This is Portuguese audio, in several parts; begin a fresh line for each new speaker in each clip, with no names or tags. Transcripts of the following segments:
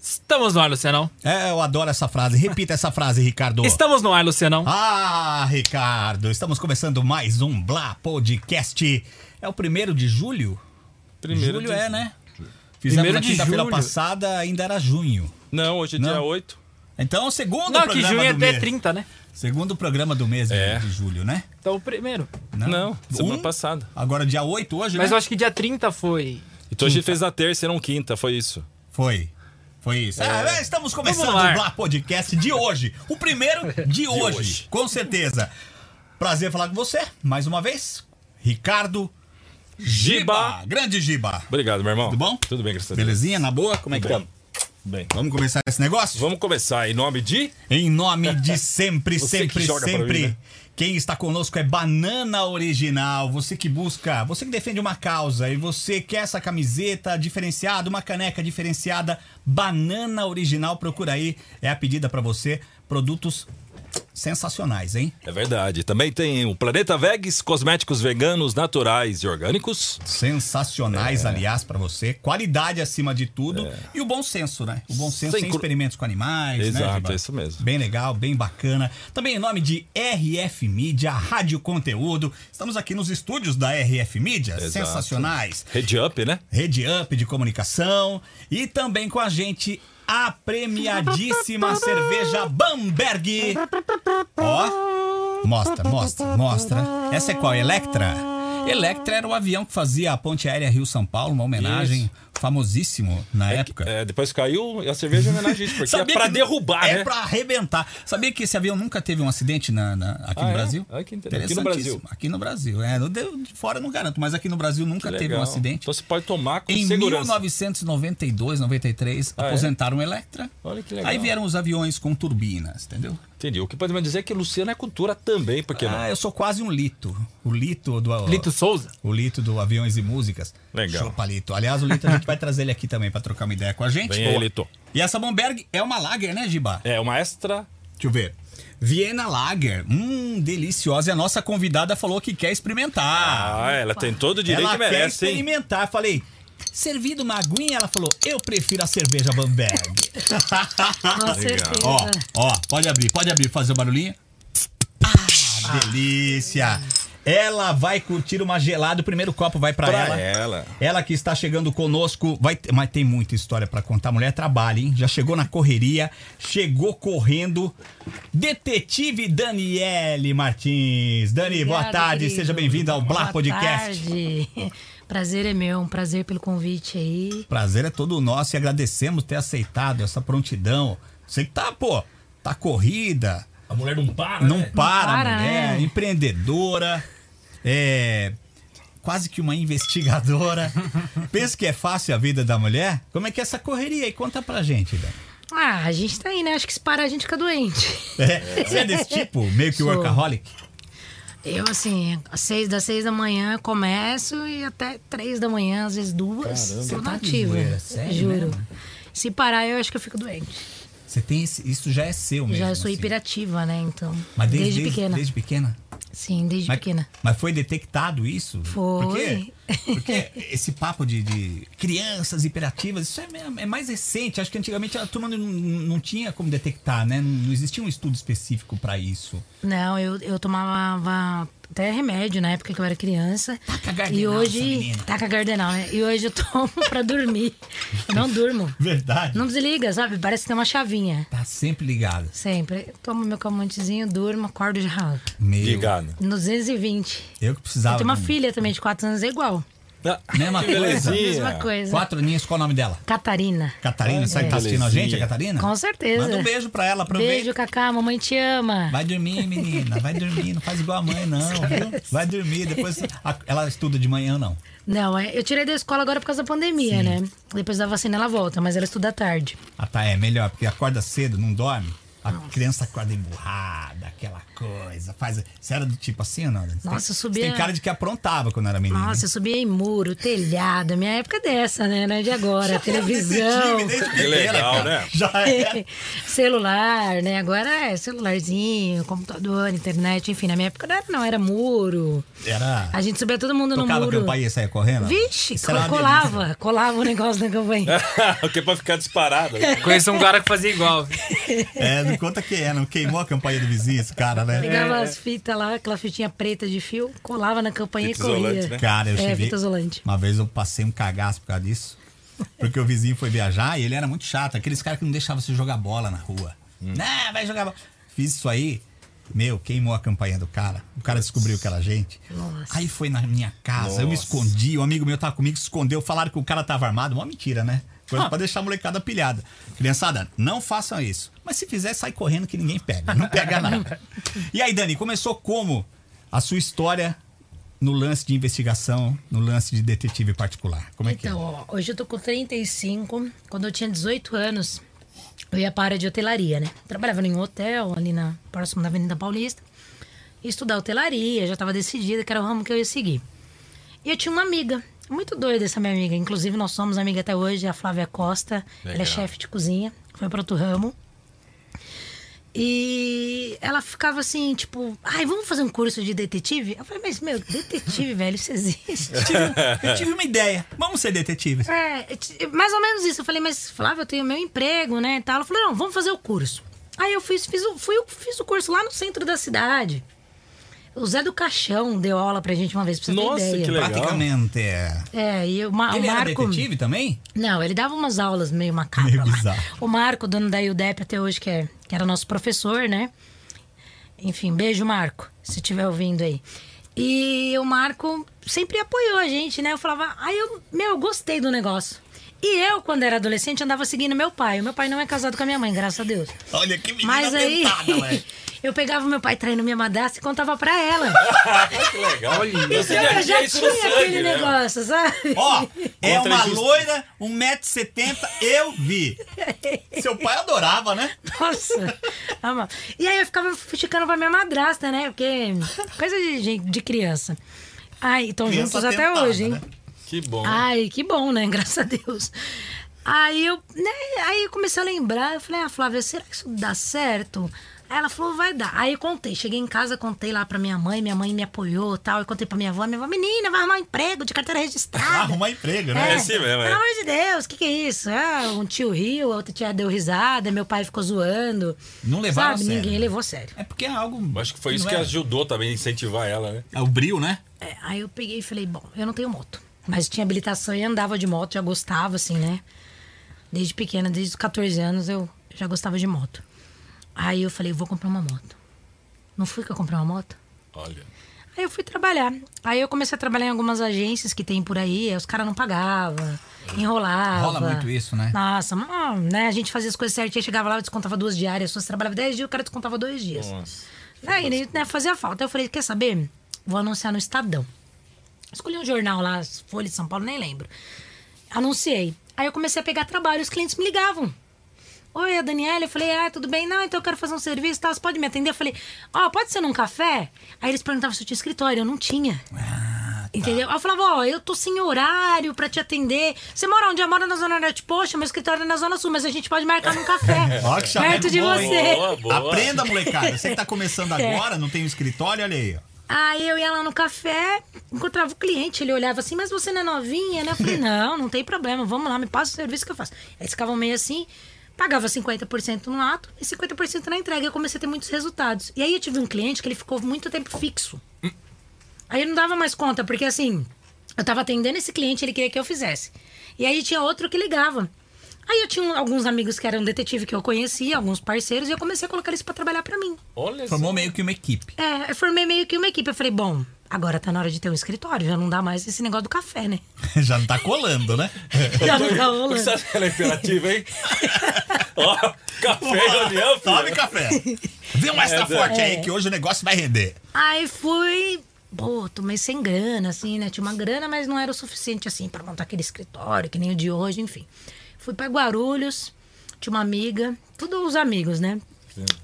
Estamos no ar, Lucianão.
É, eu adoro essa frase. Repita essa frase, Ricardo.
Estamos no ar, Lucianão.
Ah, Ricardo, estamos começando mais um Blá Podcast. É o primeiro de julho?
Primeiro
julho
de
é,
julho.
né?
Primeiro
Fizemos na
de
quinta-feira
julho.
passada, ainda era junho.
Não, hoje é
Não.
dia 8.
Então, segundo
Não, que
programa
junho é
do
até
mês.
30, né?
Segundo programa do mês
É.
de julho, né?
Então, o primeiro.
Não, semana
Um?
passada.
Agora dia 8 hoje,
Mas eu
né?
acho que dia 30 foi.
Então a gente fez na terça e não quinta, foi isso.
Foi. Foi isso. Ah, estamos começando
Vamos no ar.
o Blá Podcast de hoje. O primeiro de, hoje,
hoje.
com certeza. Prazer falar com você, mais uma vez. Ricardo Giba.
Giba.
Grande Giba.
Obrigado, meu irmão.
Tudo bom?
Tudo bem, graças a Deus.
Belezinha? Na boa? Como é que
Bem.
estamos?
tá? Bem.
Vamos começar esse negócio?
Vamos começar em nome de.
Em nome de sempre,
Você
sempre,
que joga pra
sempre.
mim, né?
Quem está conosco é Banana Original. Você que busca, você que defende uma causa e você quer essa camiseta diferenciada, uma caneca diferenciada, Banana Original, procura aí. É a pedida pra você. Produtos sensacionais, hein?
É verdade. Também tem o Planeta Vegs, cosméticos veganos, naturais e orgânicos. É.
Sensacionais, aliás, pra você. Qualidade acima de tudo e o bom senso, né? O bom senso
Sem
sem,
cru-
experimentos com animais, né?
Exato,
Giba?
é isso mesmo.
Bem legal, bem bacana. Também em nome de RF Mídia, Rádio Conteúdo. Estamos aqui nos estúdios da RF Mídia,
Exato.
sensacionais.
Rede Up, né?
Rede Up de Comunicação e também com a gente a premiadíssima cerveja Bamberg. Ó, mostra, mostra, mostra. Essa é qual? Electra? Electra era o avião que fazia a ponte aérea Rio-São Paulo, uma homenagem famosíssimo na época.
É, depois caiu e a cerveja é homenagem a isso, porque é pra
que-
derrubar,
é
né?
pra arrebentar. Sabia que esse avião nunca teve um acidente na, na- aqui
Ah,
no
é?
Brasil?
Ah, que interessante. Aqui no
Interessantíssimo.
Brasil.
Aqui no Brasil. É, no- de- de fora eu não garanto, mas aqui no Brasil nunca teve um
Legal.
acidente.
Então você pode tomar com
Em
segurança.
1992, 93,
é?
aposentaram o Electra.
Olha que legal.
Aí vieram os aviões com turbinas, entendeu?
Entendi. O que podemos dizer é que Luciano é cultura também, porque
Ah, eu sou quase um lito. O lito do...
Lito Souza.
O Lito do Aviões e Músicas.
Legal.
Chupa, Lito. Aliás, o Lito a gente vai trazer ele aqui também pra trocar uma ideia com a gente.
Vem aí, Lito.
E essa Bomberg é uma Lager, né, Giba?
é uma extra
Deixa eu ver. Viena Lager. Hum, deliciosa. E a nossa convidada falou que quer experimentar.
Ah, ela tem todo o direito
ela
que
quer
merece, hein?
experimentar. Falei, servido uma aguinha? Ela falou, eu prefiro a cerveja Bamberg.
Com certeza.
ó, ó, pode abrir, pode abrir, fazer o barulhinho. Ah, delícia. Ela vai curtir uma gelada. O primeiro copo vai pra,
Pra
ela.
ela.
Ela que está chegando conosco, vai, ter- mas tem muita história pra contar. A mulher trabalha, hein? Já chegou na correria, chegou correndo. Detetive Daniele Martins. Dani, boa
Obrigada,
tarde,
querido.
seja bem-vinda ao Blá
Boa
Podcast.
Tarde. Prazer é meu, um prazer pelo convite aí.
Prazer é todo nosso e agradecemos ter aceitado essa prontidão. Você que tá, pô, tá corrida,
A mulher não para, né?
não para,
para,
mulher,
né?
empreendedora, é quase que uma investigadora. Pensa que é fácil a vida da mulher? Como é que é essa correria aí? Conta pra gente, Dani.
Ah, a gente tá aí, né? Acho que se parar a gente fica doente.
É, você é desse tipo, meio que
Sou.
workaholic?
Eu, assim, às seis, das seis da manhã começo e até três da manhã, às vezes duas,
Você
sou
tá de
nativa.
zoeira, sério
Juro.
mesmo?
Se parar, eu acho que eu fico doente.
Você tem esse, isso já é seu mesmo.
Já sou
assim.
hiperativa, né? Então,
Mas desde,
desde, pequena.
Desde pequena?
Sim, desde
Mas,
pequena.
mas foi detectado isso? Por quê?
Foi.
Porque esse papo de, de crianças hiperativas, isso é, me- é mais recente. Acho que antigamente a turma não, não tinha como detectar, né? Não, não existia um estudo específico pra isso.
Não, eu, eu tomava até remédio na época que eu era criança.
Taca Tá gardenal,
e
essa
hoje.
menina.
Taca gardenal, né? E hoje eu tomo pra dormir. Eu não durmo.
Verdade.
Não desliga, sabe? Parece que tem uma chavinha.
Tá sempre ligado.
Sempre. Eu Tomo meu calmantezinho, durmo, acordo de ralo.
Meu,
Ligado.
No 220.
Eu que
Eu
precisava.
tenho uma
de um-
filha também de 4 anos, é igual.
Mesma
que
coisa.
belezinha.
Mesma coisa.
Quatro aninhas, qual é o nome dela?
Catarina.
Catarina, sabe que tá assistindo a
belezinha.
gente, a Catarina?
Com certeza.
Manda um beijo pra ela, aproveita.
Beijo, Cacá. Mamãe te ama.
Vai dormir, menina. Vai dormir. Não faz igual a mãe, não. Viu? Vai dormir. Depois a- ela estuda de manhã, não.
Não, é- eu tirei da escola agora por causa da pandemia, né? Depois da vacina ela volta, mas ela estuda à tarde.
Ah, tá. É melhor, porque acorda cedo, não dorme. A criança acorda emburrada, aquela coisa. Faz... Você era do tipo assim ou não? Você
Nossa,
tem-
eu subia-
Você tem cara de que aprontava quando era menino.
Nossa, eu subia em muro, telhado. Minha época é dessa, né? Não é de agora.
Esse
Televisão.
time desde
Que
pequena,
legal,
cara.
né?
Já é.
celular, né? Agora é celularzinho, computador, internet, enfim. Na minha época não era, não, era muro.
Era.
A gente subia todo mundo
Tocava
no muro.
campainha e saia correndo?
Vixe,
Isso era uma
colava, colava o negócio na campainha.
o que é pra ficar disparado.
Conheço um cara que fazia igual.
É, não conta que é, não queimou a campainha do vizinho, esse cara, né?
Pegava as fitas lá, aquela fitinha preta de fio, colava na campainha
Fita
e corria.
isolante, né?
Cara, eu
é,
cheguei.
fita isolante.
Uma vez eu passei um cagaço por causa disso. Porque o vizinho foi viajar e ele era muito chato. Aqueles caras que não deixavam você jogar bola na rua. Não, vai jogar bola. Fiz isso aí. Meu, queimou a campanha do cara. O cara descobriu que era gente.
Nossa.
Aí foi na minha casa, eu me
Nossa.
escondi. Um amigo meu tava comigo, se escondeu. Falaram que o cara tava armado. Uma mentira, né?
Ah.
Coisa pra deixar a molecada pilhada. Criançada, não façam isso. Mas se fizer, sai correndo que ninguém pega. Não pega nada. e aí, Dani, começou como a sua história no lance de investigação, no lance de detetive particular? Como é que é?
Então, ó, hoje eu tô com 35. Quando eu tinha 18 anos, eu ia para a área de hotelaria, né? Trabalhava em um hotel ali na próximo da Avenida Paulista. Ia estudar hotelaria, já tava decidida que era o ramo que eu ia seguir. E eu tinha uma amiga, muito doida essa minha amiga. Inclusive, nós somos amiga até hoje, a Flávia Costa. Ela é
Legal.
chefe de cozinha, foi para outro ramo. E ela ficava assim, tipo, ai, vamos fazer um curso de detetive? Eu falei, mas meu, detetive, velho, isso existe.
Eu tive uma ideia. Vamos ser detetives.
É, t- mais ou menos isso. Eu falei, mas Flávia, eu tenho meu emprego, né? e Tal. Ela falou, não, vamos fazer o curso. Aí eu fiz, fiz, o- fui, fiz o curso lá no centro da cidade. O Zé do Caixão deu aula pra gente uma vez, pra você
Nossa,
ter ideia.
que legal.
Praticamente. é.
É, e o, Ma- o
Ele era
Marco...
detetive também?
Não, ele dava umas aulas meio macabras
Meio
lá.
bizarro.
O Marco, dono da IUDEP até hoje, que, é, que era nosso professor, né? Enfim, beijo, Marco, se estiver ouvindo aí. E o Marco sempre apoiou a gente, né? Eu falava, aí eu, meu, eu gostei do negócio. E eu, quando era adolescente, andava seguindo meu pai. O meu pai não é casado com a minha mãe, graças a Deus.
Olha que menina
Mas aí,
tentada, ué.
eu pegava meu pai traindo minha madrasta e contava pra ela.
que legal.
Então, eu já tinha aquele
né?
negócio, sabe?
Ó, é
Contra
uma
justi-
loira, 1,70m, eu vi. Seu pai adorava, né?
Nossa, ama. E aí eu ficava ficando pra minha madrasta, né? Porque coisa de, gente- de criança. Ai, estão
Criança
juntos até
tentada,
hoje, hein?
né?
Que bom.
Ai, que bom, né? Graças a Deus. Aí eu, né? Aí eu comecei a lembrar, eu falei, ah, Flávia, será que isso dá certo? Aí ela falou, vai dar. Aí eu contei, cheguei em casa, contei lá pra minha mãe, minha mãe me apoiou e tal. Eu contei pra minha avó, minha avó, menina, vai arrumar um emprego de carteira registrada.
Arrumar emprego, né?
É assim mesmo, é.
Pelo amor de Deus, o que, que é isso? Ah, um tio riu, a outra tia deu risada, meu pai ficou zoando.
Não levaram
Sabe?
a sério.
Ninguém levou a sério.
É porque é algo.
Acho que foi isso
não
que
é-
ajudou também a incentivar ela, né?
É o brilho, né?
É, aí eu peguei e falei, bom, eu não tenho moto. Mas tinha habilitação e andava de moto, já gostava, assim, né? Desde pequena, desde os 14 anos, eu já gostava de moto. Aí eu falei, vou comprar uma moto. Não fui que eu comprei uma moto?
Olha.
Aí eu fui trabalhar. Aí eu comecei a trabalhar em algumas agências que tem por aí, aí os caras não pagavam, enrolavam.
Rola muito isso, né?
Nossa, mano, né? A gente fazia as coisas certinhas, chegava lá, eu descontava duas diárias, se você trabalhava 10 dias, o cara descontava dois dias.
Nossa.
Daí, né, né, fazia falta. Eu falei, quer saber? Vou anunciar no Estadão. Escolhi um jornal lá, Folha de São Paulo, nem lembro. Anunciei. Aí eu comecei a pegar trabalho, os clientes me ligavam. Oi, a Daniela. Eu falei, ah, tudo bem? Não, então eu quero fazer um serviço, tá? Você pode me atender? Eu falei, ó, pode ser num café? Aí eles perguntavam se eu tinha escritório, eu não tinha.
Ah, tá.
Entendeu? Aí eu falava, ó, eu tô sem horário pra te atender. Você mora onde? Eu moro na Zona Norte. Poxa, meu escritório é na Zona Sul, mas a gente pode marcar num café.
Ó, que chamego
perto de
bom,
você. É.
hein?
Boa, É. boa.
Aprenda, molecada. Você que tá começando agora, não tem um escritório, olha aí, ó.
Aí eu ia lá no café, encontrava o cliente, ele olhava assim, mas você não é novinha, né? Eu falei, não, não tem problema, vamos lá, me passa o serviço que eu faço. Aí eles ficavam meio assim, pagava 50% no ato e 50% na entrega. Eu comecei a ter muitos resultados. E aí eu tive um cliente que ele ficou muito tempo fixo. Aí eu não dava mais conta, porque assim, eu tava atendendo esse cliente, ele queria que eu fizesse. E aí tinha outro que ligava. Aí eu tinha um, alguns amigos que eram detetive que eu conhecia, alguns parceiros, e eu comecei a colocar eles pra trabalhar pra mim.
Olha só.
Formou meio que uma equipe.
É, eu formei meio que uma equipe. Eu falei, bom, agora tá na hora de ter um escritório, já não dá mais esse negócio do café, né?
Já não tá colando, né?
Já
Por
não tá
que você
rolando.
acha que ela é imperativa, hein? Ó, café e É, reunião, filho.
Tome café. Vê um extra forte
É.
aí que hoje o negócio vai render.
Aí fui. Pô, tomei sem grana, assim, né? Tinha uma grana, mas não era o suficiente, assim, pra montar aquele escritório, que nem o de hoje, enfim. Fui pra Guarulhos, tinha uma amiga, tudo os amigos, né?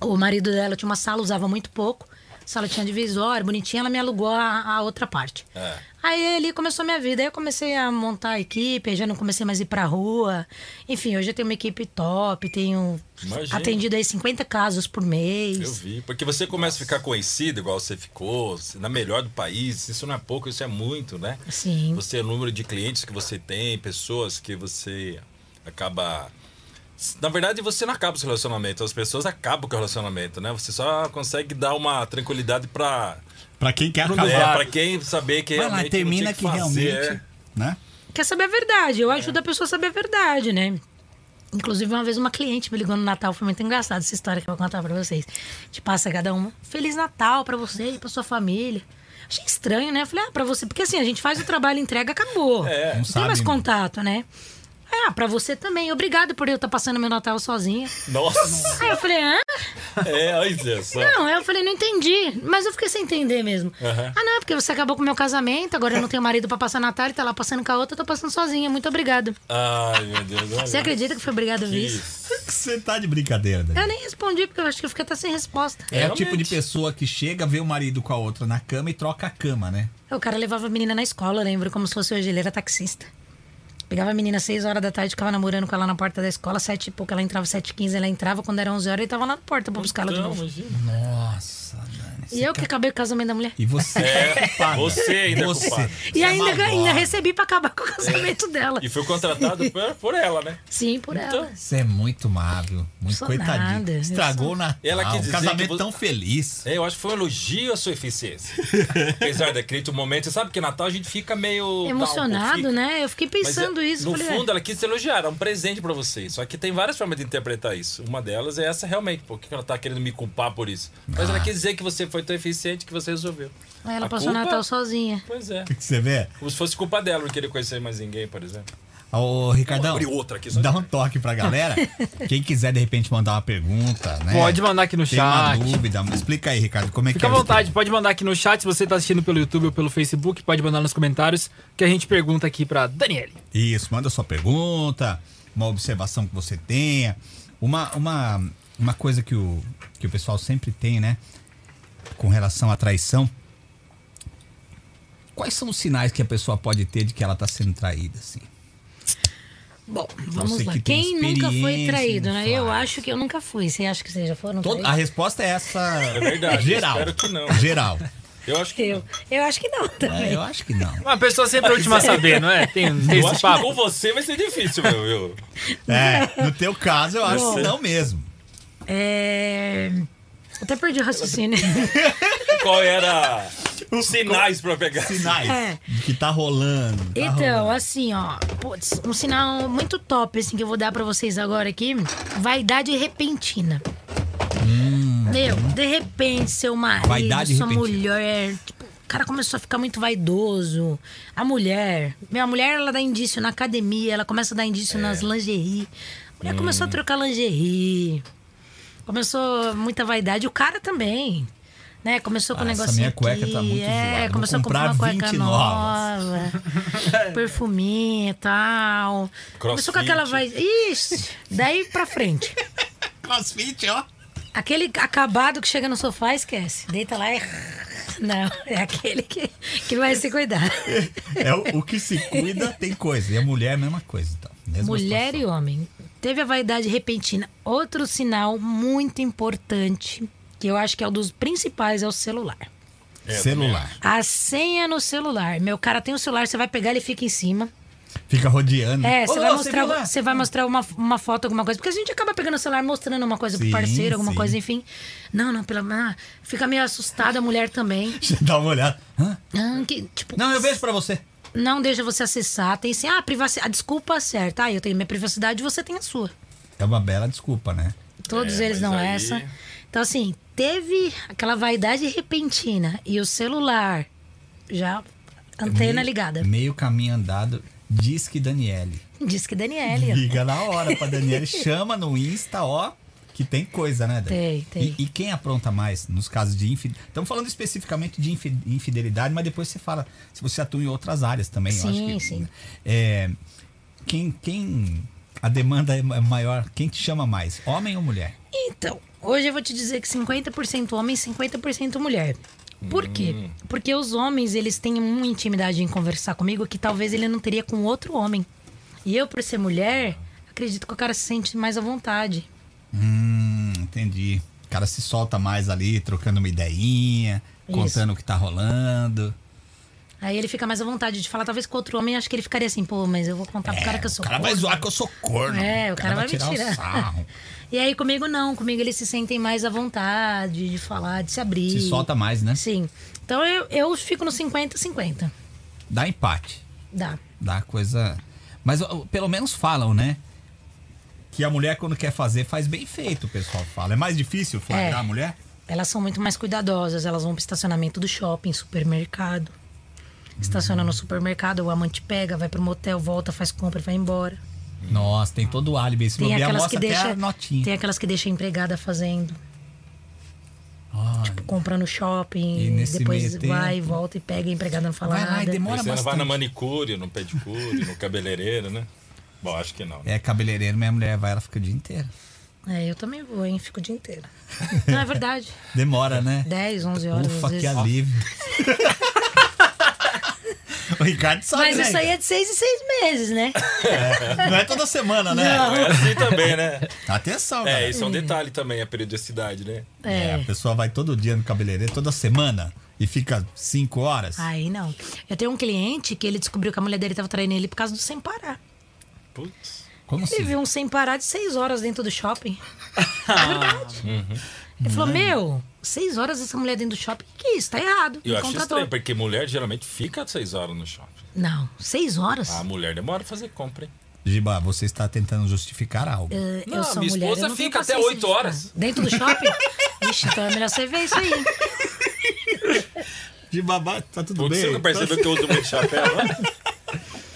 O marido dela tinha uma sala, usava muito pouco. Sala tinha divisório, bonitinha, ela me alugou a, a outra parte.
É.
Aí ali começou a minha vida. Aí eu comecei a montar a equipe, aí já não comecei mais a ir pra rua. Enfim, hoje eu tenho uma equipe top, tenho
Imagina.
atendido aí 50 casos por mês.
Eu vi. Porque você começa a ficar conhecido, igual você ficou, se- na melhor do país. Isso não é pouco, isso é muito, né?
Sim.
Você, o número de clientes que você tem, pessoas que você acaba. Na verdade, você não acaba o seu relacionamento, as pessoas acabam com o relacionamento, né? Você só consegue dar uma tranquilidade pra,
Pra quem quer
é,
acabar.
pra quem saber que
um Vai lá,
realmente
termina
não tinha
que,
fazer. é.
realmente. Né?
quer saber a verdade. Eu ajudo a pessoa a saber a verdade, né? Inclusive, uma vez uma cliente me ligou no Natal, foi muito engraçado essa história que eu vou contar pra vocês. Te passa cada uma. Feliz Natal pra você e pra sua família. Achei estranho, né? Eu falei, ah, pra você. Porque assim, a gente faz o trabalho, entrega, acabou.
É.
não
sabe,
tem mais
né?
contato, né? Ah, pra você também. Obrigado por eu estar passando meu Natal sozinha.
É, Nossa!
Aí eu falei, hã?
é, olha só.
Não, aí eu falei, não entendi. Mas eu fiquei sem entender mesmo.
Aham.
Ah, não, é porque você acabou com o meu casamento, agora eu não tenho marido pra passar Natal, e tá lá passando com a outra, eu tô passando sozinha. Muito obrigado.
Ai, meu Deus. olha.
Você acredita que foi obrigado a ver isso?
Você tá de brincadeira, Dani.
Eu nem respondi, porque eu acho que eu fiquei até sem resposta.
É o
Realmente.
tipo de pessoa que chega, vê o marido com a outra na cama e troca a cama, né?
O cara levava a menina na escola, eu lembro, como se fosse hoje, ele era taxista. Pegava a menina às 6 horas da tarde, ficava namorando com ela na porta da escola, sete e pouco, ela entrava às 7 15 ela entrava, quando era 11 horas, ele tava lá na porta pra buscar ela de
Não,
novo.
assim?
imagina.
Nossa, Dani.
E eu que acabei com o casamento da mulher.
E você é, culpada.
você ainda é culpada.
E
é
ainda,
maldosa.
ainda recebi pra acabar com o casamento dela.
E foi contratado por, por ela, né?
Sim, por ela.
Então,
Você é muito mável, muito
Sou
coitadinho.
nada, eu
Estragou
sou-
o Natal.
Ela quis
um
dizer
casamento
que vo-
tão feliz.
é, eu acho que foi um elogio à sua eficiência. Apesar daquele outro momento, você sabe que Natal a gente fica meio. down,
Emocionado,
fica-
né? Eu fiquei
Mas,
pensando
é,
isso.
No
falei,
fundo, ela quis te elogiar, é um presente pra você. Só que tem várias formas de interpretar isso. Uma delas é essa, realmente. Por que que ela tá querendo me culpar por isso? Mas
Ah.
ela quis dizer que você foi tão eficiente que você resolveu.
"Ué, "Ah, ela
A
passou o
culpa-
Natal sozinha.
Pois é.
O que, que você vê?
Como se fosse culpa dela não querer conhecer mais ninguém, por exemplo.
Ô, Ricardão,
Vou abrir outra aqui só
dá
de-
um toque pra galera. Quem quiser, de repente, mandar uma pergunta, né?
Pode mandar aqui no
Tem uma
chat.
dúvida. Explica aí, Ricardo, como é que
Fica
é
à
o
vontade,
esquema?
pode mandar aqui no chat. Se você tá assistindo pelo YouTube ou pelo Facebook, pode mandar nos comentários que a gente pergunta aqui pra Daniele.
Isso, manda sua pergunta, uma observação que você tenha. Uma, uma, uma coisa que o, que o pessoal sempre tem, né? Com relação à traição. Quais são os sinais que a pessoa pode ter de que ela tá sendo traída, assim?
Bom, vamos
Você
lá.
que tem
Quem nunca foi
experiência,
traído, né?
faz.
Eu acho que eu nunca fui. Você acha que vocês já foram
Todo- a
traídos?
resposta é essa. É
verdade,
Geral.
espero que não.
Geral.
Eu acho que.
Eu, eu acho que não também.
É, eu acho que não.
Uma pessoa sempre é a última a saber, não é? Tem, tem
Eu
esse
acho que
papo.
com você vai ser difícil, meu. viu?
É, no teu caso, eu acho que não mesmo.
É... Até perdi o raciocínio.
Qual era os sinais pra pegar?
Sinais
É.
de que tá rolando. tá
Então, assim, ó. Putz, um sinal muito top, assim, que eu vou dar pra vocês agora aqui. Vaidade repentina. Meu, de repente, seu
Hum,
marido,
uhum. Vaidade
sua
repentina.
mulher... Tipo, o cara começou a ficar muito vaidoso. A mulher... Minha mulher, ela dá indício na academia. Ela começa a dar
É.
indício nas lingerie. A mulher começou
Hum.
a trocar lingerie. Começou muita vaidade. O cara também. Né? Começou com o
Ah, essa
negócio.
minha cueca
aqui,
tá muito zoada.
É,
Vou
começou a comprar uma
comprar
cueca
20 novas.
nova. perfuminho É. e tal. Começou com
Crossfit.
aquela vai. Ixi, daí pra frente.
rolando. Crossfit, ó.
Aquele acabado que chega no sofá, esquece. Deita lá e. Não, é aquele que, que vai se cuidar.
É o, o que se cuida tem coisa. E a mulher é a mesma coisa, então. Mesma
Mulher e homem. Teve a vaidade repentina. Outro sinal muito importante, que eu acho que é um dos principais, é o celular.
situação. celular.
A senha no celular. Meu cara tem o celular, você vai pegar, ele fica em cima.
Fica rodeando.
É, você
Ô,
vai
ô,
mostrar,
viu lá?
você vai mostrar uma, uma foto, alguma coisa. Porque a gente acaba pegando o celular, mostrando uma coisa
Sim,
pro parceiro, alguma
sim.
coisa, enfim. Não, não, pela. Ah, fica meio assustada a mulher também.
Deixa eu dar uma olhada. Hã?
Ah, que, tipo,
Não, eu vejo pra você.
não deixa você acessar. Tem assim, ah, privacidade. A desculpa certa. Ah, eu tenho minha privacidade você tem a sua.
É uma bela desculpa, né?
Todos
É,
eles
mas
dão
aí-
essa. Então, assim, teve aquela vaidade repentina e o celular já antena
Meio-
ligada.
Meio caminho andado. Diz que Daniele.
Diz que Daniele.
Liga na hora pra Daniele. chama no Insta, ó. Que tem coisa, né, Dani?
Tem, tem.
E, e quem apronta mais nos casos de infidelidade? Estamos falando especificamente de infi- infidelidade, mas depois você fala se você atua em outras áreas também. eu acho
Sim,
que,
sim.
É, quem, quem A demanda é ma- maior. Quem te chama mais? Homem ou mulher?
Então, hoje eu vou te dizer que 50% homem, 50% mulher. Por
Hum.
quê? Porque os homens, eles têm uma intimidade em conversar comigo que talvez ele não teria com outro homem. E eu, por ser mulher, acredito que o cara se sente mais à vontade.
Hum, entendi. O cara se solta mais ali, trocando uma ideinha,
Isso.
contando o que tá rolando.
Aí ele fica mais à vontade de falar, talvez com outro homem, acho que ele ficaria assim, pô, mas eu vou contar pro cara que eu sou.
É, o cara
gordo.
vai zoar que eu sou corno.
É, o cara vai me
tirar o
tirar.
sarro.
E aí comigo não, comigo eles se sentem mais à vontade de falar, de se abrir.
Se solta mais, né?
Sim. Então eu, eu fico no 50-50.
Dá empate.
Dá.
Dá coisa. Mas ó, pelo menos falam, né? Que a mulher, quando quer fazer, faz bem feito, o pessoal fala. É mais difícil flagrar
É.
a mulher?
Elas são muito mais cuidadosas, elas vão pro estacionamento do shopping, supermercado. Estaciona no supermercado, o amante pega, vai pro motel, volta, faz compra e vai embora.
Nossa, tem todo o álibi. Se
Tem
bobear,
aquelas que
mostra até
deixa,
a notinha.
tem aquelas que deixa a empregada fazendo, Tipo,
Olha,
compra no shopping,
E nesse
depois
meio tempo-
vai, volta e pega, a empregada não fala
Vai lá e
nada.
demora
Você não vai
bastante.
na manicure, no pedicure, no cabeleireiro, né? Bom, acho que não. né?
É, cabeleireiro, minha mulher vai, ela fica o dia inteiro.
É, eu também vou, hein? Fico o dia inteiro. Não, é verdade.
Demora, né?
10, 11 horas
Ufa,
às vezes.
que alívio. o Ricardo sabe,
Mas
né?
isso aí é de 6 em 6 meses, né?
Não é toda semana, né?
É assim também, né?
Atenção, cara.
É, isso é um detalhe também, a periodicidade, né?
É, a pessoa vai todo dia no cabeleireiro, toda semana, e fica cinco horas.
Aí não. Eu tenho um cliente que ele descobriu que a mulher dele tava traindo ele por causa do sem parar.
Putz.
Como
Ele
assim?
viu um sem parar de seis horas dentro do shopping. É verdade.
Uhum.
Ele falou: Meu, seis horas essa mulher dentro do shopping? Que isso? Tá errado.
Eu
Me
acho
contratou.
estranho, porque mulher geralmente fica seis horas no shopping. Ah,
Não, seis horas?
A mulher demora pra fazer compra, hein?
Giba, você está tentando justificar algo.
É, eu
Não,
sou
minha
mulher. eu
esposa
não tenho
fica até
paciência
oito
de ficar.
horas. É,
Dentro do shopping? Ixi, então é melhor você ver isso aí.
Giba, ba- tá tudo
Putz, você
bem?
não percebeu que eu uso muito chapéu? né?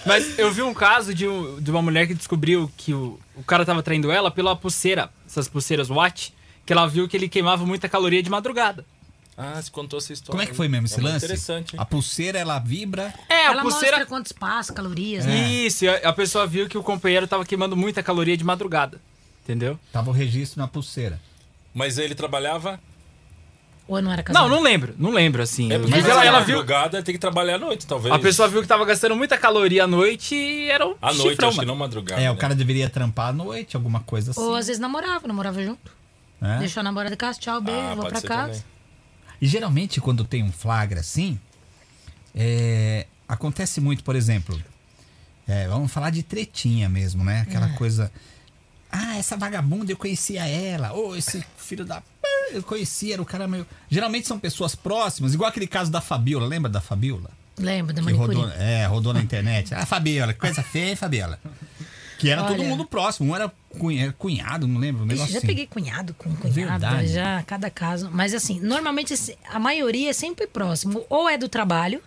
Mas eu vi um caso de, um- de uma mulher que descobriu que o, o cara tava traindo ela pela pulseira, essas pulseiras watch, que ela viu que ele queimava muita caloria de madrugada.
Ah, você contou essa história.
Como é que foi mesmo esse
É muito
lance?
Interessante, hein?
A pulseira, ela vibra.
É,
Ela
a pulseira. É.
mostra quantos passos,
É.
calorias, né?
Isso, e a, a pessoa viu que o companheiro tava queimando muita caloria de madrugada. Entendeu?
Tava o registro na pulseira.
Mas ele trabalhava.
Ou eu não era
Não,
casado?
não lembro, não lembro assim.
É
Eu
porque
vi que
se
ela,
é
ela viu.
Madrugada é tem que trabalhar à noite, talvez.
A pessoa viu que tava gastando muita caloria à noite e era um
À noite,
chifrão,
acho que
mano.
não madrugada.
É,
né?
o cara deveria trampar à noite, alguma coisa assim.
Ou às vezes namorava, namorava junto.
né?
Deixou a namorada em casa, tchau, beijo,
É? Ah,
vou
pode
pra
ser
casa.
também.
E geralmente, quando tem um flagra assim, é, acontece muito, por exemplo, é, vamos falar de tretinha mesmo, né? Aquela coisa. Ah, essa vagabunda eu conhecia ela. Ou esse filho da. p- Eu conhecia, era o cara meio. Geralmente são pessoas próximas, igual aquele caso da Fabiola, lembra da Fabiola?
Lembra da
Que
manicure?
rodou, é, rodou na internet. Ah, Fabiola, que coisa feia, hein, Fabiola. Que era todo
Olha.
mundo próximo. Um era cunha- cunhado, não lembro, um
Ixi,
negócio
já
assim.
peguei cunhado com cunhada,
Verdade.
já cada caso. Mas assim, normalmente esse- a maioria é sempre próximo. Ou é do trabalho,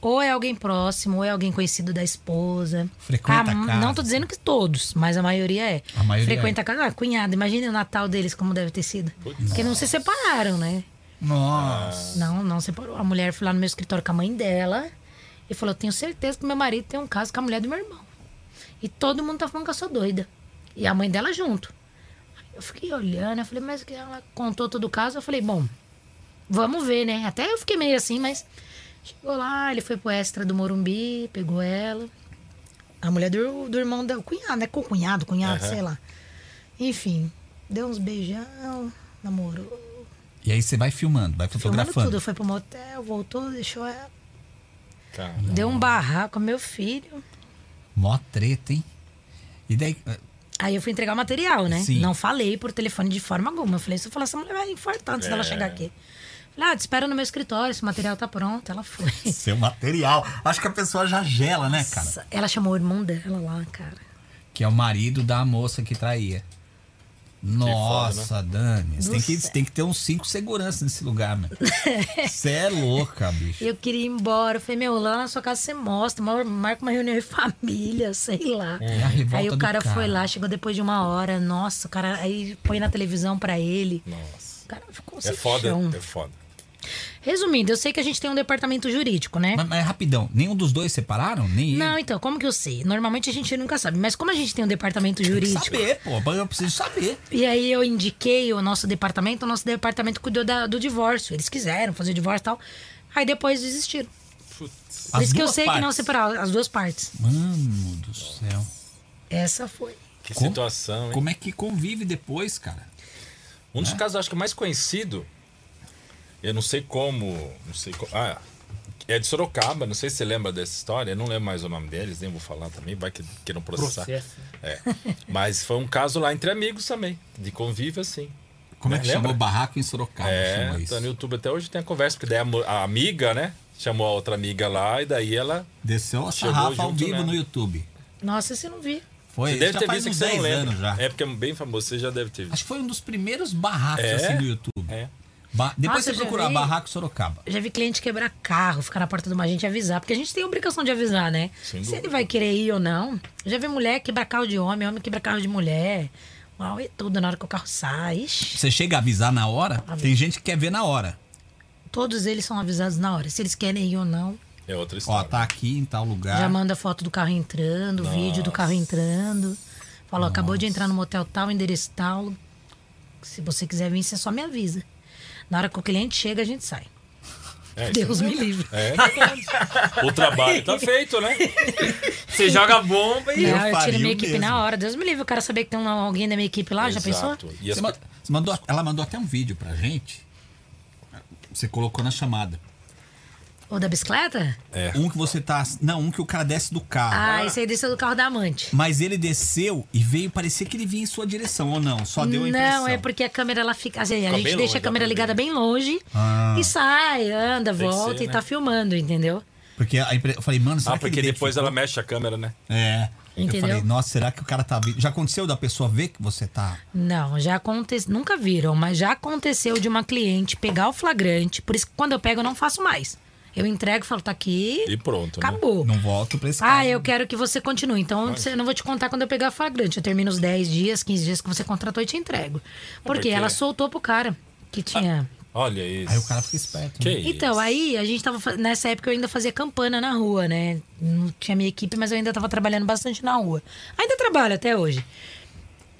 ou é alguém próximo, ou é alguém conhecido da esposa.
Frequenta
Ah,
a casa.
Não tô dizendo que todos, mas a maioria é.
A maioria
Frequenta a casa. Ah, cunhada, imagina o Natal deles, como deve ter sido. Porque não se separaram, né?
Nossa.
Não, não separou. A mulher foi lá no meu escritório com a mãe dela e falou: Tenho certeza que meu marido tem um caso com a mulher do meu irmão. E todo mundo tá falando que eu sou doida. E a mãe dela junto. Aí Eu fiquei olhando, eu falei, mas que ela contou todo o caso. Eu falei, bom, vamos ver, né? Até eu fiquei meio assim, mas. Chegou lá, ele foi pro extra do Morumbi, pegou ela. A mulher do, do irmão da. O cunhado, né? Com o cunhado, cunhado, sei lá. Enfim, deu uns beijão, namorou.
E aí você vai filmando, vai
Filmando
fotografando.
tudo, foi pro motel, voltou, deixou ela.
Tá.
Deu um barraco ao meu filho.
Mó treta, hein? E daí. eh,
Aí eu fui entregar o material, né?
Sim.
Não falei por telefone de forma alguma. Eu falei, se eu falar, essa mulher vai infartar antes dela chegar aqui. Falei, ah, te espera no meu escritório, esse material tá pronto. Ela foi.
Seu material. Acho que a pessoa já gela, né, cara?
Nossa, Ela chamou o irmão dela lá, cara.
Que é o marido da moça que traía. Nossa, Dani. Você
Do
tem que,
céu.
tem que ter uns cinco seguranças nesse lugar, meu. Você é louca, bicho.
E eu queria ir embora. Eu falei, meu, lá na sua casa você mostra, mar- marca uma reunião de família, sei lá.
É, a revolta
Aí o
do
cara,
cara.
foi lá, né? chegou depois de uma hora. Nossa, o cara aí põe na televisão pra ele.
Nossa.
O cara ficou sem
É foda,
chão.
é foda.
Resumindo, eu sei que a gente tem um departamento jurídico, né?
Mas, mas rapidão, nenhum dos dois separaram? Nem
Não,
ele.
então, como que eu sei? Normalmente a gente nunca sabe, mas como a gente tem um departamento jurídico.
Saber, pô, eu preciso saber.
E aí eu indiquei o nosso departamento, o nosso departamento cuidou da- do divórcio. Eles quiseram fazer o divórcio e tal. Aí depois desistiram.
Putz.
Por
As
isso que eu
duas
sei que não
partes.
separaram as duas partes.
Mano do céu.
Essa foi.
Que
Como-
situação, hein?
Como é que convive depois, cara?
Um
Né?
dos casos, acho que mais conhecido, eu não sei como, não sei co- ah, é de Sorocaba, não sei se você lembra dessa história, eu não lembro mais o nome deles, nem vou falar também, vai que queiram processar.
Processo.
É. Mas foi um caso lá entre amigos também, de convívio assim.
Como é que
Lembra?
chamou barraco em Sorocaba?
É,
chama isso.
tá no YouTube até hoje tem a conversa, porque daí a, mo- a amiga, né, chamou a outra amiga lá e daí ela...
Desceu a
Chegou
sarrafa ao
junto,
vivo
né?
no YouTube.
Nossa, você não vi.
Foi,
Você
isso
deve
já
ter
faz
visto que
uns
você não
10
lembra.
anos já.
É porque é bem famoso, você já deve ter visto.
Acho que foi um dos primeiros barracos
É?
assim no YouTube.
É.
Ba- Depois
Nossa,
você
eu já
procurar
vi.
barraco Sorocaba.
Já vi cliente quebrar carro, ficar na porta de uma gente e avisar. Porque a gente tem a obrigação de avisar, né?
Sem
Se
dúvida.
ele vai querer ir ou não. Já vi mulher quebrar carro de homem, homem quebrar carro de mulher. Uau, e tudo na hora que o carro sai. Ixi.
Você chega a avisar na hora, tem gente que quer ver na hora.
Todos eles são avisados na hora. Se eles querem ir ou não,
É outra
Ó,
história.
tá aqui em tal lugar.
Ah.
já manda foto do carro entrando, vídeo do carro entrando. Fala, ó, acabou de entrar no motel tal, endereço tal. Se você quiser vir, você só me avisa. Na hora que o cliente chega, a gente sai.
É, isso
Deus
é
me
verdade.
livre.
É verdade. O trabalho tá feito, né?
Você
Tá
joga bomba e.
Eu
Ah, eu,
faria
tiro minha
o
equipe
mesmo.
na hora. Deus me livre, eu quero saber que tem um- alguém da minha equipe lá, já pensou?
Exato. E as
Você ma- você mandou, ela mandou até um vídeo pra gente. Você colocou na chamada.
Ou da bicicleta?
É.
Um que você tá. Não, um que o cara desce do carro.
Ah, esse aí desceu do carro da amante.
Mas ele desceu e veio parecer que ele vinha em sua direção, ou não? Só deu a impressão.
Não, é porque a câmera ela fica. assim, a
Fica
gente
bem
deixa
longe,
a câmera
dá pra
ligada
ver.
bem longe e sai, anda,
que
volta
ser,
e
né?
tá filmando, entendeu?
Porque a impre- eu falei, mano, será
Ah,
que ele
porque depois
identificou?
ela mexe a câmera, né?
É. Eu
Entendeu?
falei, nossa, será que o cara tá vindo? Já aconteceu da pessoa ver que você tá.
Não, já aconteceu. Nunca viram, mas já aconteceu de uma cliente pegar o flagrante. Por isso que quando eu pego, eu não faço mais. Eu entrego, falo, tá aqui.
E pronto, né?
Acabou.
Não volto pra esse
Ah,
caso.
eu quero que você continue. Então, eu não vou te contar quando eu pegar flagrante. Eu termino os 10 dias, 15 dias que você contratou e te entrego. Porque
porque-
ela soltou pro cara que tinha.
Olha isso.
Aí o cara fica esperto.
Que
né?
isso?
Então, aí a gente tava. fa- Nessa época eu ainda fazia campana na rua, né? Não tinha minha equipe, mas eu ainda tava trabalhando bastante na rua. Ainda trabalho até hoje.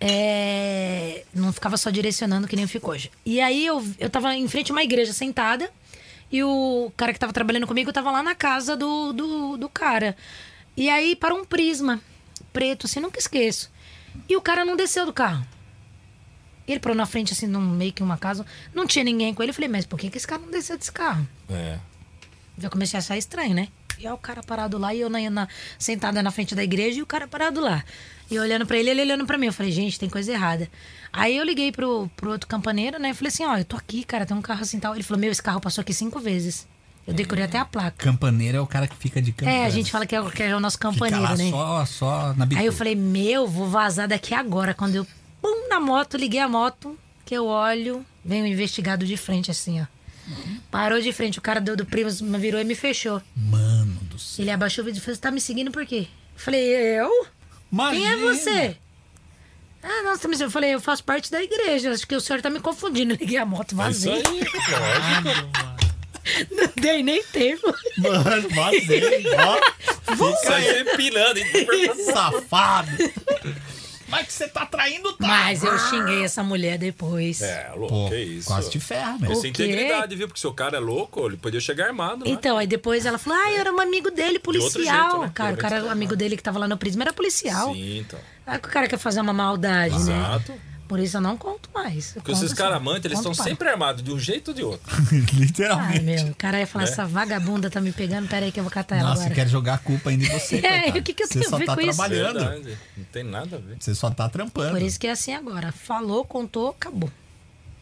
É, Não ficava só direcionando que nem eu fico hoje. E aí eu, eu tava em frente a uma igreja sentada. E o cara que tava trabalhando comigo tava lá na casa do, do, do cara. E aí para um prisma preto, assim, nunca esqueço. E o cara não desceu do carro. Ele parou na frente, assim, num, meio que uma casa. Não tinha ninguém com ele. Eu falei, mas por que, que esse cara não desceu desse carro?
É.
Já comecei a achar estranho, né? E aí o cara parado lá e eu na, na- sentada na frente da igreja e o cara parado lá. E eu olhando pra ele, ele olhando pra mim. Eu falei, gente, tem coisa errada. Aí eu liguei pro, pro outro campaneiro, né? Eu falei assim, ó, eu tô aqui, cara, tem um carro assim tal. Ele falou, meu, esse carro passou aqui cinco vezes. Eu decorei até a placa.
Campaneiro é o cara que fica de campaneiro.
É, a gente fala que é, o- que é o nosso
fica
campaneiro,
lá
né?
só, só na bicuda.
Aí eu falei, meu, vou vazar daqui agora. Quando eu pum na moto, liguei a moto, que eu olho, vem o investigado de frente, assim, ó. Parou de frente, o cara deu do primo, virou e me fechou.
Mano do céu.
Ele abaixou o vídeo e falou: Você tá me seguindo por quê? Eu falei: Eu? Quem é
Imagina.
você? Ah, nossa, mas eu falei: Eu faço parte da igreja. Acho que o senhor tá me confundindo. Eu Liguei a moto,
É Isso
vazei.
aí, lógico.
Não dei nem tempo.
Mano, vazei. Ó,
Isso
fica
aí
aí,
é empinando.
safado. Mas que você tá traindo, tá?
Mas eu xinguei essa mulher depois.
Ah. É, louco,
Pô,
que isso.
quase te ferra, velho.
Essa
O quê?
integridade, viu? Porque se o cara é louco, ele podia chegar armado, né?
Então, aí depois ela falou: Ah, eu era um amigo dele,
outro jeito,
policial.
né?
Cara, o
Pelo
cara,
menos
o
tá
amigo dele que tava lá no Prisma era policial.
Sim, então.
Aí que o cara quer fazer uma maldade, né?
Exato.
Por isso eu não conto mais. Eu
Porque
conto
esses caras
assim,
amantes, eles
conto
estão
para.
sempre armados, de um jeito ou de outro.
Ai,
Literalmente.
meu, o cara ia
né?
falar, essa vagabunda tá me pegando, peraí que eu vou catar Ah, é, ela
Nossa,
agora.
você quer jogar a culpa ainda em você,
É,
coitado.
o que que eu
Você
tenho a
só
ver
tá
com isso?
trabalhando.
Verdade. Não tem nada a ver.
Você só tá trampando.
Por isso que é assim agora. Falou, contou, acabou.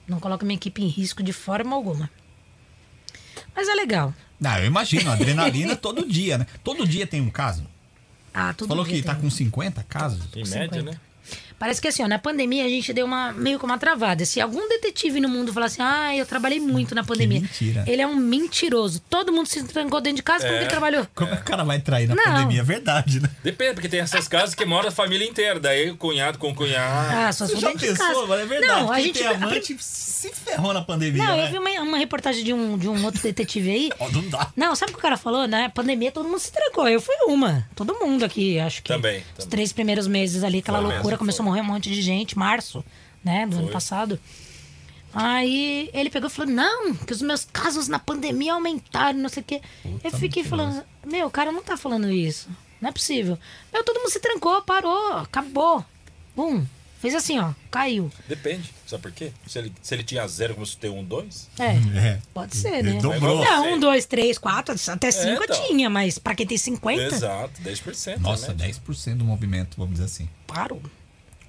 Não coloca minha equipe em risco de forma alguma. Mas é legal.
Não, eu imagino, adrenalina todo dia, né? Todo dia tem um caso.
Ah, tudo
Falou
dia
que tá
tem.
com 50 casos.
Em média, né?
Parece que assim, ó, na pandemia a gente deu uma meio que uma travada. Se algum detetive no mundo falar assim, ah, eu trabalhei muito na pandemia.
mentira.
Ele é um mentiroso. Todo mundo se trancou dentro de casa, como que ele trabalhou?
Como é que o cara vai trair na
Não.
pandemia? É verdade, né?
Depende, porque tem essas casas que mora a família inteira. Daí o cunhado com o cunhado.
Ah, só
Você
se
já
dentro de casa.
pensou, mano? É verdade.
Não, a
Quem
gente.
tem
a prim-
amante se ferrou na pandemia,
Não,
né?
eu vi um uma, uma reportagem de um, de um outro detetive aí.
Ó, não dá.
Não, sabe o que o cara falou? Na pandemia todo mundo se trancou. Eu fui uma. Todo mundo aqui, acho que.
Também,
Os
também.
três primeiros meses ali, aquela
Foi
loucura,
mesmo,
começou a morrer um monte de gente, março, né, do ano passado. Aí ele pegou e falou: não, que os meus casos na pandemia aumentaram, não sei o quê. eu fiquei falando: meu, o cara não tá falando isso. Não é possível. Meu, todo mundo se trancou, parou, acabou. Bum. Fez assim, ó, caiu.
Depende. Sabe por quê? Se ele, se ele tinha zero, começou a ter um, dois.
É.
É.
Pode ser,
Ele
né?
dobrou.
Não, um, dois, três, quatro, até cinco
então.
tinha, mas pra quem tem 50,
Exato, 10%.
Nossa,
né?
10% do movimento, vamos dizer assim.
paro.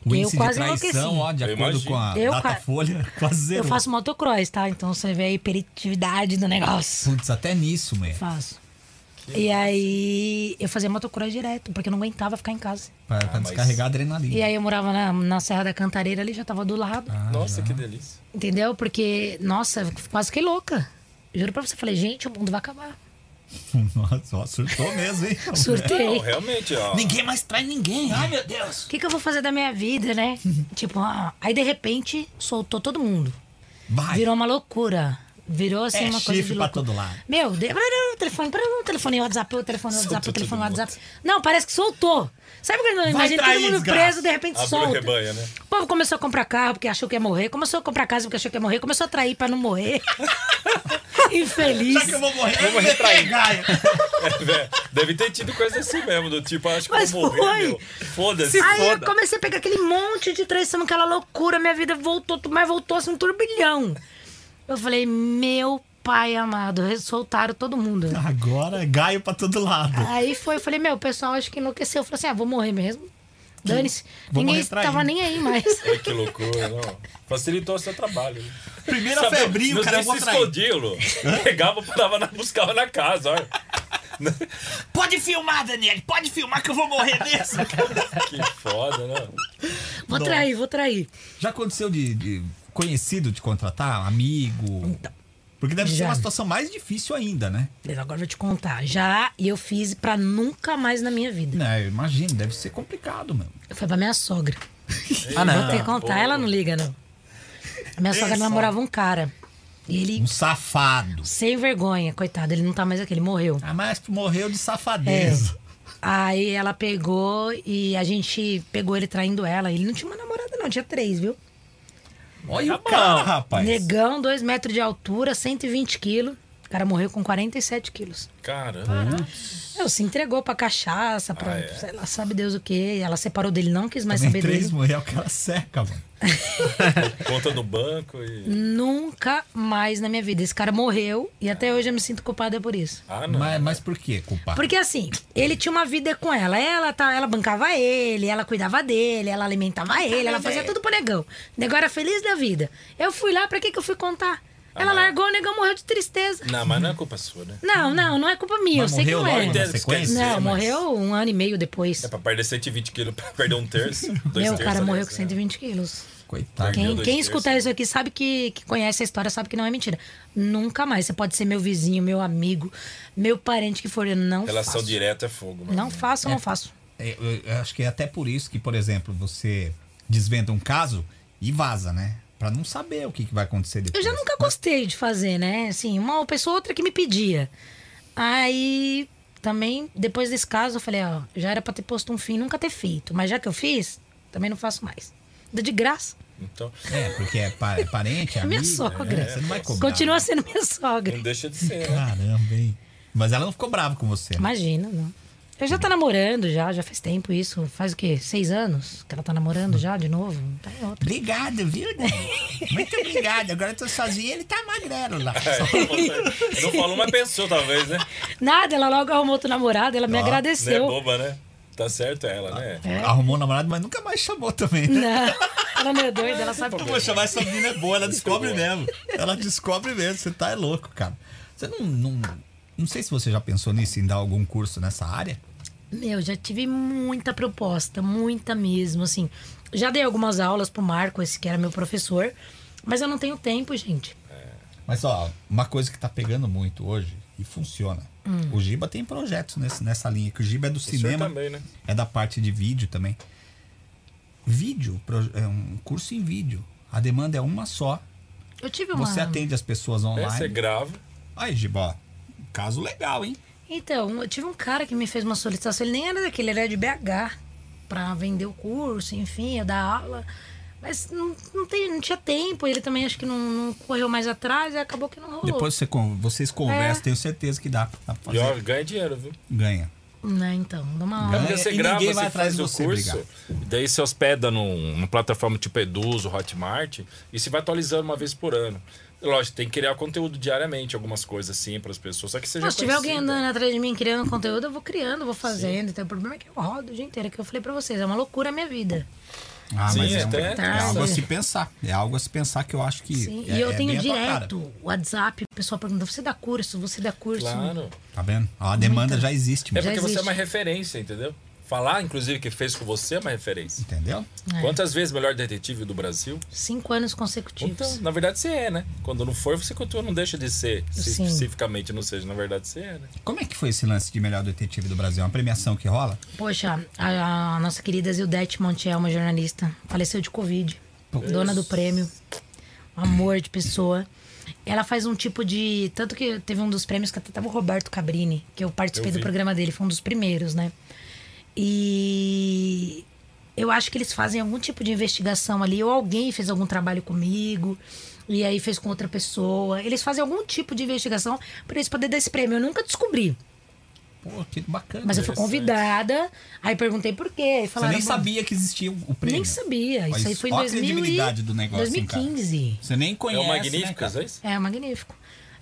O
Eu
índice de
quase
traição,
enlouqueci.
ó, de
Eu
acordo
imagino.
com a
Eu qua-
Datafolha, quase zero.
Eu faço motocross, tá? Então você vê a hiperatividade do negócio.
Putz, até nisso, man.
Faço. E aí eu fazia motocross direto, porque eu não aguentava ficar em casa.
Pra, pra
mas-
descarregar a adrenalina.
E aí eu morava na, na Serra da Cantareira ali, já tava do lado.
Nossa, que delícia.
Entendeu? Porque, nossa, eu quase fiquei louca. Juro pra você, falei, gente, o mundo vai acabar.
Nossa, ó, surtou mesmo, hein?
Não, é
Surtei.
realmente, ó.
ninguém mais trai ninguém. Ai, meu Deus.
O que, que eu vou fazer da minha vida, né? tipo, ah, aí de repente soltou todo mundo.
Vai.
Virou uma loucura. Virou assim
É,
uma coisa.
chifre
de
pra
loucura.
todo lado.
Meu, de... o telefone, para um telefone WhatsApp, o telefone WhatsApp, o
Soltou
telefone
todo mundo.
WhatsApp. Não, parece que soltou. Sabe quando eu imagino
trair,
todo mundo
desgraça.
preso, de repente
Abriu o
solta?
rebanho, né?
O povo começou a comprar carro porque achou que ia morrer, começou a comprar casa porque achou que ia morrer, começou a trair pra não morrer.
Já
Infeliz.
que eu vou morrer, eu
Vou morrer traído.
Gaia.
Vé, É, Deve ter tido coisa assim mesmo, do tipo, acho que eu
Mas
vou
foi.
morrer, meu. Foda-se.
Aí eu
foda.
comecei a pegar aquele monte de traição, aquela loucura, minha vida voltou, mas voltou assim um turbilhão. Eu falei, meu pai amado, soltaram todo mundo.
Agora, é Gaio pra todo lado.
Aí foi, eu falei, meu, o pessoal acho que enlouqueceu. Eu falei assim, ah, vou morrer mesmo. Dane-se.
Vou
Ninguém
morrer traído.
tava nem aí mais.
Ai, que loucura, não. Facilitou o seu trabalho. né?
Primeira
Sabe,
febril,
não
o cara eu
sei
vou
se
trair.
escondia, Lu. Pegava, botava na, buscava na casa, olha.
Pode filmar, Daniel. Pode filmar que eu vou morrer mesmo.
Que foda, né?
Vou
Nossa.
trair, vou trair.
Já aconteceu de, de conhecido te contratar? Amigo? Porque deve ser
Então. Já.
uma situação mais difícil ainda, né?
Beleza, Agora eu vou te contar. Já eu fiz pra nunca mais na minha vida.
Não, Né, eu imagino, deve ser complicado mesmo.
Foi pra minha sogra.
Ah,
Vou ter que contar, ela não liga, não. A minha sogra namorava um cara. E ele,
Um safado.
sem vergonha, coitado, ele não tá mais aqui, ele morreu.
Ah, mas tu morreu de
É.
safadeza.
Aí ela pegou e a gente pegou ele traindo ela. Ele não tinha uma namorada, não, tinha três, viu? É.
Olha o cara, rapaz.
Negão, 2 metros de altura, 120 quilos. O cara morreu com 47 quilos.
Caramba.
Ela se entregou pra cachaça, pra
Ah, é?
sei lá, sabe Deus o que. Ela separou dele, não quis mais
Também
saber
três
dele.
mulher, o cara seca, mano.
Conta no banco e.
Nunca mais na minha vida. Esse cara morreu e até hoje eu me sinto culpada por isso.
Ah, não.
Mas, mas por quê, culpado?
Porque assim, ele tinha uma vida com ela. Ela, tá, ela bancava ele, ela cuidava dele, ela alimentava ele, ela fazia tudo pro negão. O negão era feliz da vida. Eu fui lá, pra que, que eu fui contar?
Ah,
Ela largou, o negão morreu de tristeza.
Não, mas não é culpa sua, né?
Não, não, não é culpa minha,
Mas
eu sei que
morreu logo
não
né?
é.
na
Entendo o que
sequência?
quer
Não,
dizer, mas-
morreu um ano e meio depois.
É pra perder 120 quilos, pra perder um terço. Dois
Meu, o
terços,
cara morreu
aliás,
com
né?
120 quilos.
Coitado.
Meu
Quem,
Deus,
quem
Deus.
escutar isso aqui sabe que, que conhece a história, sabe que não é mentira. Nunca mais. Você pode ser meu vizinho, meu amigo, meu parente que for. Eu não
Relação
faço.
direta é fogo, mano.
Não faço, não faço.
É, Eu, eu acho que é até por isso que, por exemplo, você desvenda um caso e vaza, né? Pra não saber o que, que vai acontecer
Eu
depois.
já nunca gostei de fazer, né? Assim, uma pessoa ou outra que me pedia. Aí, também, depois desse caso, eu falei, ó, já era pra ter posto um fim, nunca ter feito. Mas já que eu fiz, também não faço mais. Dá de graça.
Então,
É, porque é, pa- é parente, é
É minha
amigo,
sogra.
né? Você não vai cobrar.
Continua assim. sendo minha sogra.
não deixa de ser, né?
Caramba, hein? Mas ela não ficou brava com você. né?
Imagina, não. Eu já tá namorando já, já faz tempo isso. Faz o quê? Seis anos que ela tá namorando já, de novo? Tá em outra.
Obrigado, viu, Dani? Muito obrigado. Agora eu tô sozinho e ele tá magrelo lá.
É, não falou, mas pensou, talvez, né?
Nada, ela logo arrumou outro namorado, ela me
Ó,
Não é
agradeceu.
boba, né? Tá certo ela, né?
Arrumou um namorado, mas nunca mais chamou também, né?
Não, ela não é doida, ela sabe
Eu
que
vou chamar essa menina é boa, ela descobre
boa.
mesmo. Ela descobre mesmo, você tá é louco, cara. Você não, não. Não sei se você já pensou nisso, em dar algum curso nessa área.
Meu, já tive muita proposta, muita mesmo, assim. Já dei algumas aulas pro Marco, esse que era meu professor, mas eu não tenho tempo, gente.
Mas ó, uma coisa que tá pegando muito hoje e funciona. O Giba tem projetos nesse- nessa linha, que o Giba é do
senhor
cinema,
também, né?
é da parte de vídeo também. Vídeo, pro- é um curso em vídeo. A demanda é uma só.
Eu tive uma.
Você atende as pessoas
É, você
online.
grava.
Aí, Giba, ó, caso legal, hein?
Então, eu tive um cara que me fez uma solicitação, ele nem era daquele, ele era de BH, pra vender o curso, enfim, eu dar aula. Mas não, não, tem, não tinha tempo, ele também acho que não, não correu mais atrás e acabou que não rolou.
Depois você con- vocês conversam,
É.
tenho certeza que dá pra dá pra
E ó,
fazer.
ganha dinheiro, viu?
Ganha.
Né, então, dá uma
Ganha.
aula.
Porque
e
você
ninguém
grava,
vai
você
atrás
faz
de
o
você,
curso, daí você hospeda num- numa plataforma tipo Eduzo, Hotmart, e se vai atualizando uma vez por ano. Lógico, tem que criar conteúdo diariamente, algumas coisas assim para as pessoas, só que seja
Nossa, se tiver alguém
conhecida.
andando atrás de mim criando conteúdo, eu vou criando, vou fazendo. Então, o problema é que eu rodo o dia inteiro, é que eu falei pra vocês, é uma loucura a minha vida.
Ah,
Sim,
mas é, um-
até-
é
Tá,
algo a
sim.
se pensar. É algo a se pensar que eu acho que.
Sim,
é-
e eu
é
tenho
bem a tua cara.
direto o WhatsApp, o pessoal pergunta, você dá curso, você dá curso.
Claro.
Tá vendo? Ó, A demanda já existe,
É
mesmo,
porque você
existe.
é uma referência, entendeu? Falar, inclusive, que fez com você é uma referência.
entendeu?
É.
Quantas vezes melhor detetive do Brasil?
é?
Cinco anos consecutivos.
Então, na verdade você é, né? Quando não for, você continua, não deixa de ser. Se
Sim.
especificamente não seja, na verdade você é, né?
Como é que foi esse lance de melhor detetive do Brasil? É uma premiação que rola?
Poxa, a, a nossa querida Zildete Montiel, uma jornalista, faleceu de Covid. Dona do prêmio. Um amor de pessoa. Ela faz um tipo de. Tanto que teve um dos prêmios que até tava o Roberto Cabrini, que eu participei
Eu
do
vi.
programa dele, foi um dos primeiros, né? E eu acho que eles fazem algum tipo de investigação ali, ou alguém fez algum trabalho comigo, e aí fez com outra pessoa. Eles fazem algum tipo de investigação pra eles poderem dar esse prêmio. Eu nunca descobri.
Pô, que bacana.
Mas eu fui
Interessante.
convidada, aí perguntei por quê. Aí
Você
falaram,
nem
"Bom,
sabia que existia o prêmio.
né, Nem sabia. Isso
Mas
aí foi em
ó a
2000 e-
credibilidade do negócio, hein, cara?
2015.
Você nem
É
conhece.
o Magníficas,
né,
é isso?
É, magnífico.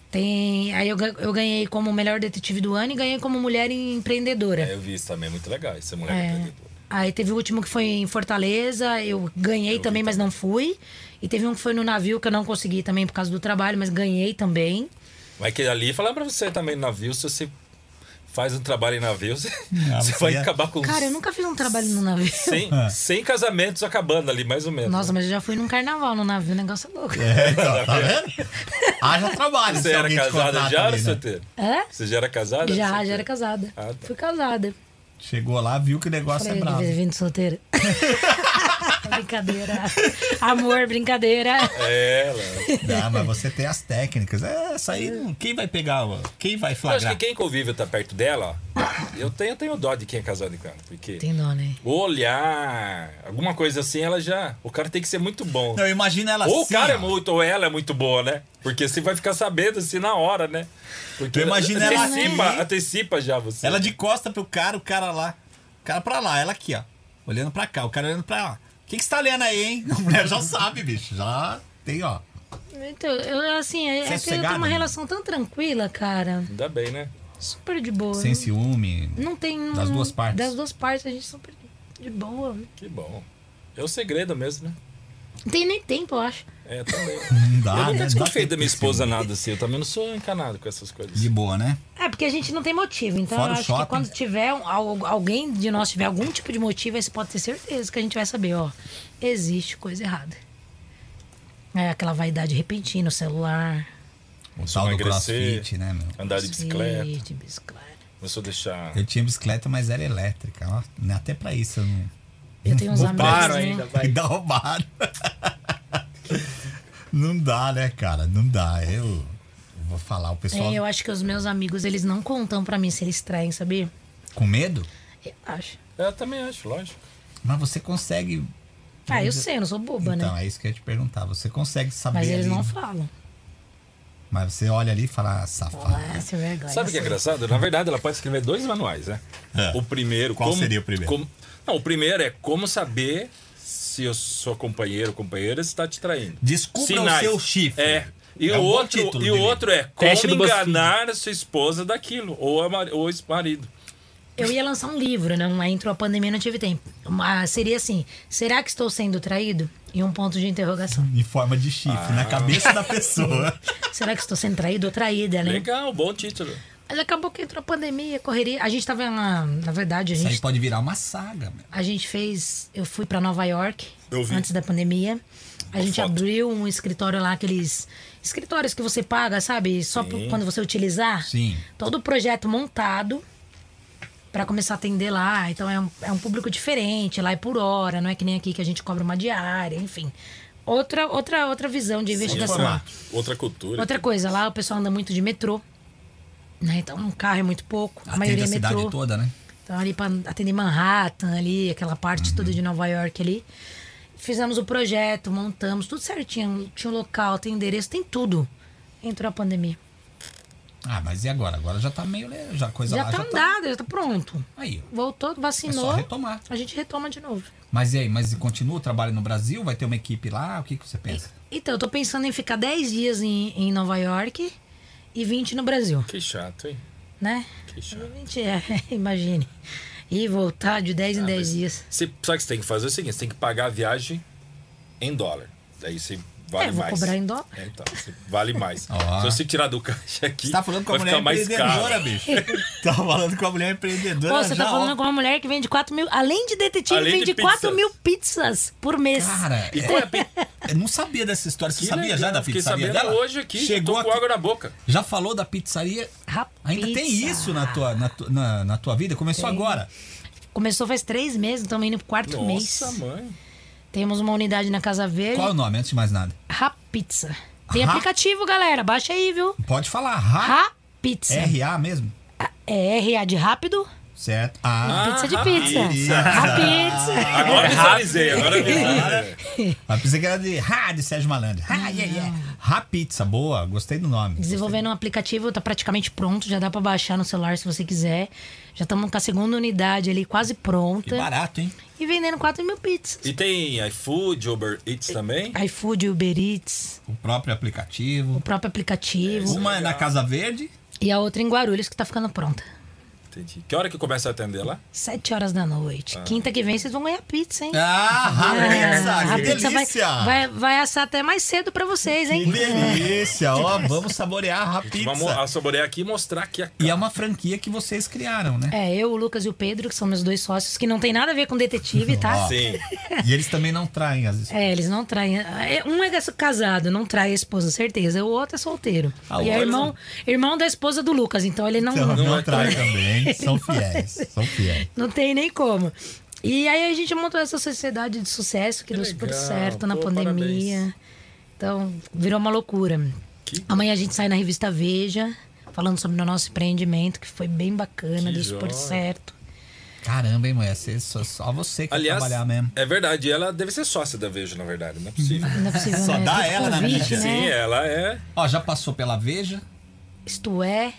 Tem, aí eu, ga- eu ganhei como melhor detetive do ano e ganhei como mulher
É,
empreendedora.
eu vi isso também, é muito legal. Esse moleque
É.
empreendedor.
Aí teve o último que foi em Fortaleza, eu ganhei também, mas não fui. E teve um que foi no navio que eu não consegui também por causa do trabalho, mas ganhei também.
Mas que ali falar pra você também no navio, se você faz um trabalho em navio, você,
Ah,
você
você
vai
é-
acabar com
Cara, eu nunca fiz um trabalho no navio.
100,
Ah.
100 casamentos acabando ali, mais ou menos. né?
Nossa, mas eu já fui num carnaval no navio, o negócio é louco.
É, então, tá vendo? Haja trabalho.
Você
se
era
alguém te
casada
contrata
já,
ali, né?
Sotero?
Hã?
Você já era casada?
Já,
Sotero?
já era casada.
Ah, tá.
Fui casada.
Chegou lá, viu que o negócio é
Falei,
bravo.
de vindo solteira. brincadeira. Amor, brincadeira.
É, ela.
Ah, mas você tem as técnicas. É, essa aí, não- quem vai pegar? ó? Quem vai
Eu acho
flagrar?
que quem convive tá perto dela, ó, eu tenho, eu tenho dó de quem é casado em casa. Porque
Tem dó, né?
o olhar, alguma coisa assim, ela já. O cara tem que ser muito bom.
Não, imagina ela
Ou
assim.
o cara é
ó.
muito, ou ela é muito boa, né? Porque você vai ficar sabendo assim na hora, né? Porque
Eu imagino ela
antecipa,
aqui.
antecipa já você.
Ela de costa pro cara, o cara lá. O cara pra lá, ela aqui, ó. Olhando pra cá, o cara olhando pra lá. O que, que você tá lendo aí, hein? A mulher já sabe, bicho. Já tem, ó.
Então, eu, assim,
Você é
é, é que eu tenho
sossegada,
uma
né?
relação tão tranquila, cara.
Ainda bem, né?
Super de boa.
Sem ciúme.
Não tem.
Das
não-
duas partes.
Das duas partes, a gente super de boa.
Que bom. É o segredo mesmo, né?
Não tem nem tempo, eu acho.
É, também.
Não dá,
eu
né?
nunca
Não
desconfiei
dá tempo de
da minha
ciúme.
esposa nada assim. Eu também não sou encanado com essas coisas.
De boa, né?
É, porque a gente não tem motivo. Então,
Fora
eu
o
acho
shopping.
que quando tiver um- al- alguém de nós tiver algum tipo de motivo, aí você pode ter certeza que a gente vai saber, ó. Existe coisa errada. É aquela vaidade repentina, o celular.
O tal do
emagrecer.
crossfit, né, meu?
Andar de bicicleta.
De bicicleta.
Começou a deixar.
Eu tinha bicicleta, mas era elétrica. Ó. Né, Até pra isso eu não.
Eu tenho uns
Roubaram
amigos, né?
Me dá roubado. não dá, né, cara? Não dá. Eu eu vou falar, o pessoal
É, eu acho que os meus amigos, eles não contam pra mim se eles traem, sabia?
com medo,
Eu acho.
Eu também acho, lógico.
mas você consegue.
Ah,
Uhum.
eu sei, eu não sou boba,
então,
né?
é isso que eu ia te perguntar. Você consegue saber.
Mas eles
ali,
não falam.
Mas você olha ali e fala, ah, safado.
Ah, sem vergonha.
Sabe o que é engraçado? Na verdade, ela pode escrever dois manuais, né?
É.
O primeiro.
Qual
como-
seria o primeiro?
como- Não, o primeiro é como saber se o seu companheiro ou companheira está te traindo.
Descubra o
Sinais.
seu chifre.
É. E,
É um
o,
bom
outro,
título
e
de
o
livro.
outro é como
Teste do BuzzFeed.
enganar a sua esposa daquilo, ou, a mari- ou ex-marido.
Eu ia lançar um livro, né? Aí entrou a pandemia, não tive tempo. Mas seria assim, será que estou sendo traído? E um ponto de interrogação.
Em forma de
Ah.
chifre, na cabeça da pessoa.
Será que estou sendo traído ou traída, né?
Legal, bom título.
Mas acabou que entrou a pandemia, correria. A gente tava na. Na verdade, a
Isso aí
gente,
pode virar uma saga, meu.
a gente fez. Eu fui pra Nova York
Eu vi.
antes da pandemia. A
Uma
gente
foto.
abriu um escritório lá, aqueles escritórios que você paga, sabe? Só pro- quando você utilizar.
Sim.
Todo o projeto montado pra começar a atender lá. Então é um, é um público diferente, lá é por hora, não é que nem aqui que a gente cobra uma diária, enfim. Outra, outra, outra visão de investigação.
formato.
Outra cultura.
Outra coisa, lá o pessoal anda muito de metrô. Né? Então, um carro é muito pouco. A
Atende
maioria
a
é
cidade
metrô.
toda, né?
Então, ali para atender Manhattan, ali, aquela
Uhum.
parte toda de Nova York ali. Fizemos o projeto, montamos, tudo certinho. Tinha um local, tem endereço, tem tudo. Entrou a pandemia.
Ah, mas e agora? Agora já tá meio. le- Já a coisa
já
lá
tá
já tá.
andado, já tá pronto.
Aí. ó.
Voltou,
É
vacinou.
só retomar.
A gente retoma de novo.
Mas e aí? Mas continua o trabalho no Brasil? Vai ter uma equipe lá? O que, que você pensa?
Então, eu tô pensando em ficar 10 dias em, em Nova York e 20 no Brasil,
Que chato, hein?
né?
Que chato.
20 é, imagine. E voltar de
Ah,
10 em
Ah,
10 dias.
Você, sabe o que você tem que fazer? É o seguinte, você tem que pagar a viagem em dólar. Daí você
é,
vale
vou
mais.
cobrar em dólar.
É, então, você vale mais.
Ó.
Se você tirar do caixa aqui,
Você tá falando com a
vai
mulher
ficar mais
empreendedora,
caro.
bicho. tá falando com a mulher empreendedora.
Pô, você
já,
tá
ó.
falando com uma mulher que vende 4 mil. Além de detetive,
Além de
vende
pizzas.
4 mil pizzas por mês.
Cara,
E qual é a pi-
eu não sabia dessa história. Você
Que
sabia
legal,
já da
Fiquei
pizzaria
sabendo
dela?
hoje aqui, Chegou
Chegou
tô com
aqui-
água na boca.
Já falou da pizzaria?
Rapaz.
Ainda tem isso né? na tua, na, tu- na, na tua vida? Começou agora.
Começou faz três meses, estamos indo pro quarto mês.
Nossa, mãe.
Temos uma unidade na Casa Verde.
Qual é o nome, antes de mais nada?
Rapizza. Tem
Ra-
aplicativo, galera. Baixa aí, viu?
Pode falar. Ra
Rapizza.
R-A mesmo?
É RA de rápido,
Certo. Ah,
pizza de pizza.
pizza.
Rapizza.
Agora visualizei, agora É. visualizei.
a pizza que era de Ra, de Sérgio Malandro. Ra, yeah, yeah.
Ah.
Ra Pizza, boa. Gostei do nome.
Desenvolvendo um aplicativo, tá praticamente pronto, já dá pra baixar no celular se você quiser. Já estamos com a segunda unidade ali quase
Que
pronta.
barato, hein?
E vendendo 4 mil pizzas.
E tem iFood, Uber Eats também?
iFood, Uber Eats,
O próprio aplicativo.
o próprio aplicativo.
Uma é na Casa Verde.
E a outra em Guarulhos, que tá ficando pronta.
Entendi. Que hora que começa a atender lá?
Sete horas da noite. Quinta que vem vocês vão ganhar pizza, hein?
Ah, Ra Pizza,
É, a
que
pizza vai,
delícia.
vai, vai assar até mais cedo pra vocês, hein?
Que
É.
delícia, ó. Vamos saborear a Ra Pizza.
Vamos a saborear aqui e mostrar aqui a
E é uma franquia que vocês criaram, né?
É, eu, o Lucas e o Pedro, que são meus dois sócios, que não tem nada a ver com detetive, tá?
Ó.
Sim.
E eles também não traem as esposas.
É, eles não traem. é, Um é casado, não trai a esposa, certeza. O outro é solteiro.
Ah,
e é
olha.
irmão, irmão da esposa do Lucas, então ele não,
Então, não,
é
traem
traem.
também. São fiéis. São fiéis.
Não tem nem como. E aí a gente montou essa sociedade de sucesso que,
Que
deu super
legal.
certo na
Pô,
pandemia.
parabéns.
Então, virou uma loucura.
Que-
Amanhã a gente sai na revista Veja, falando sobre o nosso empreendimento, que foi bem bacana,
Que
deu super
joia.
certo.
Caramba, hein, mulher? Cê- só, só você que
Aliás,
trabalhar mesmo.
é verdade. Ela deve ser sócia da Veja, na verdade. Não é possível.
Não é possível,
Só
né?
dá
Tanto
ela na
convite,
mídia.
né?
Sim, ela é.
Ó, já passou pela Veja.
Isto é,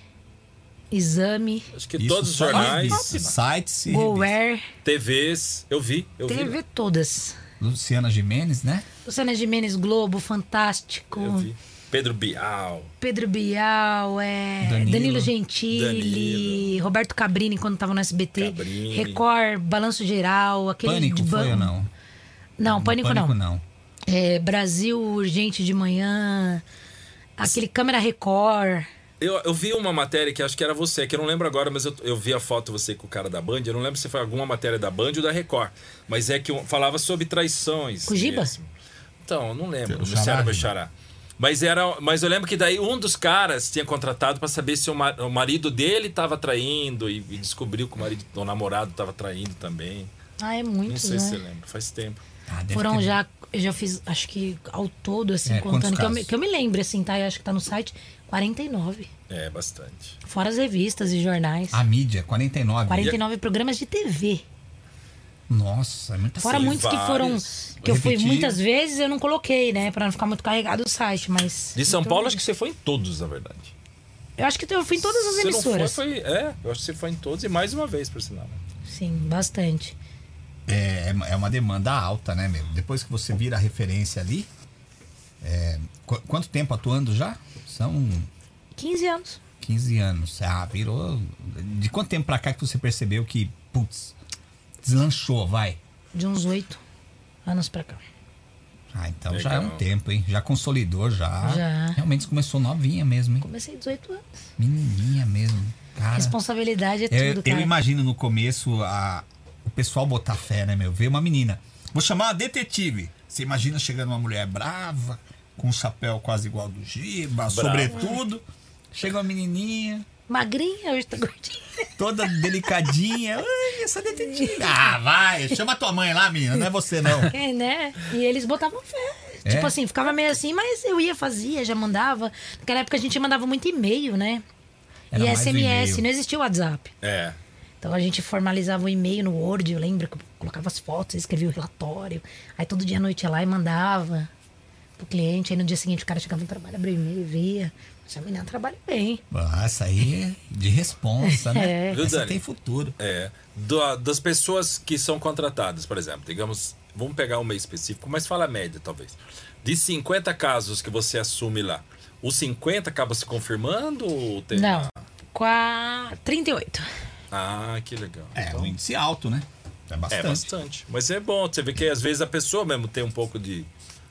Exame,
Acho que
Isso
todos os
só né? nas
jornais,
revistas, sites e revistas.
GoWare,
TVs. Eu vi, eu vi.
TV todas.
Luciana Jimenez, né?
Luciana Gimenez Globo, Fantástico.
Eu vi. Pedro Bial.
Pedro Bial, é,
Danilo.
Danilo, Gentili,
Danilo.
Roberto Cabrini quando tava no SBT,
Cabrini.
Record, Balanço Geral, aquele
Pânico
de ban-
foi ou não?
Não, pânico,
Pânico
não.
não.
É, Brasil Urgente de manhã, aquele câmera Record.
Eu, eu vi uma matéria que acho que era você, que eu não lembro agora, mas eu, eu vi a foto você com o cara da Band. Eu não lembro se foi alguma matéria da Band ou da Record. Mas é que eu- falava sobre traições.
Com o Giba?
mesmo. Então, eu não lembro.
O
Não
Xará, né?
sei era meu
Giba.
xará. Mas, era, mas eu lembro que daí um dos caras tinha contratado pra saber se o, ma- o marido dele tava traindo e, e descobriu que o marido o namorado tava traindo também.
Ah, é
Não
muito,
sei se você
né?
lembra, faz tempo.
Ah, deve
Foram
ter-
já, eu já fiz, acho que ao todo, assim,
É, quantos
contando, que eu, me,
casos?
que eu me lembro, assim, tá? Eu acho que tá no site, 49.
É, bastante.
Fora as revistas e jornais.
Ah,
A mídia, 49.
49 programas de TV.
Nossa, é muita
Fora
Sim,
muitos que foram.
vários.
Que eu fui
Repetir.
muitas vezes, eu não coloquei, né? Pra não ficar muito carregado o site, mas. então,
De São Paulo, acho que você foi em todos, na verdade.
Eu acho que eu fui em né? todas as
Se não foi,
emissoras.
foi- é, eu acho que você foi em todos e mais uma vez, por sinal. né?
Sim, bastante.
é, é uma demanda alta, né, meu? Depois que você vira a referência ali. é, qu- quanto tempo atuando já? São
15 anos.
15 anos. Ah, virou. De quanto tempo pra cá que você percebeu que, putz, deslanchou, vai?
De uns 8 anos pra cá.
Ah, então
Legal.
já é um tempo, hein? Já consolidou, já.
Já.
Realmente você começou novinha mesmo, hein?
Comecei 18 anos.
Menininha mesmo. Cara.
Responsabilidade é
Ah. Eu,
tudo,
eu
cara.
imagino no começo a- o pessoal botar fé, né, meu? Ver uma menina. Vou chamar uma detetive. Você imagina chegando uma mulher brava, com um chapéu quase igual do Giba, sobretudo. Chega uma menininha,
Magrinha, hoje tá gordinha.
toda delicadinha. Ai, essa detetive. Ah, vai. Chama tua mãe lá, menina. Não é você, não.
É, né? E eles botavam fé.
É?
Tipo assim, ficava meio assim, mas eu ia, fazia, já mandava. Naquela época a gente mandava muito e-mail, né?
Era
e
mais
SMS,
e-mail.
não existia o WhatsApp.
É.
Então a gente formalizava o e-mail no Word, eu lembro que eu colocava as fotos, escrevia o relatório. Aí todo dia à noite ia lá e mandava pro cliente. Aí no dia seguinte o cara chegava no trabalho, abria o e-mail e via. Essa menina trabalha bem.
Ah, essa aí é de responsa, né?
É.
Viu,
Essa
Dani?
tem futuro.
É. Da- das pessoas que são contratadas, por exemplo, digamos, vamos pegar um mês específico, mas fala a média, talvez. De 50 casos que você assume lá, os 50 acabam se confirmando ou tem.
Não. Com a 38.
Ah, que legal.
É,
Então,
um índice alto, né? É
é
bastante.
bastante. Mas é bom, você vê que às vezes a pessoa mesmo tem um pouco de.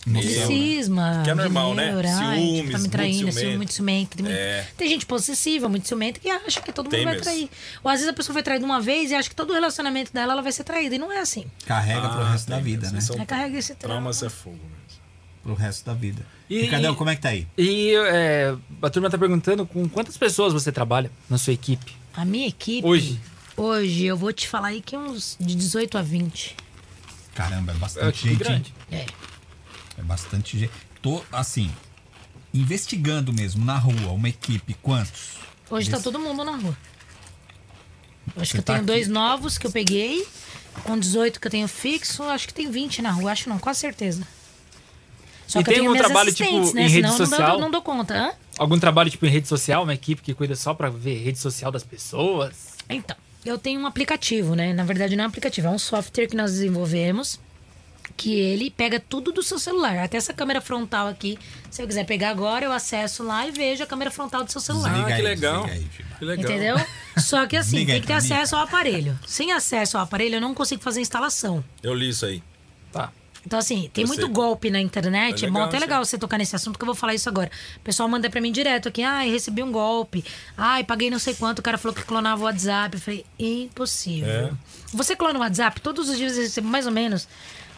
De
Eu, né?
cisma.
Que é
de
normal, né?
neura, ai,
Ciúmes,
tá me
muito
traindo,
ciumento.
ciúme, muito ciumento. Tem, muito-
É.
tem gente possessiva, muito ciumenta, que acha que todo mundo
Tem
vai
mesmo.
trair. Ou às vezes a pessoa foi traída uma vez e acha que todo o relacionamento dela ela vai ser traída. E não é assim.
Carrega pro
Ah,
resto da
tem
vida,
mesmo.
né?
São
Aí carrega esse trauma.
Traumas é fogo mesmo.
Pro resto da vida.
E-
Ricardão,
e-
como é que tá aí?
E é, a turma tá perguntando com quantas pessoas você trabalha na sua equipe
A minha equipe.
hoje.
Hoje, eu vou te falar aí que é uns de 18 a 20.
Caramba, é
É,
bastante
que
gente.
grande.
hein?
É.
É bastante gente. Tô, assim, investigando mesmo na rua, uma equipe, quantos?
Hoje tá
Desse-
todo mundo na rua. Eu
Você
Acho que eu
tá
tenho
aqui-
dois novos que eu peguei, com 18 que eu tenho fixo, acho que tem 20 na rua, acho não, com certeza. Só
E
que eu
tem
tenho
um
minhas
trabalho, tipo,
assistentes, né?
em rede
Senão eu não dou-
social?
não dou conta. Hã?
Algum trabalho tipo em rede social, uma equipe que cuida só pra ver rede social das pessoas?
Então, eu tenho um aplicativo, né? Na verdade, não é um aplicativo, é um software que nós desenvolvemos. Que ele pega tudo do seu celular. Até essa câmera frontal aqui. Se eu quiser pegar agora, eu acesso lá e vejo a câmera frontal do seu celular.
Desliga
Ah,
aí,
que legal.
desliga aí, Giba.
Que legal.
Entendeu? Só que assim,
Desliga aí
tem que ter
pra mim,
acesso ao aparelho. Sem acesso ao aparelho, eu não consigo fazer a instalação.
Eu li isso aí.
Tá.
Então, assim, tem
Eu
muito
sei.
golpe na internet.
É
É
legal,
até
sim.
legal você tocar nesse assunto, que eu vou falar isso agora. O pessoal manda pra mim direto aqui, ai, recebi um golpe. Ai, paguei não sei quanto, o cara falou que clonava o WhatsApp. Eu falei, impossível.
É.
Você clona o WhatsApp, todos os dias eu recebo mais ou menos,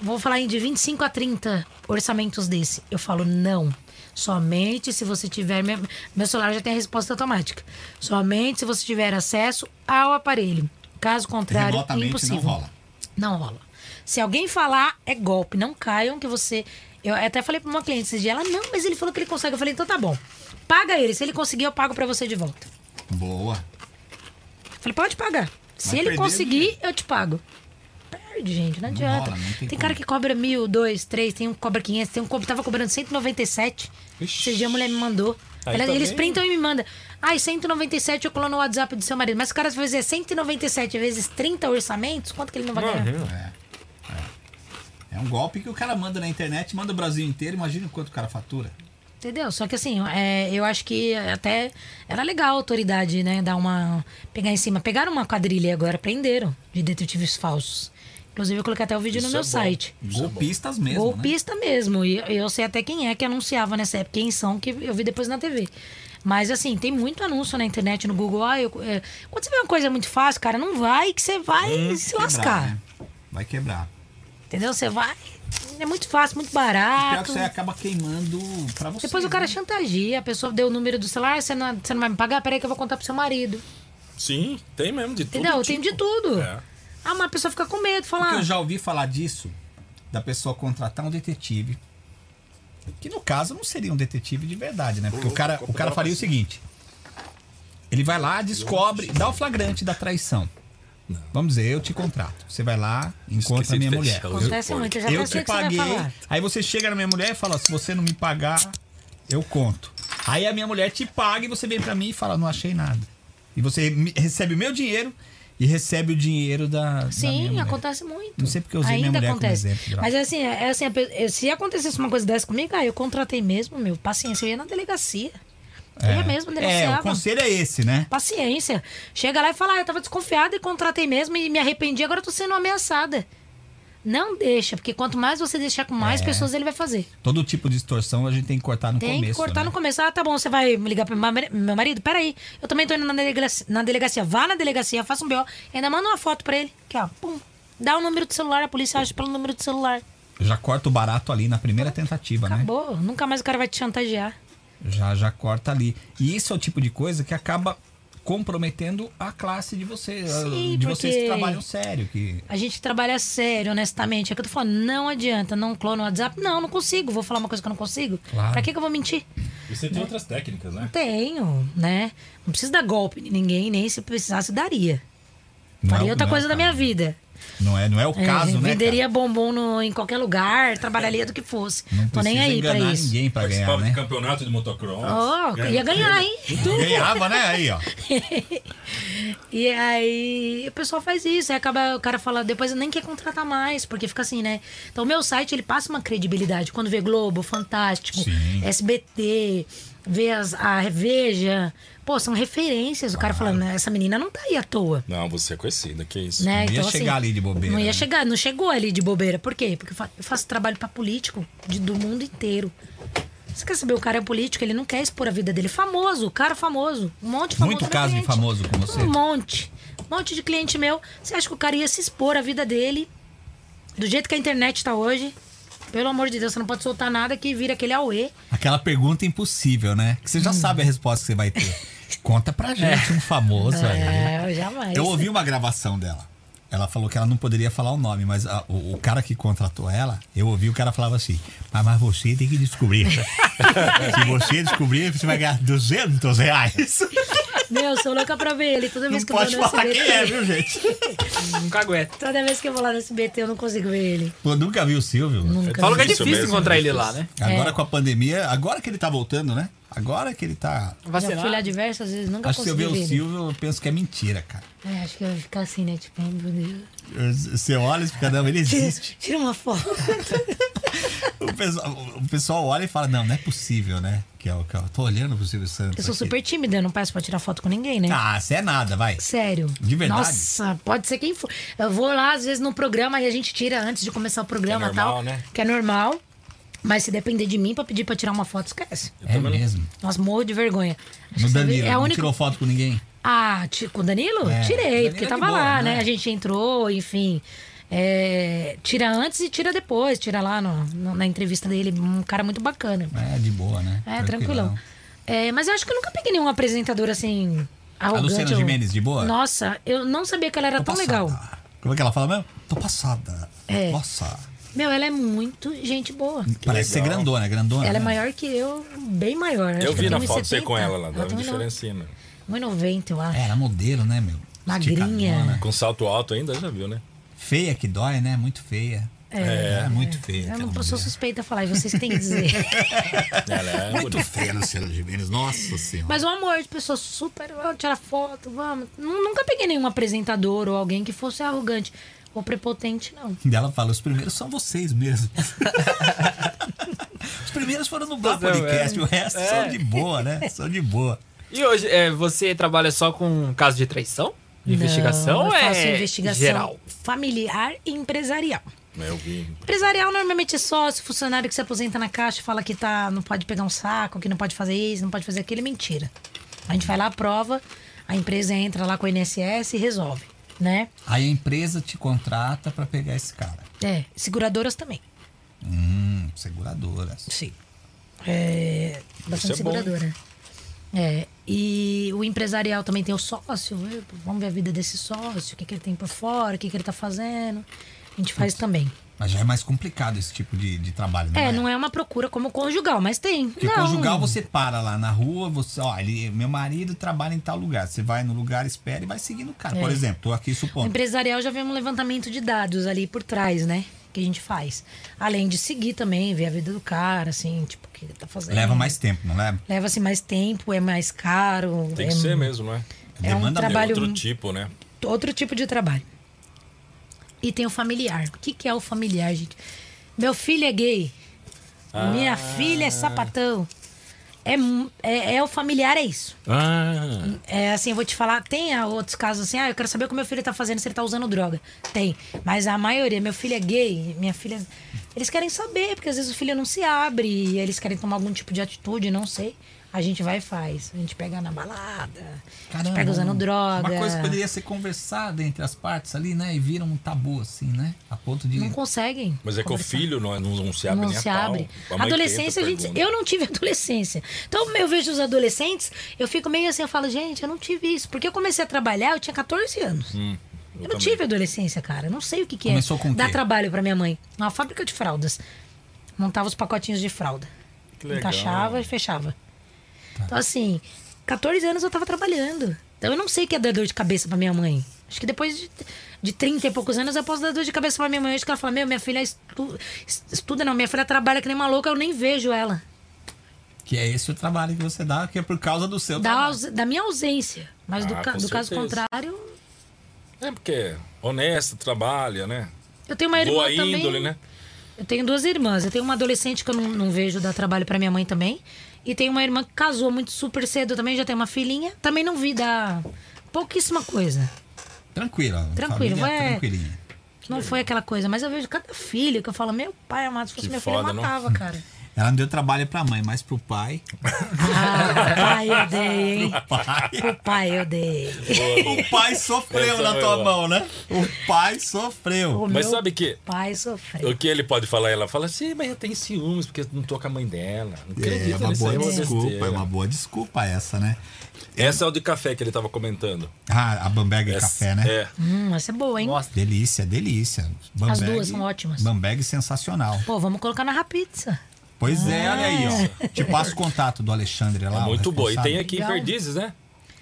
vou falar em de 25 a 30 orçamentos desse. Eu falo, não. Somente se você tiver. Meu, meu celular já tem a resposta automática. Somente se você tiver acesso ao aparelho. Caso contrário,
Remotamente
impossível.
não rola.
Não rola. Se alguém falar, é golpe. Não caiam que você. Eu até falei pra uma cliente esse dia, ela, não, mas ele falou que ele consegue. Eu falei, então tá bom. Paga ele. Se ele conseguir, eu pago pra você de volta.
Boa.
Eu falei, pode pagar. Se
Vai
ele
perder
conseguir, eu te pago. Perde, gente, não adianta.
rola, não tem
tem cara
como.
que cobra mil, dois, três, tem um que cobra 500, tem um que tava cobrando 197. Esse dia a mulher me mandou.
Aí
Ela- eles
também-
printam e me mandam. Ai, 197 eu colono no WhatsApp do seu marido. Mas o cara é vai fazer 197 vezes 30 orçamentos, quanto que ele não vai ganhar?
É um golpe que o cara manda na internet, manda o Brasil inteiro, imagina quanto o cara fatura.
Entendeu? Só que assim, é, eu acho que até era legal a autoridade, né? Dar uma. pegar em cima. Pegaram uma quadrilha e agora, prenderam de detetives falsos. Inclusive, eu coloquei até o vídeo no
Isso
meu
é bom.
site.
Golpistas mesmo, né?
Golpista mesmo. E eu sei até quem é que anunciava nessa época, quem são, que eu vi depois na TV. Mas assim, tem muito anúncio na internet, no Google. Ah, eu- é, quando você vê uma coisa muito fácil, cara, não vai que você vai se
né?
lascar.
Quebrar, né? Vai quebrar.
Entendeu? Você vai. É muito fácil, muito
Pior que
barato.
você acaba queimando pra você.
Ah, Depois o cara
né?
chantageia, a pessoa deu o número do celular, "Ah, você não, você não vai me pagar? Peraí que eu vou contar pro seu marido.
Sim, tem mesmo de tudo.
Entendeu? Tem de tudo.
É.
Ah, mas a pessoa fica com medo,
Porque
fala.
eu
"Ah,
já ouvi falar disso, da pessoa contratar um detetive. Que no caso não seria um detetive de verdade, né? Porque o cara, o cara faria o seguinte: ele vai lá, descobre, dá o flagrante da traição. Vamos dizer, eu te contrato. Você vai lá, encontra
Esqueci
a minha
de
mulher.
fechar o
Acontece
repórter.
muito, eu já
Eu
até sei
te
o que você vai
paguei.
falar.
Aí você chega na minha mulher e fala: se você não me pagar, eu conto. Aí a minha mulher te paga e você vem pra mim e fala: não achei nada. E você me- recebe o meu dinheiro e recebe o dinheiro da. da minha
Sim,
mulher.
acontece muito.
Não sei porque eu usei minha
Ainda
mulher como
acontece.
exemplo, Drauzio.
Mas é assim, é assim, a pe- é, se acontecesse uma coisa dessa comigo, ah, eu contratei mesmo, meu, paciência, eu ia na delegacia. Eu ia mesmo
É,
denunciava.
o conselho é esse, né?
Paciência. Chega lá e fala, ah, eu tava desconfiada e contratei mesmo e me arrependi, agora eu tô sendo ameaçada. Não deixa, porque quanto mais você deixar com
É.
mais pessoas, ele vai fazer.
Todo tipo de extorsão a gente tem que cortar no
Tem
começo.
que cortar
né?
no começo. Ah, tá bom, você vai ligar pro ma- meu marido? Peraí, eu também tô indo na delegacia, na delegacia. Vá na delegacia, faça um BO. Ainda manda uma foto pra ele, que ó, pum. Dá o número do celular, a polícia acha pelo número do celular.
Já corta o barato ali na primeira tentativa, né?
Acabou, nunca mais o cara vai te chantagear.
Já, já corta ali. E isso é o tipo de coisa que acaba comprometendo a classe de vocês,
Sim,
de vocês que
porque-
trabalham sério, que
A gente trabalha sério, honestamente. É que eu tô falando, não adianta, não clona o WhatsApp. Não, não consigo. Vou falar uma coisa que eu não consigo.
Claro.
Pra que, que eu vou mentir?
E você tem outras técnicas, né?
Tenho, né? Não preciso dar golpe em ninguém, nem se precisasse, daria.
não
Faria
é o-
outra
não é o
coisa da minha
caso.
vida.
Não é, não é o
É,
caso, né?
venderia bombom no- em qualquer lugar, trabalharia do que fosse.
cara? Não
Tô nem
precisa
aí pra
enganar
isso.
ninguém pra ganhar,
Participava de
né?
campeonato de motocross. É.
Ó, ia ganhar, hein?
Ganhava, né? Aí, ó.
E aí o pessoal faz isso, aí acaba o cara fala, depois nem quer contratar mais, porque fica assim, né? Então o meu site ele passa uma credibilidade. Quando vê Globo, Fantástico,
Sim.
SBT, vê as, a Veja, pô, são referências. O cara falando, "Né, essa menina não tá aí à toa.
Não, você é conhecida, que isso.
Né?
Não ia chegar ali de bobeira,
Não ia
né?
chegar, não chegou ali de bobeira. Por quê? Porque eu fa- eu faço trabalho pra político de- do mundo inteiro. Você quer saber, o cara é político, ele não quer expor a vida dele. Famoso, o cara famoso. Um monte de famoso.
Muito
na
caso de
frente.
famoso com você?
Um monte. Um monte de cliente meu. Você acha que o cara ia se expor a vida dele? Do jeito que a internet tá hoje? Pelo amor de Deus, você não pode soltar nada que vira aquele auê.
Aquela pergunta impossível, né? Que
Hum.
você já sabe a resposta que você vai ter. Conta pra gente um famoso aí.
É, jamais.
Eu ouvi uma gravação dela. Ela falou que ela não poderia falar o nome, mas a- o, o cara que contratou ela, eu ouvi o cara falava assim: "Ah, mas você tem que descobrir. Se você descobrir, você vai ganhar 200 reais.
Meu, sou louca pra ver ele. Toda
Não
vez que eu vou
pode
no
falar
SBT.
quem é, viu, gente?
Um cagueta.
Toda vez que eu vou lá no SBT, eu não consigo ver ele.
Pô, nunca vi o Silvio. mano.
Nunca.
Fala que é
Difícil
difícil
mesmo,
encontrar
né?
ele lá, né?
É.
Agora com a pandemia, agora que ele tá voltando, né? Agora que ele tá.
Já
Vacinar.
fui lá diversas vezes, nunca
Acho que se eu
consegui
ver o
ver. ele.
Silvio, eu penso que é mentira, cara.
É, acho que eu ia ficar assim, né? Tipo, ai, meu Deus.
Eu- Você olha e fica, não, ele
Tira,
existe.
tira uma foto.
O pessoal, o pessoal olha e fala, não, não é possível, né? Que é o que eu tô olhando pro Silvio Santos.
Eu sou
aqui.
super tímida, eu não peço pra tirar foto com ninguém, né?
Ah, você é nada, vai.
Sério.
De verdade?
Nossa, pode ser quem for. Eu vou lá, às vezes, no programa e a gente tira antes de começar o programa
Que é normal,
tal.
né?
Que é normal. Mas se depender de mim pra pedir pra tirar uma foto, esquece.
É mesmo.
Nossa, morro de vergonha. Acho
No
que
Danilo,
é a
não
única
tirou foto com ninguém.
Ah, ti- com o Danilo?
É.
Tirei,
Danilo é
porque
de
tava
boa,
lá,
né?
né? A gente entrou, enfim. É, tira antes e tira depois. Tira lá no- no- na entrevista dele. Um cara muito bacana.
É, de boa, né?
É, tranquilão. É, mas eu acho que eu nunca peguei nenhum apresentador assim. Arrogante,
Luciana
ou-
Gimenez, de boa?
Nossa, eu não sabia que ela era
Tô
tão
passada.
Tá legal.
Como é que ela fala mesmo? Tô passada.
É.
Nossa.
Meu, ela é muito gente boa.
Parece ser
legal.
grandona, grandona.
Ela é
né?
maior que eu, bem maior. Acho
Eu
que
vi
tem
na
1,70.
foto você com ela lá, dá
tem
uma
1,90,
diferencinha. né?
1,90, eu acho.
É, ela é modelo, né, meu?
Magrinha.
Esticadona.
Com salto alto ainda, já viu, né?
Feia que dói, né? Muito feia. É, muito feia.
Eu
aquela
não
mulher.
sou suspeita a falar, e vocês que têm que dizer.
Ela é
Muito
bonita.
feia, Luciana Gimenez. Nossa senhora.
Mas um amor de pessoa super. Vamos tirar foto, vamos. Nu- Nunca peguei nenhum apresentador ou alguém que fosse arrogante ou prepotente, não.
E ela fala, os primeiros são vocês mesmos. os primeiros foram no Blá
Pois é,
Podcast,
é.
o resto
É.
são de boa, né? São de boa.
E hoje, é, você trabalha só com caso de traição? De investigação?
Não, eu
é
faço investigação
geral.
familiar e empresarial.
Eu vi.
Empresarial normalmente é sócio, funcionário que se aposenta na caixa, fala que tá, não pode pegar um saco, que não pode fazer isso, não pode fazer aquilo, é mentira. A gente vai lá, aprova, a empresa entra lá com o INSS e resolve, né?
Aí a empresa te contrata pra pegar esse cara.
É, seguradoras também.
Hum, seguradoras.
Sim. É, bastante
Isso é bom, hein?
seguradora. É, e o empresarial também tem o sócio, viu? vamos ver a vida desse sócio, o que, que ele tem por fora, o que, que ele tá fazendo. A gente faz também.
Mas já é mais complicado esse tipo de, de trabalho, né?
É, não é uma procura como conjugal, mas tem.
Porque
não.
conjugal você para lá na rua, você, ó, ele, meu marido trabalha em tal lugar. Você vai no lugar, espera e vai seguindo o cara.
É.
Por exemplo, tô aqui
O
supondo.
empresarial já vem um levantamento de dados ali por trás, né? Que a gente faz. Além de seguir também, ver a vida do cara, assim, tipo, o que ele tá fazendo.
Leva mais tempo, não leva?
Leva-se mais tempo, é mais caro.
Tem
é
que ser mesmo, não é?
É um
Demanda mesmo.
É
trabalho
outro tipo, né?
outro tipo de trabalho. E tem o familiar. O que, que é o familiar,
Ah.
gente? Meu filho é gay. Minha filha é sapatão. É, mu- é, é o familiar, é isso.
Ah,
É assim, eu vou te falar, tem ah, outros casos assim, ah, eu quero saber o que meu filho tá fazendo, se ele tá usando droga. Tem. Mas a maioria, meu filho é gay, minha filha. Eles querem saber, porque às vezes o filho não se abre, e eles querem tomar algum tipo de atitude, não sei. A gente vai e faz. A gente pega na balada, a gente pega usando droga.
Uma coisa que poderia ser conversada entre as partes ali, né? E vira um tabu, assim, né? A ponto de.
Não conseguem.
mas é que
conversar.
o filho não, não, não se abre
não
nem
se
a pau.
abre.
A mãe
adolescência, a
tenta,
gente,
pergunta.
eu não tive adolescência. Então eu vejo os adolescentes, eu fico meio assim, eu falo, gente, eu não tive isso. Porque eu comecei a trabalhar, eu tinha 14 anos. eu, não
Hum, também.
tive adolescência, cara. Eu Não sei o que, que
Começou
é.
com o
Dá
quê?
trabalho pra minha mãe. Uma fábrica de fraldas. Montava os pacotinhos de fralda.
Que legal. Tá.
Encaixava e fechava. Então, assim, 14 anos eu tava trabalhando. Então eu não sei o que é dar dor de cabeça pra minha mãe. Acho que depois de, de 30 e poucos anos eu posso dar dor de cabeça pra minha mãe. Acho que ela fala, meu, minha filha estu- es- estuda, não, minha filha trabalha que nem uma louca, eu nem vejo ela.
Que é esse o trabalho que você dá, que é por causa do seu
Da,
trabalho.
aus- da minha ausência. Mas do,
Tá. Ah,
ca-
com
do caso
certeza.
contrário,
É porque é honesto, trabalha, né?
eu tenho uma irmã
Boa
também.
índole, né?
Eu tenho duas irmãs. Eu tenho uma adolescente que eu não, não vejo dar trabalho pra minha mãe também. E tenho uma irmã que casou muito super cedo também, já tem uma filhinha. Também não vi dar pouquíssima coisa.
Tranquila.
Tranquilo,
família é
vai.
Tranquilinha.
Não foi aquela coisa, mas eu vejo cada filho que eu falo, meu pai amado, se fosse
Que
meu filho,
foda,
eu
não?
matava, cara.
Ela não deu trabalho pra mãe, mas pro pai.
Ah, pai, eu dei, hein?
pai.
O pai, eu dei.
o pai sofreu
Essa
na
foi
tua
boa.
mão, né? O pai sofreu.
O
Mas
meu
sabe que
pai sofreu.
o que ele pode falar? Ela fala assim, mas eu tenho ciúmes porque eu não tô com a mãe dela. Não acredito
É uma
nisso
boa
aí,
né?
é uma
desculpa,
besteira.
é uma boa desculpa essa, né?
Essa é o de café que ele tava comentando.
Ah, a Bamberg
Essa-
Café, né?
É.
Hum, essa é boa, hein?
Nossa,
Delícia, delícia.
As duas são ótimas.
Bamberg sensacional.
Pô, vamos colocar na Rapizza.
Pois é, olha aí, ó. Te passo o contato do Alexandre lá.
É
o
muito boa. E tem
responsável.
aqui
Legal.
em Perdizes, né?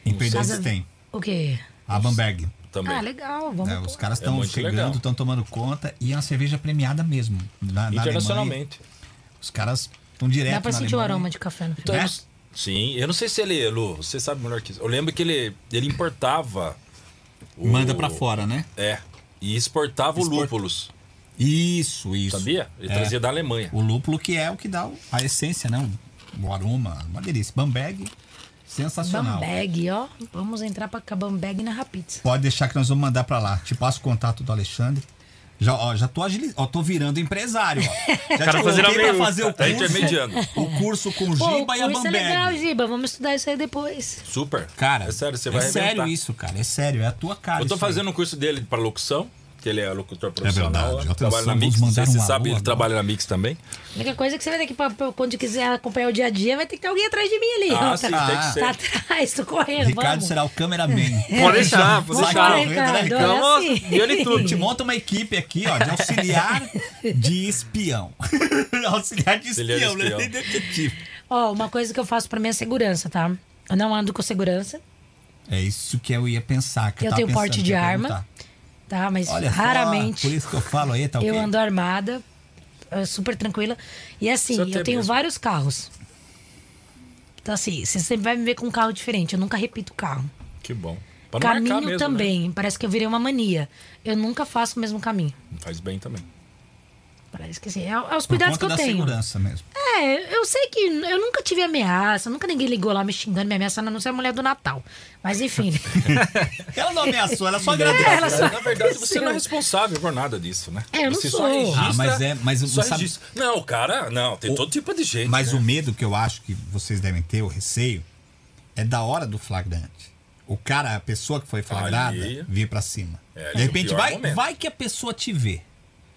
Em Perdizes
Casa-
tem.
O quê?
A Bamberg.
Também.
Ah, legal, vamos.
É, os caras
É
estão
muito
chegando,
legal.
estão tomando conta e é uma cerveja premiada mesmo. Na, na Alemanha,
Internacionalmente.
os caras estão direto.
Dá pra
na
sentir o
Alemanha.
aroma de café no final.
Então, eu
Né?
não- Sim, eu não sei se ele, Lu, você sabe melhor que isso. Eu lembro que ele, ele importava. o-
Manda pra fora, né?
É. E exportava o
Export-
lúpulos,
Isso, isso.
sabia? Ele
É.
trazia da Alemanha.
O lúpulo que é o que dá o- a essência, né? O, o aroma, uma delícia. Bamberg, sensacional.
Bambag, ó. Vamos entrar pra Bambag na Rapizza.
Pode deixar que nós vamos mandar pra lá. Te passo o contato do Alexandre. Já, ó, já tô agilizando. Ó, tô virando empresário, ó. Já
Cara, fazendo
te coloquei
a
pra
meio-
fazer o
Tá
curso.
intermediando.
O curso com
Pô, o
Giba e a
curso é
Bamberg.
legal, Giba. Vamos estudar isso aí depois.
Super.
Cara,
é sério, você vai
É
arrebentar.
sério isso, cara. É sério, é a tua cara.
Eu tô
isso aí.
fazendo um curso dele pra locução, que ele é locutor profissional.
verdade.
lá, Trabalha
Atenção,
na Mix.
vamos
Não sei
mandar
se
um
você sabe,
alô
ele
agora.
trabalha na Mix também.
A única coisa é que você vai ter que, pra- pra- quando quiser acompanhar o dia a dia, vai ter que ter alguém atrás de mim ali.
Ah,
ó.
sim,
tá,
tem que ser.
tá atrás, tô correndo,
Ricardo
vamos.
será o cameraman.
Pode deixar, pode
Sai
deixar.
correndo, né,
Ricardo?
Ricardo?
Então,
assim.
de olho em
Eu te
tudo.
monta uma equipe aqui, ó, de auxiliar de espião. auxiliar de
Auxiliar de
espião, né?
espião.
Nem detetive.
Ó, uma coisa que eu faço pra minha segurança, tá? Eu não ando com segurança,
É isso que eu ia pensar. Que
Eu
tava
tenho
pensando,
porte
que
de
eu ia
arma.
perguntar.
tá? Mas
Olha só,
raramente
por isso que eu falo aí, tá
eu
ok?
ando armada, é super tranquila. E assim,
Isso é
eu
até
tenho
mesmo.
vários carros. Então assim, você sempre vai me ver com um carro diferente. Eu nunca repito carro.
Que bom. Pra não
caminho
marcar mesmo, né?
também. Parece que eu virei uma mania. Eu nunca faço o mesmo caminho.
Faz bem também.
Parece que assim, é, é os
Por
cuidados
conta
que eu
da
tenho.
segurança mesmo.
É, eu sei que n- eu nunca tive ameaça, nunca ninguém ligou lá me xingando, me ameaçando, a não ser a mulher do Natal. Mas enfim. né?
Ela não ameaçou, ela só
É,
agradeceu.
ela só
Na verdade, você não é
aconteceu.
responsável por nada disso, né?
É, eu não
você
sou.
Só registra,
Ah, mas é- mas
só
não sabe-
registra. Não, cara, não. Tem todo tipo de gente.
Mas
né?
o medo que eu acho que vocês devem ter, o receio, é da hora do flagrante. O cara, a pessoa que foi flagrada,
Ali.
vir pra cima.
É,
de repente,
pior
vai,
momento.
vai que a pessoa te vê.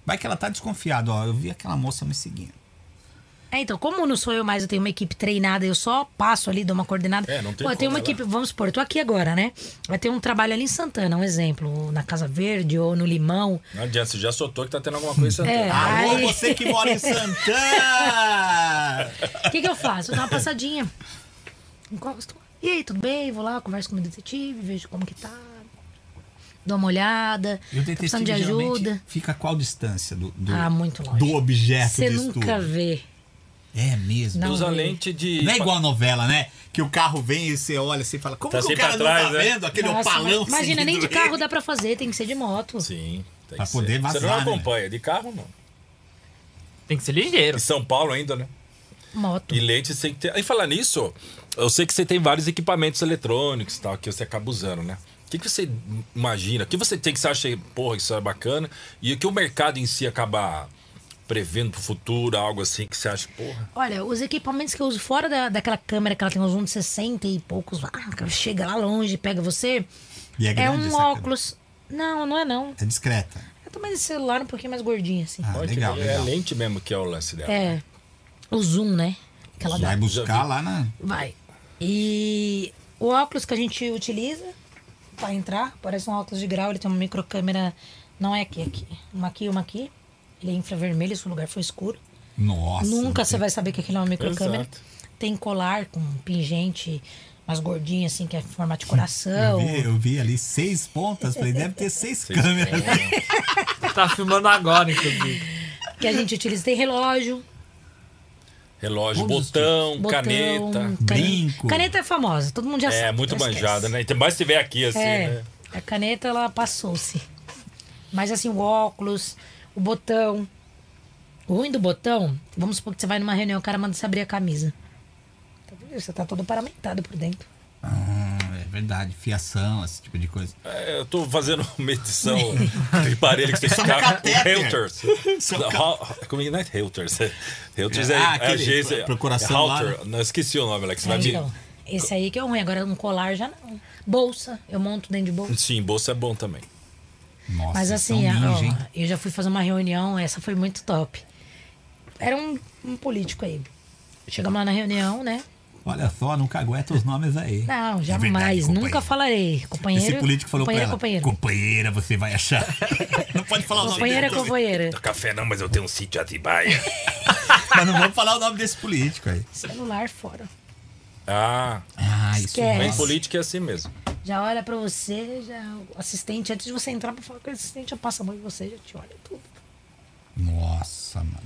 Vai que ela tá desconfiada. Ó, eu vi aquela moça me seguindo.
É, então, como não sou eu mais, eu tenho uma equipe treinada, eu só passo ali, dou uma coordenada.
É, não tem
Pô, eu tenho
como
uma
né,
ela-
equipe, vamos supor, eu tô aqui agora, né? Vai ter um trabalho ali em Santana, um exemplo, ou na Casa Verde ou no Limão.
Não adianta, você já soltou que tá tendo alguma coisa.
É.
Alô,
Ai.
você que mora em Santana!
O que, que eu faço? Eu dou uma passadinha. Encosto. E aí, tudo bem? Vou lá, converso com o detetive, vejo como que tá. Dou uma olhada.
E o
tá
detetive
precisando de
geralmente
ajuda.
fica a qual distância do, do,
Ah, muito longe.
do objeto
Você
é de estudo?
nunca vê.
É mesmo.
Não.
Não.
Usa
vi.
lente de.
é igual a novela, né? Que o carro vem e você olha assim e fala, como
Tá
que o
sempre
cara
atrás,
não tá
né?
vendo? Aquele
Nossa,
opalão. assim
mas- imagina, nem de
seguindo
carro
ele.
dá pra fazer, tem que ser de moto.
Sim. tem
Pra
que
poder
ser.
vazar,
Você não
né,
acompanha de carro, não.
Tem que ser ligeiro.
Em São Paulo ainda, né?
Moto.
E lente você tem que ter. E falar nisso, eu sei que você tem vários equipamentos eletrônicos e tal, que você acaba usando, né? O que, que você imagina? O que você tem que você acha, porra, isso é bacana? E o que o mercado em si acaba prevendo pro futuro, algo assim que você acha, porra?
Olha, os equipamentos que eu uso fora da, daquela câmera que ela tem uns 160 e poucos, ah, chega lá longe, pega você.
E é grande
um
essa câmera?
óculos. Não, não é não.
É discreta.
Eu também esse celular um pouquinho mais gordinho, assim.
Ah,
Olha que
legal,
é
legal.
a lente mesmo que é o lance dela.
É. O zoom, né? Que ela dá.
Vai buscar lá na.
Vai. E o óculos que a gente utiliza pra entrar, parece um óculos de grau, ele tem uma microcâmera. Não é aqui, é aqui. Uma aqui e uma aqui. Ele é infravermelho, se o lugar for escuro.
Nossa.
Nunca
não
você
tem-
vai saber que aquilo é uma microcâmera.
Exato.
Tem colar com pingente, umas gordinhas assim, que é formato de coração.
Eu
Uhum.
vi, eu vi ali seis pontas, falei, deve ter seis,
Vocês
câmeras.
têm-
Tá filmando agora, inclusive.
Uhum.
Que a gente utiliza. Tem relógio,
Relógio,
Todos os
botão,
botão,
Um caneta.
cane-
brinco.
Caneta é famosa, todo mundo já sabe.
É, muito
então esquece.
manjada, né? E mais se vê aqui, assim,
É,
né?
a caneta ela passou-se. Mas assim, o óculos, o botão. O ruim do botão, vamos supor que você vai numa reunião, o cara manda você abrir a camisa. Tá vendo? Você tá todo paramentado por dentro.
Ah, é verdade, fiação, esse tipo de coisa.
É, Eu tô fazendo uma edição de parelho que vocês
São
ficaram com
catéter.
Reuters.
São
Não,
ca-
Hal- Como é que não é Reuters? Reuters é,
Ah,
a
aquele,
agência.
procuração lá, né?
Halter. Não, esqueci o nome, Alex. Vai
É,
me-
então, esse aí que é o ruim. Agora um colar já não. Bolsa, eu monto dentro de bolsa.
Sim, bolsa é bom também.
Nossa,
Mas
vocês são
assim, ó,
ninja, hein?
eu já fui fazer uma reunião, essa foi muito top. Era um, um político aí. Chegamos lá na reunião, né?
Olha só, não cagueta os nomes aí.
Não, jamais,
É verdade,
nunca
companheiro.
falarei. Companheiro.
Esse político falou pra
companheiro, é
ela,
companheiro.
companheira, você vai achar. não pode falar o nome
Companheira, é
dele,
companheira.
Café não, mas eu tenho um sítio Atibaia.
Mas não vamos falar o nome desse político aí.
Celular fora.
ah,
Ah, isso
Esquece.
bem
rola.
política é assim mesmo.
Já olha pra você, já o assistente, antes de você entrar pra falar com o assistente, já passa a mão de você, já te olha tudo.
Nossa, mano.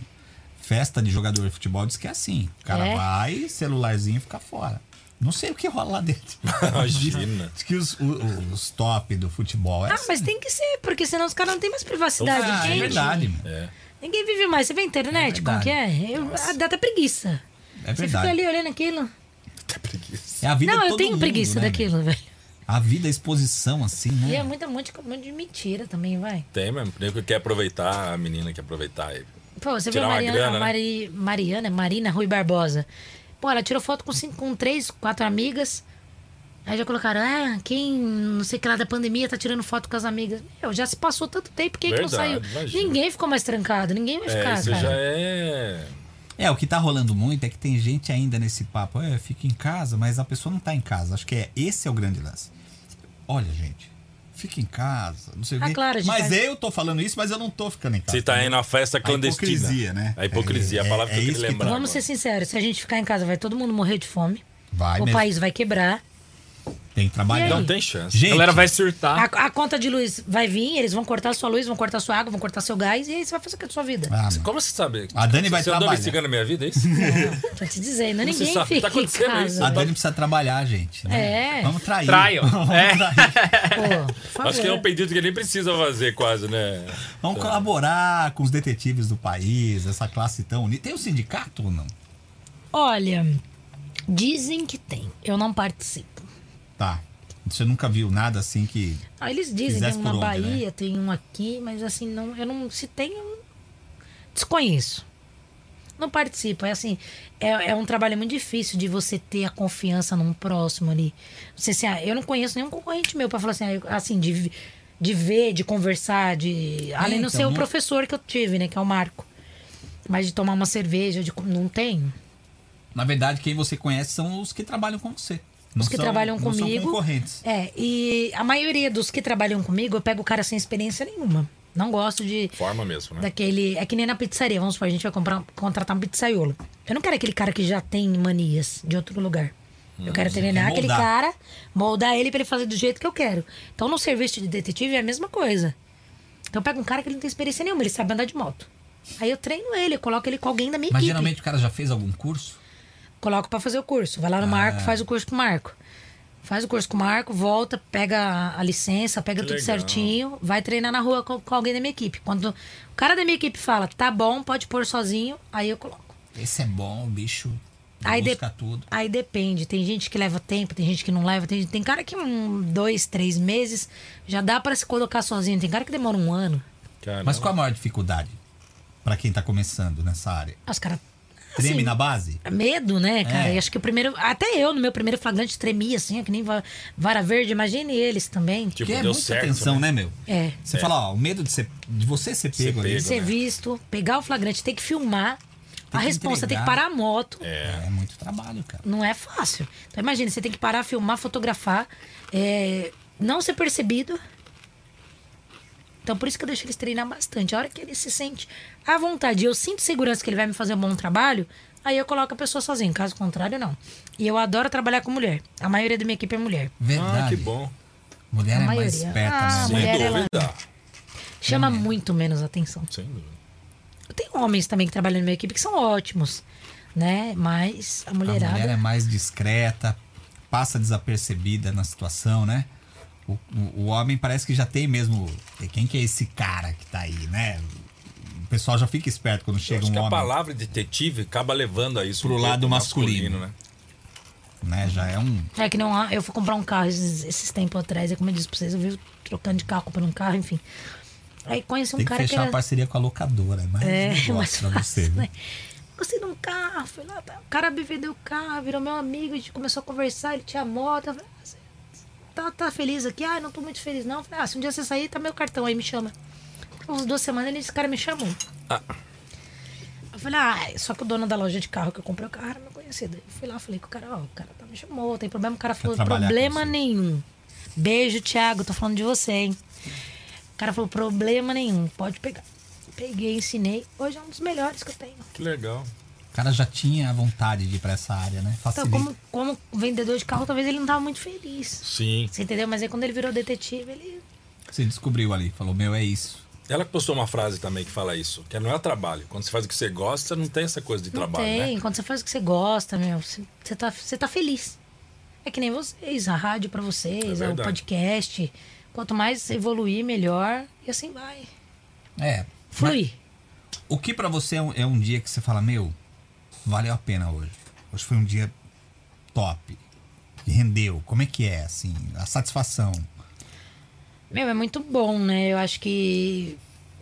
Festa de jogador de futebol diz que é assim. O cara
É?
vai, celularzinho fica fora. Não sei o que rola lá dentro.
Imagina.
Diz que os, o- os top do futebol é
Ah,
assim.
mas tem que ser, porque senão os caras não têm mais privacidade,
Ah, é
gente.
verdade, mano.
É.
Ninguém vive mais. Você vê a internet,
É
como que é?
verdade.
Eu- dá até preguiça.
É
Você fica
verdade.
ali olhando aquilo.
Até preguiça.
É a vida de
não, eu
todo
tenho
mundo,
preguiça
né,
daquilo, velho.
velho? A vida, a exposição, assim, né?
E é muita monte, monte de mentira também, vai.
Tem mesmo. O nego quer aproveitar, a menina quer aproveitar. ele.
Pô, você
Tirar
viu
uma
a Mariana,
grana, né?
Mari- Mariana, Marina Rui Barbosa. Pô, ela tirou foto com, cinco, com três, quatro amigas. Aí já colocaram, ah, quem não sei o que lá da pandemia tá tirando foto com as amigas. Meu, já se passou tanto tempo, quem é que não
Verdade,
saiu?
imagina.
Ninguém ficou mais trancado, ninguém vai
É,
ficar,
isso
cara.
já é.
É, o que tá rolando muito é que tem gente ainda nesse papo, é, fica em casa, mas a pessoa não tá em casa. Acho que é esse é o grande lance. Olha, gente, fica em casa, não sei o
Ah,
quê.
claro, a gente
mas
faz-
eu tô falando isso, mas eu não tô ficando em casa.
Você tá aí na festa clandestina.
hipocrisia, né?
A hipocrisia,
É,
a
é
palavra que eu
isso
queria
que
lembrar.
Vamos ser sinceros, se a gente ficar em casa, vai todo mundo morrer de fome.
Vai,
o
mesmo.
país vai quebrar.
Tem que trabalhar.
E aí?
Não tem chance.
A
Gente,
galera vai surtar.
A, a conta de luz vai vir, eles vão cortar sua luz, vão cortar sua água, vão cortar seu gás, e aí você vai fazer o que da sua vida?
Ah, mano.
Como você sabe?
A Dani vai
você andou
trabalhar.
investigando a minha vida, é isso?
Tô te dizendo,
Você sabe,
ninguém
tá
fica em
acontecendo
casa.
isso.
a Dani precisa trabalhar, gente. né?
É.
Vamos trair.
Traiam. É.
Pô, por favor.
Acho que é um pedido que ele nem precisa fazer, quase, né?
Vamos colaborar com os detetives do país, essa classe tão unida. Tem um sindicato ou não?
Olha, dizem que tem. Eu não participo.
Tá. Você nunca viu nada assim que.
Ah, eles dizem,
Fizesse
tem um na
por onde, né?
Bahia, tem um aqui, mas assim, não, eu não. Se tem, eu desconheço. Não participo. É assim, é, é um trabalho muito difícil de você ter a confiança num próximo ali. Você, assim, ah, eu não conheço nenhum concorrente meu pra falar assim, ah, eu- assim, de, de ver, de conversar, de. Além de
então,
não ser o
não-
professor que eu tive, né? Que é o Marco. Mas de tomar uma cerveja, de, co- não tem.
Na verdade, quem você conhece são os que trabalham com você. Não
Os que
são-
trabalham
não
comigo.
São concorrentes.
É, e a maioria dos que trabalham comigo, eu pego o cara sem experiência nenhuma. Não gosto de.
Forma mesmo, né?
Daquele. É que nem na pizzaria, vamos supor, a gente vai comprar, contratar um pizzaiolo. Eu não quero aquele cara que já tem manias de outro lugar. Eu quero treinar
quer
aquele
moldar.
cara, moldar ele pra ele fazer do jeito que eu quero. Então, no serviço de detetive é a mesma coisa. Então, eu pego um cara que ele não tem experiência nenhuma, ele sabe andar de moto. Aí eu treino ele, eu coloco ele com alguém da minha
Mas
equipe.
geralmente o cara já fez algum curso?
Coloco pra fazer o curso. Vai lá no Marco,
Ah.
faz o curso com o Marco. Faz o curso com o Marco, volta, pega a- a licença, pega
Que
tudo
legal.
certinho, vai treinar na rua com, com alguém da minha equipe. Quando o cara da minha equipe fala, tá bom, pode pôr sozinho, aí eu coloco.
Esse é bom, o bicho
Aí de-
busca tudo.
Aí depende. Tem gente que leva tempo, tem gente que não leva. Tem, tem cara que um, dois, três meses já dá pra se colocar sozinho. Tem cara que demora um ano.
Caramba. Ah,
Mas qual a maior dificuldade pra quem tá começando nessa área?
Ah, Os caras.
Treme
assim,
na base?
Medo, né, cara?
É.
E acho que o primeiro. Até eu, no meu primeiro flagrante, tremia assim, ó, que nem va- vara verde. Imagine eles também.
Tipo,
Porque é
deu
muita
certo,
tensão, né,
né?
meu?
É.
Você fala, ó, o medo de, ser, de você ser
Ser
pego ali.
pego. né?
Ser visto, pegar o flagrante, ter que filmar.
Tem
a
que
resposta, tem que
entregar.
parar a moto.
É. muito trabalho, cara.
Não é fácil. Então imagina, você tem que parar, filmar, fotografar, é, não ser percebido. Então por isso que eu deixo eles treinar bastante. A hora que ele se sente à vontade, e eu sinto segurança que ele vai me fazer um bom trabalho, aí eu coloco a pessoa sozinha. Caso contrário, não. E eu adoro trabalhar com mulher. A maioria da minha equipe é mulher.
Verdade.
Ah, que bom.
Mulher
A
é mais
maioria.
esperta,
Ah,
né?
Sem
mulher, ela-
dúvida.
Chama
Uhum.
muito menos atenção.
Sem dúvida.
Tem homens também que trabalham na minha equipe que são ótimos, né? Mas a
A
mulherada.
mulher é mais discreta, passa desapercebida na situação, né? O, o- o homem parece que já tem mesmo. Quem que é esse cara que tá aí, né? O pessoal já fica esperto quando
Eu
chega
acho
um
que é a
homem.
palavra detetive acaba levando a isso. um
Pro
pouco
lado masculino.
né?
Né? Já é um.
É que não há. Eu fui comprar um carro esses, esses tempos atrás, é como eu disse pra vocês, eu vivo trocando de carro, comprando um carro, enfim. Aí conheci um
Tem que
cara
fechar
que
a
era.
parceria com a locadora. É mais
É,
negócio
mais
pra
fácil,
você, viu?
né? Gostei de um carro, fui lá, tá. o cara me vendeu o carro, virou meu amigo, a gente começou a conversar, ele tinha moto. Eu falei, ah, você tá, tá feliz aqui? Ah, não tô muito feliz, não. Eu falei, ah, se um dia você sair, tá meu cartão aí, me chama. Uns duas semanas ele- esse cara me chamou.
Ah.
Eu falei, ah, só que o dono da loja de carro que eu comprei o carro era meu conhecido. Eu fui lá, falei com o cara, ó, o cara tá me chamou, tem problema, o cara falou,
trabalhar
problema
com você.
nenhum. Beijo, Thiago, tô falando de você, hein? O cara falou, problema nenhum, pode pegar. Peguei, ensinei. Hoje é um dos melhores que eu tenho.
Que legal.
O cara já tinha a vontade de ir pra essa área, né?
Então,
Facilita.
como, como vendedor de carro, talvez ele não tava muito feliz.
Sim.
Você entendeu? Mas aí quando ele virou detetive, ele.
Você descobriu ali, falou: Meu, é isso.
Ela que postou uma frase também que fala isso, que não é trabalho. Quando você faz o que você gosta, não tem essa coisa de
Não
trabalho,
tem.
né?
Quando você faz o que você gosta, meu, você você tá, você tá feliz. É que nem vocês, a rádio pra vocês,
É
é o
verdade.
podcast. Quanto mais evoluir, melhor. E assim vai.
É.
Flui.
O que pra você é um, é um dia que você fala, meu, valeu a pena hoje? Hoje foi um dia top. que Rendeu. Como é que é, assim? A satisfação.
Meu, é muito bom, né? Eu acho que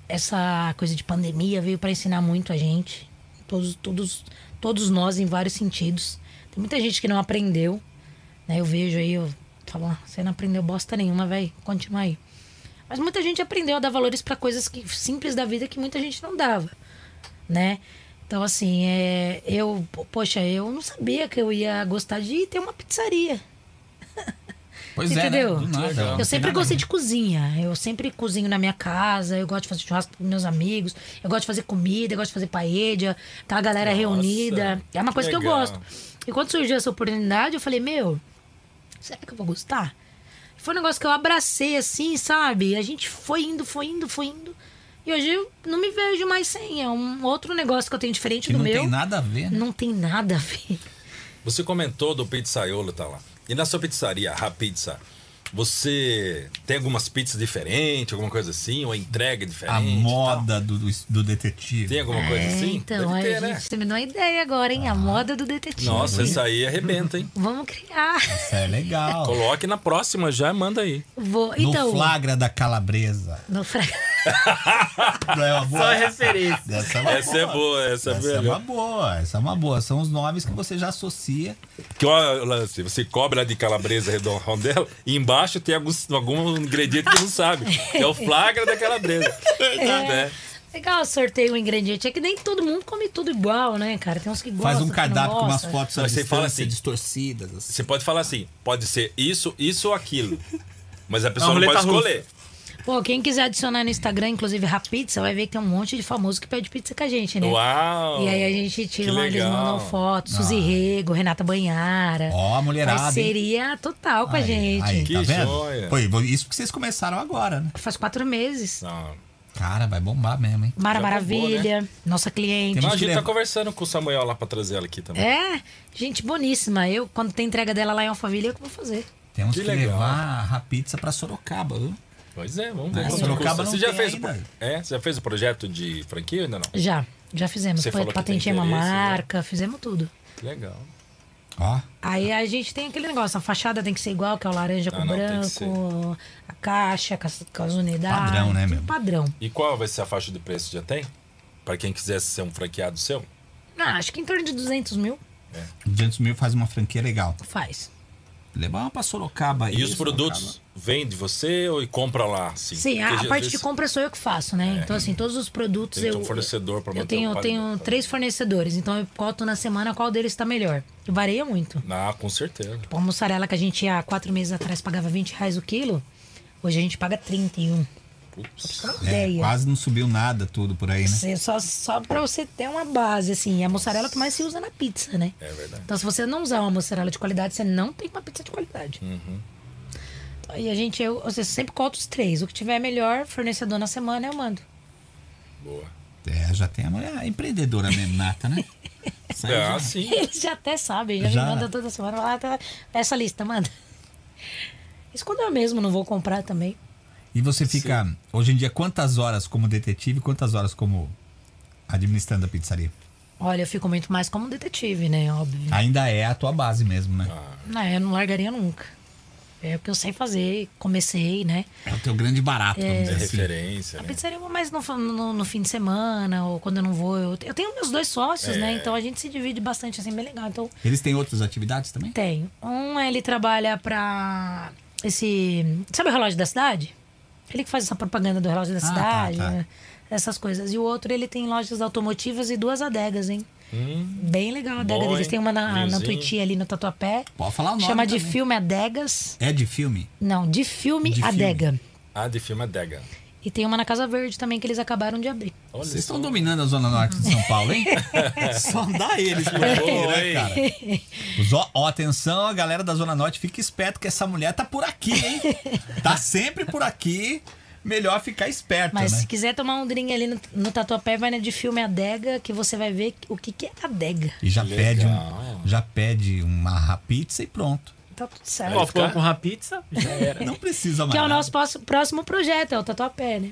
essa coisa de pandemia veio para ensinar muito a gente. Todos, todos, todos nós, em vários sentidos. Tem muita gente que não aprendeu. Né? Eu vejo aí, eu falo, "Ah, você não aprendeu bosta nenhuma, velho. Continua aí. Mas muita gente aprendeu a dar valores para coisas que, simples da vida que muita gente não dava, né? Então, assim, é, eu, po- poxa, eu não sabia que eu ia gostar de ter uma pizzaria.
Pois
Entendeu?
é, né? Do nada. Não
Eu
tem
sempre
nada
gostei
a
de cozinha. Eu sempre cozinho na minha casa. Eu gosto de fazer churrasco com meus amigos. Eu gosto de fazer comida. Eu gosto de fazer paella. Tá a galera
Nossa,
reunida. É uma
que
coisa que eu
legal.
gosto. E quando surgiu essa oportunidade, eu falei: Meu, será que eu vou gostar? Foi um negócio que eu abracei assim, sabe? A gente foi indo, foi indo, foi indo. E hoje eu não me vejo mais sem. É um outro negócio que eu tenho diferente
Que
do
não
meu.
tem nada a ver, né?
Não tem nada a ver.
Você comentou do pizzaiolo, tá lá. E na sua pizzaria, a Pizza, você tem algumas pizzas diferentes, alguma coisa assim? Ou entrega diferente? então.
A
e tal?
moda do, do, do detetive.
Tem alguma coisa
É,
assim?
então,
Deve
aí,
ter,
gente,
né?
você me deu uma ideia agora,
Ah.
hein? A moda do detetive.
Nossa, essa aí arrebenta, hein?
Vamos criar.
Isso é legal.
Coloque na próxima já e manda aí.
Vou.
No
Então.
flagra da calabresa.
No fra-
Não é uma boa?
Só referência.
Essa é uma
Essa é boa, essa,
Essa
é
é uma
melhor.
boa, essa é uma boa. São os nomes que você já associa.
Que ó, lance, você cobra de calabresa redonda rondela e embaixo tem alguns, algum ingrediente que não sabe. que é o flagra da calabresa.
É.
Né?
Legal, sorteio o ingrediente. É que nem todo mundo come tudo igual, né, cara? Tem uns que gostam.
Faz um
que não
cardápio com umas
gostam.
fotos à
Mas você fala
distância,
assim-
distorcidas. Assim.
Você pode falar assim, pode ser isso, isso ou aquilo. Mas a pessoa
Uma
não pode
roleta russa.
escolher.
Pô, quem quiser adicionar no Instagram, inclusive Rapizza, vai ver que tem um monte de famoso que pede pizza com a gente, né?
Uau!
E aí a gente
que
tira, uma, eles
legal.
mandam foto, Suzy Rego, Renata Banhara.
Ah. Ó, a mulherada, hein?
Parceria total com a
Aí,
gente.
Aí,
Que
tá vendo?
joia.
Foi isso porque vocês começaram agora, né?
Faz quatro meses.
Ah,
Cara, vai bombar mesmo, hein?
Mara
Já bombou,
Maravilha, nossa cliente.
Tem
não,
gente
a gente
que
tá
leva-
conversando com o Samuel lá pra trazer ela aqui também.
É, gente boníssima. Eu, quando tem entrega dela lá em Alphaville, eu que vou fazer.
Temos
Que
que,
legal.
levar a pizza pra Sorocaba, viu?
Pois é, vamos ver.
Mas
quanto
Sorocaba
custa.
não
você já
tem
fez o
ainda.
pro- é, você já fez o projeto de franquia ou ainda não?
Já. Já fizemos.
Você
pa-
falou que tem
Patenteamos uma
interesse, né?
marca, fizemos tudo.
Que legal.
Ó.
Aí a gente tem aquele negócio, a fachada tem que ser igual, que é o laranja
Ah,
com o
não, tem que
branco, a caixa com as, com as unidades.
Padrão, né,
tudo
meu?
Padrão.
E qual vai ser a faixa de preço? Já tem? Pra quem quisesse ser um franqueado seu?
Ah, acho que em torno de 200 mil
Diante do Mil faz uma franquia legal.
faz.
Levar uma pra Sorocaba aí.
E os produtos vêm de você ou e compra lá? Assim?
Sim, a, a parte de compra sou eu que faço, né? Então, assim, todos os produtos
É. Tem que ter
eu.
um fornecedor pra
eu
manter
tenho,
o
eu
padrão.
tenho três fornecedores, então eu coto na semana qual deles tá melhor. Varia muito.
Ah, com certeza.
Tipo, a mussarela que a gente há quatro meses atrás pagava 20 reais o quilo, hoje a gente paga 31.
Putz.
Pra Uma
É,
ideia.
quase não subiu nada tudo por aí, né?
Você- Só, só pra você ter uma base, assim. É a mussarela que mais se usa na pizza, né?
É verdade.
Então, se você não usar uma mussarela de qualidade, você não tem uma pizza de qualidade. Então, E a gente, eu, eu sempre conto os três. O que tiver melhor, fornecedor na semana, eu mando.
Boa.
É, já tem a mulher é empreendedora mesmo, nata, né? Isso aí
Ah,
já-
sim.
Eles já até sabem, já,
Já.
me mandam toda semana. Fala, "Ah, tá, essa lista, manda. Isso quando eu mesmo não vou comprar também.
E você fica, hoje em dia, quantas horas como detetive e quantas horas como administrando a pizzaria?
Olha, eu fico muito mais como detetive, né? Óbvio.
Ainda é a tua base mesmo, né?
Não, eu não largaria nunca. É o que eu sei fazer, comecei, né?
É o teu grande barato, vamos
Ah. É
dizer assim.
referência,
A
né?
pizzaria eu vou mais no, no, no fim de semana, ou quando eu não vou. Eu, eu tenho meus dois sócios,
É.
né? Então a gente se divide bastante, assim, bem legal. Então,
Eles têm outras atividades também?
tenho. Um, ele trabalha pra esse... Sabe o relógio da cidade? Ele que faz essa propaganda do relógio da
tá,
cidade,
tá.
né? essas coisas. E o outro, ele tem lojas automotivas e duas adegas, hein?
Hum.
bem legal a adega
bom,
deles.
hein?
Tem uma na, na
Vinhozinho.
Tuiuti, ali no Tatuapé.
Pode falar o é um nome
Chama de
também.
filme adegas.
É de filme?
Não, de filme
De filme.
adega.
Ah, de filme Adega.
E tem uma na Casa Verde também que eles acabaram de abrir.
Olha
Vocês
só.
estão dominando a Zona Norte de São Paulo, hein? Só dá eles por aqui, né,
Oi.
cara? Os- Ó, ó, atenção, a galera da Zona Norte, fica esperto que essa mulher tá por aqui, hein? Tá sempre por aqui. Melhor ficar esperto,
Mas se
né?
quiser tomar um drink ali no, no Tatuapé, vai na de filme Adega, que você vai ver o que, que é adega.
E já
Legal.
pede, um, já pede uma ra- pizza e pronto.
Tá tudo certo.
Ó, pão com rapizza, já era.
Não precisa mais. né?
Que é o
nada.
nosso pós- próximo projeto, é o Tatuapé, né?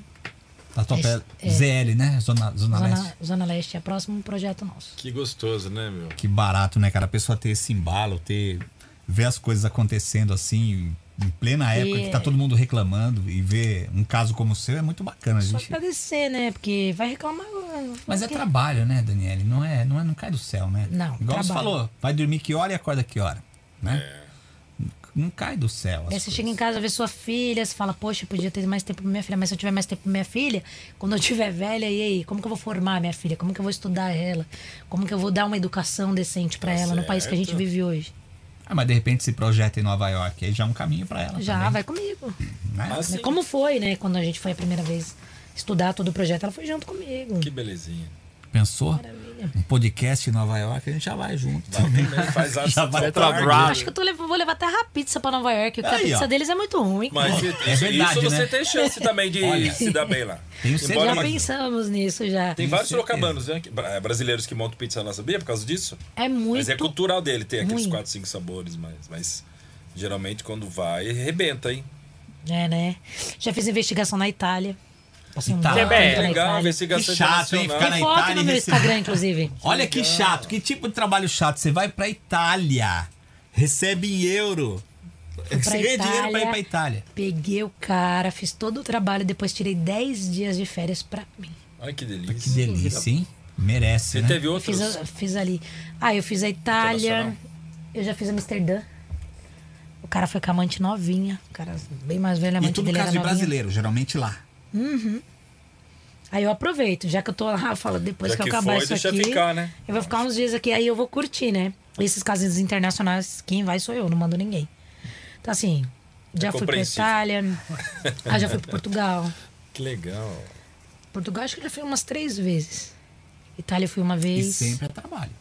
Tatuapé
É.
ZL, né? Zona, Zona
Zona,
Leste.
Zona Leste é o próximo projeto nosso.
Que gostoso, né, meu?
Que barato, né, cara? A pessoa ter esse embalo, ter. ver as coisas acontecendo assim, em plena época que tá
É.
todo mundo reclamando e ver um caso como o seu é muito bacana,
Só
gente.
agradecer, né? Porque vai reclamar.
Mas é
porque-
trabalho, né, Daniele? Não é, não é, não cai do céu, né?
Não,
Igual você
trabalho. É.
falou, vai dormir que hora e acorda que hora, né? Não cai do céu. as
Aí você
coisas.
chega em casa, vê sua filha, você fala, poxa, eu podia ter mais tempo pra minha filha, mas se eu tiver mais tempo pra minha filha, quando eu tiver velha, e aí, como que eu vou formar minha filha? Como que eu vou estudar ela? Como que eu vou dar uma educação decente pra
Tá
ela no país que a gente
certo.
vive hoje?
Ah, mas de repente esse projeto em Nova York, aí já é um caminho pra ela.
Já,
também,
vai comigo.
Né?
Mas-
Né?
Sim.
Como foi, né? Quando a gente foi a primeira vez estudar todo o projeto, ela foi junto comigo.
Que belezinha.
Pensou? Um podcast em Nova York, a gente já vai junto. também.
Faz a
Já vai
Target.
trabalhar.
Acho que eu tô lev- vou levar até a pizza pra Nova York, porque
Ah, Aí,
a pizza
ó.
deles é muito ruim.
Mas
É
isso- isso,
verdade,
você
né?
tem chance também de
Olha.
se dar bem lá.
Tenho certeza.
Embora-
já pensamos nisso já.
Tem
Tenho
vários
certeza.
sorocabanos, né? que- bra- Brasileiros que montam pizza lá, sabia? Por causa disso?
É muito.
Mas é cultural dele ter aqueles
ruim.
4, 5 sabores, mas, mas geralmente quando vai, arrebenta, hein?
É, né? Já fiz investigação na Itália. Passei um
Itália.
bom
Que
tempo
É,
É,
na
legal,
Itália.
investigação
Que chato, hein,
internacional.
ficar na
Tem foto
Itália
no meu
e receber-
Instagram, inclusive.
Olha que chato, que tipo de trabalho chato. Você vai pra Itália, recebe em euro. Você ganha dinheiro pra ir pra Itália.
Peguei o cara, fiz todo o trabalho, depois tirei 10 dias de férias pra mim.
Olha que delícia.
Que delícia, hein? Merece,
Você
né?
teve
Eu
outros?
fiz, eu fiz ali. Ah, eu fiz a Itália, eu já fiz Amsterdã. O cara foi com a amante novinha, o cara bem mais velho, a
um
E
amante
tudo
dele
caso de
era novinha.
brasileiro, geralmente lá.
Aí eu aproveito, já que eu tô lá, eu falo, depois
Já
que eu
que
acabar
foi,
isso
deixa
aqui,
ficar, né?
eu vou ficar uns dias aqui, aí eu vou curtir, né? Esses casos internacionais, quem vai sou eu, não mando ninguém. Então, assim, já fui pra
compreensível.
Itália, ah, já fui pra Portugal.
Que legal.
Portugal acho que eu já fui umas três vezes. Itália eu fui uma
E
vez.
sempre é trabalho.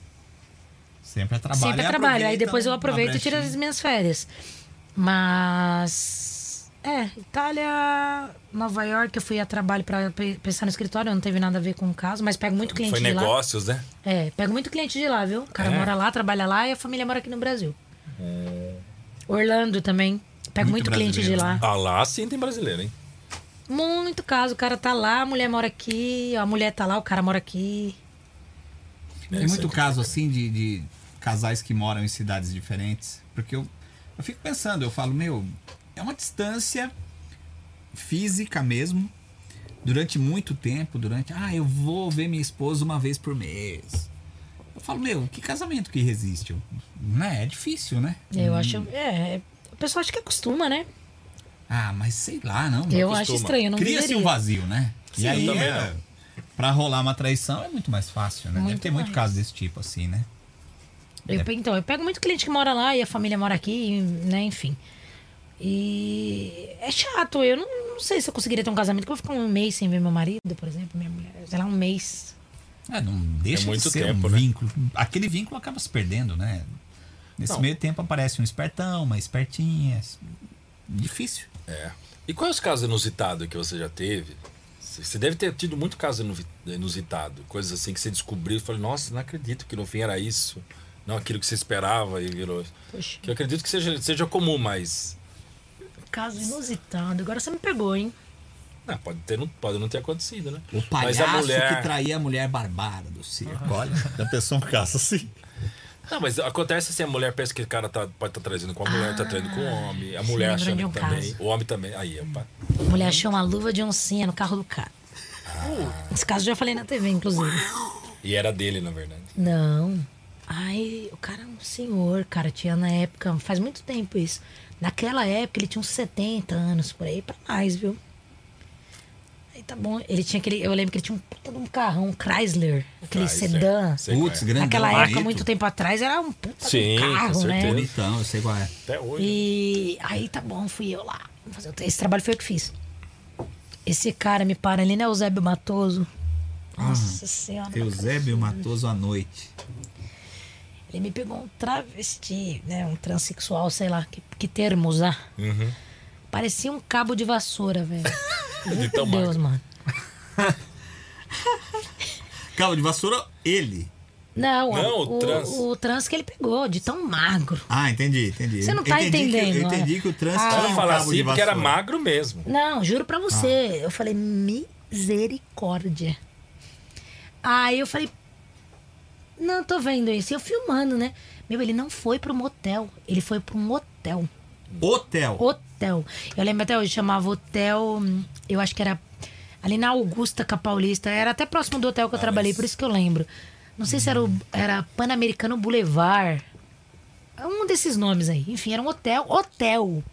Sempre é trabalho.
Sempre
E
é trabalho. Aí
aproveita né?
depois eu
a
aproveito e tiro
brechinha.
as minhas férias. Mas. É, Itália, Nova York, eu fui a trabalho pra pe- pensar no escritório, não teve nada a ver com o caso, mas pego muito cliente
Foi
de lá.
negócios, né?
É, pego muito cliente de lá, viu? O cara
É?
mora lá, trabalha lá e a família mora aqui no Brasil. Orlando também. Pego
É. Muito
muito, cliente de
brasileiro, né?
lá.
Ah, lá sim tem brasileiro, hein?
Muito caso. O cara tá lá, a mulher mora aqui, a mulher tá lá, o cara mora aqui.
Tem muito caso assim de, de casais que moram em cidades diferentes. Porque eu, eu fico pensando, eu falo, meu, é uma distância física mesmo. Durante muito tempo, durante. Ah, eu vou ver minha esposa uma vez por mês. Eu falo, meu, que casamento que resiste? Eu, né? É difícil, né?
Eu acho. É, é- o pessoal acha que acostuma, né?
Ah, mas sei lá, não.
eu
acostuma.
acho estranho, eu não
Cria-se
viveria.
um vazio, né?
Sim,
e aí,
também
é, pra rolar uma traição é muito mais fácil, né? Deve
Muito
ter muito
mais.
caso desse tipo, assim, né?
Eu pe- então, eu pego muito cliente que mora lá e a família mora aqui, né? Enfim. E é chato. Eu não, não sei se eu conseguiria ter um casamento que eu vou ficar um mês sem ver meu marido, por exemplo, minha mulher. Sei lá, um mês.
É, não deixa
muito
de ser
tempo,
um
né?
vínculo. Aquele vínculo acaba se perdendo, né? Nesse
Não.
meio tempo aparece um espertão, uma espertinha. Difícil.
É. E quais os casos inusitados que você já teve? C- Você deve ter tido muito caso inuvi- inusitado. Coisas assim que você descobriu e falou, nossa, não acredito que no fim era isso. Não aquilo que você esperava e virou.
Poxa,
Que eu acredito que seja, seja comum, mas.
caso inusitado. Agora você me pegou, hein?
Não, pode, ter, não, pode não ter acontecido, né?
O
mas
Um palhaço
a mulher.
que traía a mulher barbara do circo. Olha, da pessoa um caso assim.
Não, mas acontece assim, a mulher pensa que o cara tá, pode estar trazendo com a mulher, tá trazendo com o homem.
Ah,
A
se
mulher
lembrou de
achando
um
que também.
caso.
O homem também. Aí, opa.
A mulher achou uma luva de oncinha no carro do cara. Esse caso eu já falei na TV, inclusive.
E era dele, na verdade.
Não. Ai, o cara é um senhor, cara. Tinha na época, faz muito tempo isso. Naquela época ele tinha uns 70 anos por aí, pra mais, viu? Aí tá bom. Ele tinha aquele. Eu lembro que ele tinha um puta de um carrão, um Chrysler, aquele
Chrysler.
sedã.
Sei qual é.
Putz, grande.
Naquela época, muito tempo atrás, era um puta de um
Sim, com
carro, né?
certeza.
Bonitão, eu sei qual é.
Até hoje.
E aí tá bom, fui eu lá. fazer o- Esse trabalho foi eu que fiz. Esse cara me para ali, né? Eusébio Matoso.
Ah,
Nossa senhora.
Eusébio Matoso à noite.
Ele me pegou um travesti, né? Um transexual, sei lá, que, que termo usar.
Uhum.
Parecia um cabo de vassoura, velho. Juro
tão
por Deus, mano.
Cabo de vassoura, ele.
Não,
Não,
o,
o
o
trans.
trans. que ele pegou, de tão magro.
Ah, entendi, entendi.
Você não
Eu
tá
entendi que-
entendendo,
eu
olha.
entendi que o trans
Ah.
tinha
Ela
um
fala
cabo de
assim porque era
vassoura.
magro mesmo.
Não, juro pra você.
Ah.
Eu falei, misericórdia. Aí eu falei, não tô vendo isso. E eu filmando, né? Meu, ele não foi pro motel, ele foi pro um hotel.
Hotel.
Hotel. Eu lembro até hoje, chamava Hotel. hum, Eu acho que era ali na Augusta com a Paulista. Era até próximo do hotel que eu trabalhei, por isso que eu lembro. Não sei se era, o, era Pan-Americano Boulevard. É Um desses nomes aí. Enfim, era um hotel. Hotel.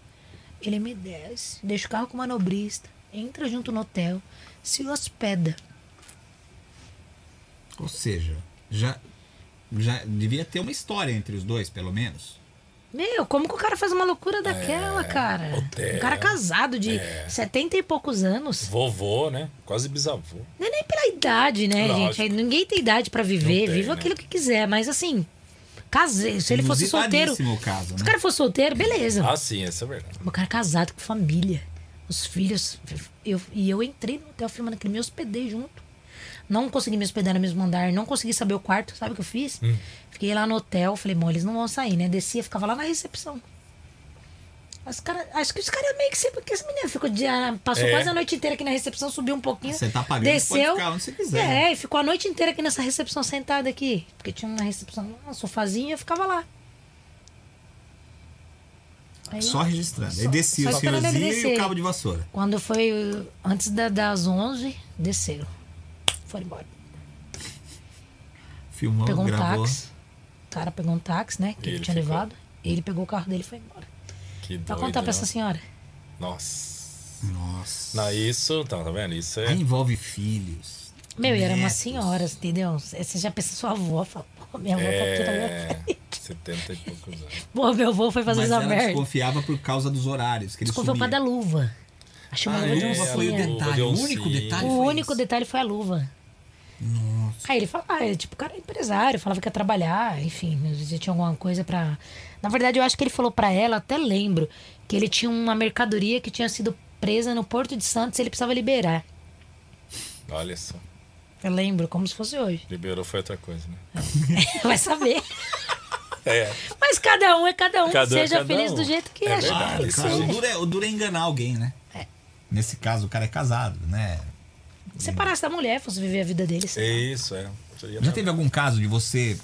Ele me desce, deixa o carro com o manobrista, entra junto no hotel, se hospeda.
Ou seja, já, já devia ter uma história entre os dois, pelo menos.
Meu, como que o cara faz uma loucura daquela, cara?
hotel.
Um cara casado de 70 e poucos anos.
Vovô, né? Quase bisavô.
Não é nem pela idade, né,
Lógico.
gente? Aí Ninguém tem idade pra viver,
Não tem,
viva
né?
aquilo que quiser, mas assim, casei. Se ele fosse solteiro.
Inusitadíssimo o caso,
Se o
né?
cara fosse solteiro, beleza.
Ah, sim, essa é verdade.
O cara casado com família, os filhos. Eu, e eu entrei no hotel filmando aquele, me hospedei junto. Não consegui me hospedar no mesmo andar, não consegui saber o quarto, sabe o que eu fiz?
Hum.
Fiquei lá no hotel, falei, bom, eles não vão sair, né? Descia, ficava lá na recepção. Os cara, acho que os caras meio que sempre. Porque essa menina ficou de, ah, passou
É.
quase a noite inteira aqui na recepção, subiu um pouquinho.
Você tá pagando,
desceu,
pode ficar onde você quiser, né?
É, é, e ficou a noite inteira aqui nessa recepção sentada aqui. Porque tinha uma recepção, um sofazinho, eu ficava lá. Aí,
Só registrando. Aí
É. Só-
descia o
só esperando ele
senhorzinho e o
descer.
cabo de vassoura.
Quando foi uh, antes da- das 11, desceram. Foram embora.
Filmou,
pegou um
gravou.
táxi. O cara pegou um táxi, né? Que
E
ele
ele
tinha
ficou.
levado. Ele pegou o carro dele e foi embora.
Que
Pra
doido.
contar pra
né?
essa senhora.
Nossa.
Nossa.
Não, isso, então, tá vendo? Isso é.
Aí envolve filhos.
Meu, e era né? uma
netos.
senhora, entendeu? Cê- Você já pensa, sua avó fala, pô, minha avó tá aqui na minha
É.
frente.
70 e poucos anos.
Pô, meu avô foi fazer
Mas
essa
ela
merda.
desconfiava por causa dos horários que ele
Desconfiou pra
sumia.
da luva. Achei uma
Ah,
luva de
é,
oncinha.
foi o
oncinha.
detalhe. O
Luva de
único
oncinha.
detalhe
né? O
foi
único
isso.
detalhe foi a luva.
Nossa.
Aí ele falava, ah, tipo, o cara é empresário, falava que ia trabalhar, enfim, às vezes tinha alguma coisa pra. Na verdade, eu acho que ele falou pra ela, até lembro, que ele tinha uma mercadoria que tinha sido presa no Porto de Santos e ele precisava liberar.
Olha só.
Eu lembro, como se fosse hoje.
Liberou foi outra coisa, né?
Vai saber.
É.
Mas cada um é cada um,
Cada um é
seja
cada
feliz
um.
do jeito que
É
acha.
verdade,
que tem que
isso
Cara,
aí.
ser.
o, duro é, o duro é enganar alguém, é né? Nesse caso, o cara é casado, né?
separasse da mulher, fosse viver a vida dele. sei
É
lá.
isso, é. Seria
Já
melhor.
teve algum caso de você,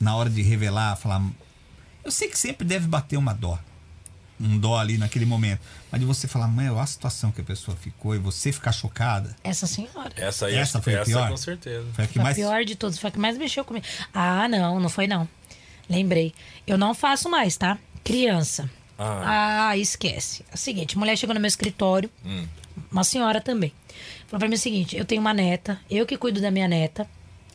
na hora de revelar, falar. Eu sei que sempre deve bater uma dó. Um dó ali naquele momento. Mas de você falar, mãe, olha a situação que a pessoa ficou e você ficar chocada.
Essa senhora.
Essa aí,
Essa
essa,
foi a pior?
com certeza.
Foi a que
a
mais.
Tá pior de todos, foi a que mais mexeu comigo. Ah, não, não foi não. Lembrei. Eu não faço mais, tá? Criança. Ah, esquece. É o seguinte, mulher chegou no meu escritório, uma senhora também. Falou pra mim o seguinte: eu tenho uma neta, eu que cuido da minha neta,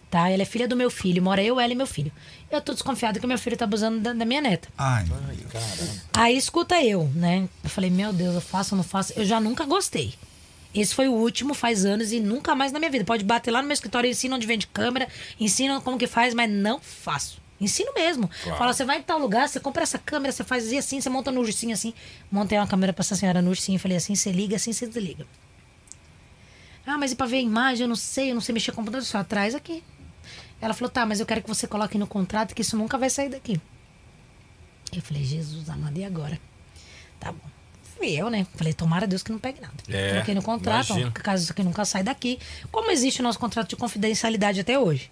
tá? Ela é filha do meu filho, mora eu, ela e meu filho. Eu tô desconfiada que meu filho tá abusando da- da minha neta.
Ai, meu Deus.
Aí escuta eu, né? Eu falei, meu Deus, eu faço, eu não faço. Eu já nunca gostei. Esse foi o último, faz anos e nunca mais na minha vida. Pode bater lá no meu escritório, ensina onde vende câmera, ensina como que faz, mas não faço. Ensino mesmo. Fala, você vai em tal lugar, você compra essa câmera, você faz assim, você monta no ursinho assim. Montei uma câmera pra essa senhora no ursinho, falei assim, você liga, assim você desliga. Ah, mas e pra ver a imagem? Eu não sei, eu não sei mexer com o computador. Só traz aqui. Ela falou, tá, mas eu quero que você coloque no contrato que isso nunca vai sair daqui. Eu falei, Jesus amado, e agora? Tá bom. Fui eu, né? Falei, tomara a Deus que não pegue nada.
É,
Coloquei no contrato, ó,
imagino.
caso isso aqui nunca sai daqui. Como existe o nosso contrato de confidencialidade até hoje?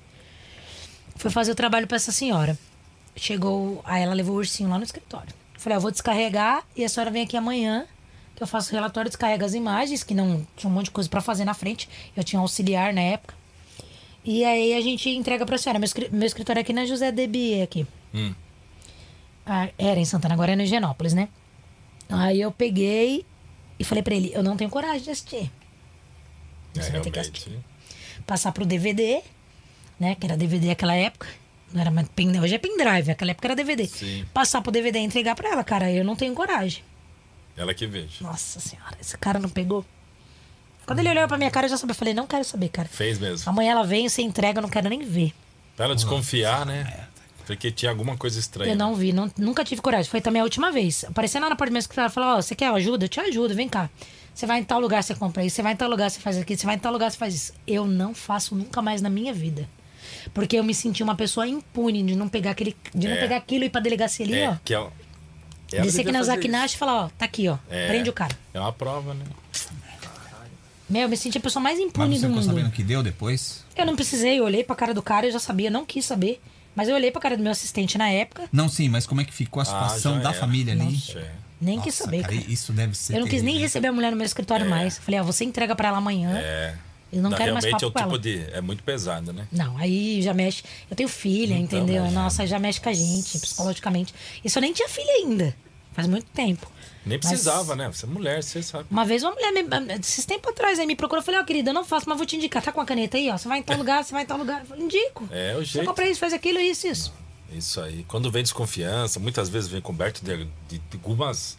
Fui fazer o trabalho pra essa senhora. Chegou, aí ela levou o ursinho lá no escritório. Falei, eu vou descarregar e a senhora vem aqui amanhã, que eu faço o relatório, descarrega as imagens, que não tinha um monte de coisa pra fazer na frente. Eu tinha um auxiliar na época. E aí a gente entrega pra senhora. Meu, escri- meu escritório é aqui na José Debier, aqui.
hum, é,
Ah, era em Santana, agora é no Higienópolis, né? Aí eu peguei e falei pra ele, eu não tenho coragem de assistir.
É,
Você vai ter que assistir.
realmente.
Passar pro DVD, né? Que era DVD naquela época. Não era mais pen... Hoje é pendrive, naquela época era DVD.
Sim.
Passar pro DVD e entregar pra ela, cara, eu não tenho coragem.
Ela que veja.
Nossa senhora, esse cara não pegou. Quando ele olhou pra minha cara, eu já sabia. Eu falei, não quero saber, cara.
Fez mesmo.
Amanhã ela vem, você entrega, eu não quero nem ver.
Pra ela desconfiar,
É,
né?
tá.
Porque tinha alguma coisa estranha.
Eu não vi, não- nunca tive coragem. Foi também a última vez. Aparecendo lá na porta do meu escritório, falou: Ó, você quer ajuda? Eu te ajudo, vem cá. Você vai em tal lugar, você compra isso. Você vai em tal lugar, você faz aquilo. Você vai em tal lugar, você faz isso. Eu não faço nunca mais na minha vida. Porque eu me senti uma pessoa impune de não pegar, aquele, de não
É.
pegar aquilo e ir pra delegacia ali,
É,
ó.
que ela. ela
Descer aqui
devia
na
fazer
Zakinash e falar: Ó, tá aqui, ó.
isso. É.
Prende o cara.
É uma prova, né?
Meu, eu me senti a pessoa mais
Mas
impune
você
do
ficou
mundo.
sabendo o que deu depois?
Eu não precisei, eu olhei pra cara do cara, eu já sabia, não quis saber. Mas eu olhei pra cara do meu assistente na época,
Não, sim, mas como é que ficou a situação
Ah, já
da
era.
família ali?
Isso é.
nem
Nossa,
quis saber, cara.
Isso deve ser.
Eu não quis nem
terrível.
receber a mulher no meu escritório mais. Falei, ó, você entrega pra ela amanhã.
É.
Eu não quero mais
realmente
papo
é o
com
tipo
ela.
de. É muito pesado, né?
Não, aí já mexe. Eu tenho filha, entendeu?
mas já-
Nossa, já mexe com a gente, psicologicamente. Isso eu nem tinha filha ainda. Faz muito tempo.
Nem
Mas-
precisava, né? Você é mulher, você sabe.
Uma vez uma mulher, me, esses tempos atrás, aí me procurou. Eu falei, ó, querida, eu não faço, mas vou te indicar. Tá com a caneta aí, ó. Você vai em tal lugar, você vai em tal lugar. Eu falei, indico.
É, o
Você
jeito.
compra isso, faz aquilo, isso, isso.
Isso aí. Quando vem desconfiança, muitas vezes vem coberto de, de- de algumas.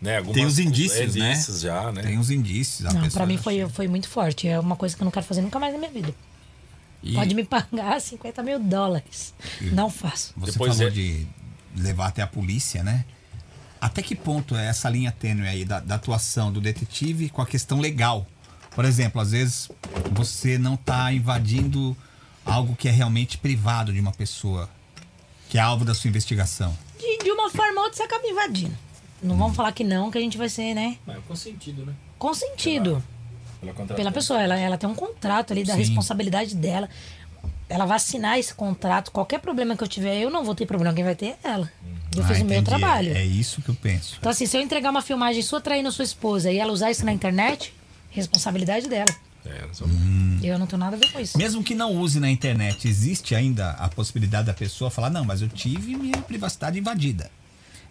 Né, algumas
Tem os indícios, né?
indícios já, né?
Tem uns indícios. a
Não,
pessoa
pra mim
já
foi,
chega.
foi muito forte. É uma coisa que eu não quero fazer nunca mais na minha vida.
E
Pode me pagar 50 mil dólares. Não faço.
Você
Depois
falou
é-
de levar até a polícia, né? Até que ponto é essa linha tênue aí da, da atuação do detetive com a questão legal? Por exemplo, às vezes você não está invadindo algo que é realmente privado de uma pessoa, que é alvo da sua investigação.
de, de uma forma ou outra você acaba invadindo. Não vamos falar que não, que a gente vai ser, né?
É,
Mas com sentido, né?
Consentido
Pela, contratação.
pela pessoa. Ela, ela tem um contrato ali da
Sim.
responsabilidade dela. Ela vai assinar esse contrato. Qualquer problema que eu tiver, eu não vou ter problema. Quem vai ter é ela. Eu
Ah,
fiz o meu
entendi.
trabalho.
É, é isso que eu penso.
Então, assim, se eu entregar uma filmagem sua traindo sua esposa e ela usar isso na internet, responsabilidade dela.
É, só-
Hum.
Eu não tenho nada a ver com isso.
Mesmo que não use na internet, existe ainda a possibilidade da pessoa falar: não, mas eu tive minha privacidade invadida.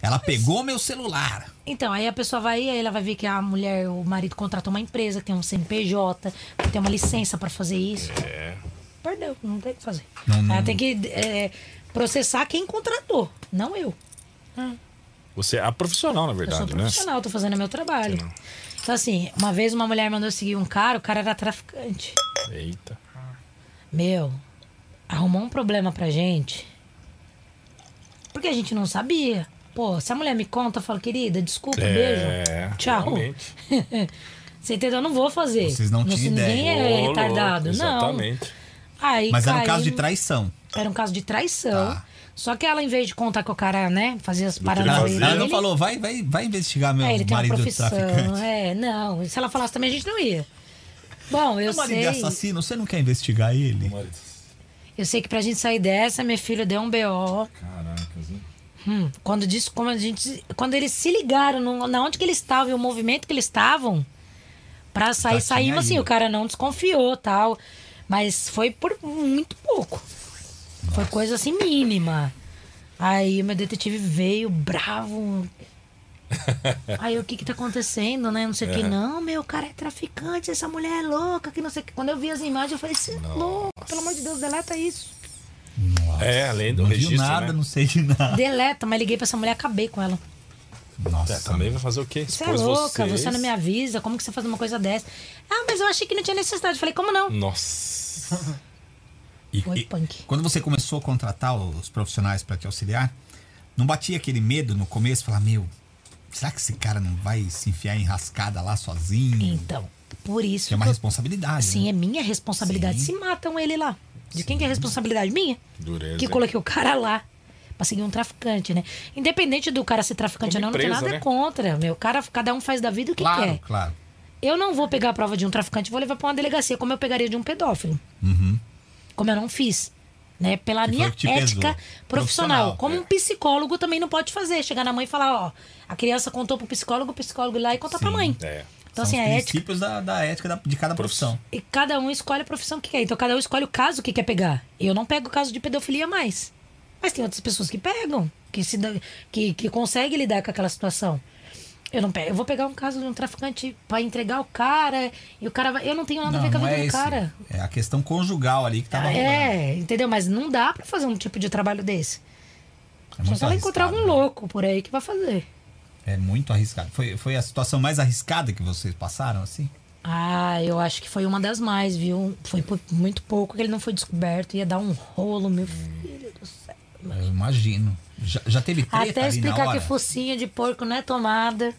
Ela pegou meu celular.
Então, aí a pessoa vai, aí ela vai ver que a mulher, o marido contratou uma empresa, que tem um CNPJ, que tem uma licença pra fazer isso. É. Perdeu, não tem o que fazer.
Não, não.
Ela tem que é, processar quem contratou, não eu.
Você é a profissional, na
Eu sou
verdade, né?
profissional, tô fazendo meu trabalho. Então, assim, uma vez uma mulher mandou seguir um cara, o cara era traficante.
Eita.
Meu, arrumou um problema pra gente. Porque a gente não sabia. Pô, se a mulher me conta, eu falo, querida, desculpa,
É,
Um beijo. Tchau.
realmente.
Você entendeu? Eu não vou fazer.
Vocês não
se
tinham
Ninguém
ideia.
é
Ô, louco,
retardado, não.
Exatamente.
Aí
Mas era um
caí-
caso de traição.
Era um caso de traição.
Tá.
Só que ela, em vez de contar que o cara, né, fazia as paradas
Ela,
fazia.
ela não
dele,
falou, vai, vai, vai investigar meu
é, ele tem uma
marido
profissão.
traficante.
É, não. E se ela falasse também, a gente não ia. Bom, eu
Seu marido é
sei.
assassino, você não quer investigar ele?
Marido.
Eu sei que pra gente sair dessa, meu filho deu um BO.
Caracas, hein?
Hum, quando disso, como a gente, quando eles se ligaram no- na onde que eles estavam e o movimento que eles estavam pra sair,
tinha
saímos assim,
ido.
o cara não desconfiou, tal, mas foi por muito pouco. Foi coisa assim mínima. Aí o meu detetive veio bravo. Aí o que que tá acontecendo, né? Não sei o que. Não, meu, o cara é traficante, essa mulher é louca, que não sei o que. Quando eu vi as imagens, eu falei, você é louco, pelo amor de Deus, deleta isso.
Nossa,
É, além do
não
registro,
viu nada,
né?
não sei de nada.
Deleta, mas liguei pra essa mulher, acabei com ela.
Nossa,
É, também vai fazer o quê?
Você é
Expôs
louca, você
vocês.
não me avisa, como que você faz uma coisa dessa? Ah, mas eu achei que não tinha necessidade. Falei, como não?
Nossa.
E-
Oi,
e-
punk.
Quando você começou a contratar os profissionais para te auxiliar, não batia aquele medo no começo, falar, meu, será que esse cara não vai se enfiar em rascada lá sozinho?
Então, por isso.
Que é uma
que eu-
responsabilidade.
Sim,
né?
é minha responsabilidade.
Sim.
Se matam ele lá. De quem que é a responsabilidade? Minha.
Dureza.
Que eu
hein?
coloquei o cara lá. Pra seguir um traficante, né? Independente do cara ser traficante
Como
ou não, não
empresa,
tem nada
né?
contra. Meu, O cara, cada um faz da vida o que
claro,
quer.
claro.
Eu não vou pegar a prova de um traficante e vou levar pra uma delegacia, como eu pegaria de um pedófilo. Como eu não fiz. Né?
Uhum.
Pela
Que foi
minha
o que te
ética
pesou.
profissional.
Profissional,
Como
é.
um psicólogo também não pode fazer. Chegar na mãe e falar, ó, a criança contou pro psicólogo, o psicólogo ir lá e contar pra
Sim,
mãe.
É.
São
Então,
os
assim, a ética.
princípios da, da ética da- de cada profissão.
E cada um escolhe a profissão que quer. Então, cada um escolhe o caso que quer pegar. Eu não pego o caso de pedofilia mais. Mas tem outras pessoas que pegam, que, se dá- que, que conseguem lidar com aquela situação. Eu não pego. Eu vou pegar um caso de um traficante pra entregar o cara. E o cara vai. Eu não tenho nada a ver com a vida do
esse. Tá
cara.
É a questão conjugal ali que tava rolando.
É, entendeu? Mas não dá pra fazer um tipo de trabalho desse. Só
É
um
muito
se ela encontrar
arriscado,
algum
né?
louco por aí que vai fazer.
É muito arriscado. Foi, foi a situação mais arriscada que vocês passaram, assim?
Ah, eu acho que foi uma das mais, viu? Foi por muito pouco que ele não foi descoberto. Ia dar um rolo, meu filho do céu.
Eu imagino. Já, já teve treta ali
Até
na
explicar que
hora?
focinho de porco não é tomada.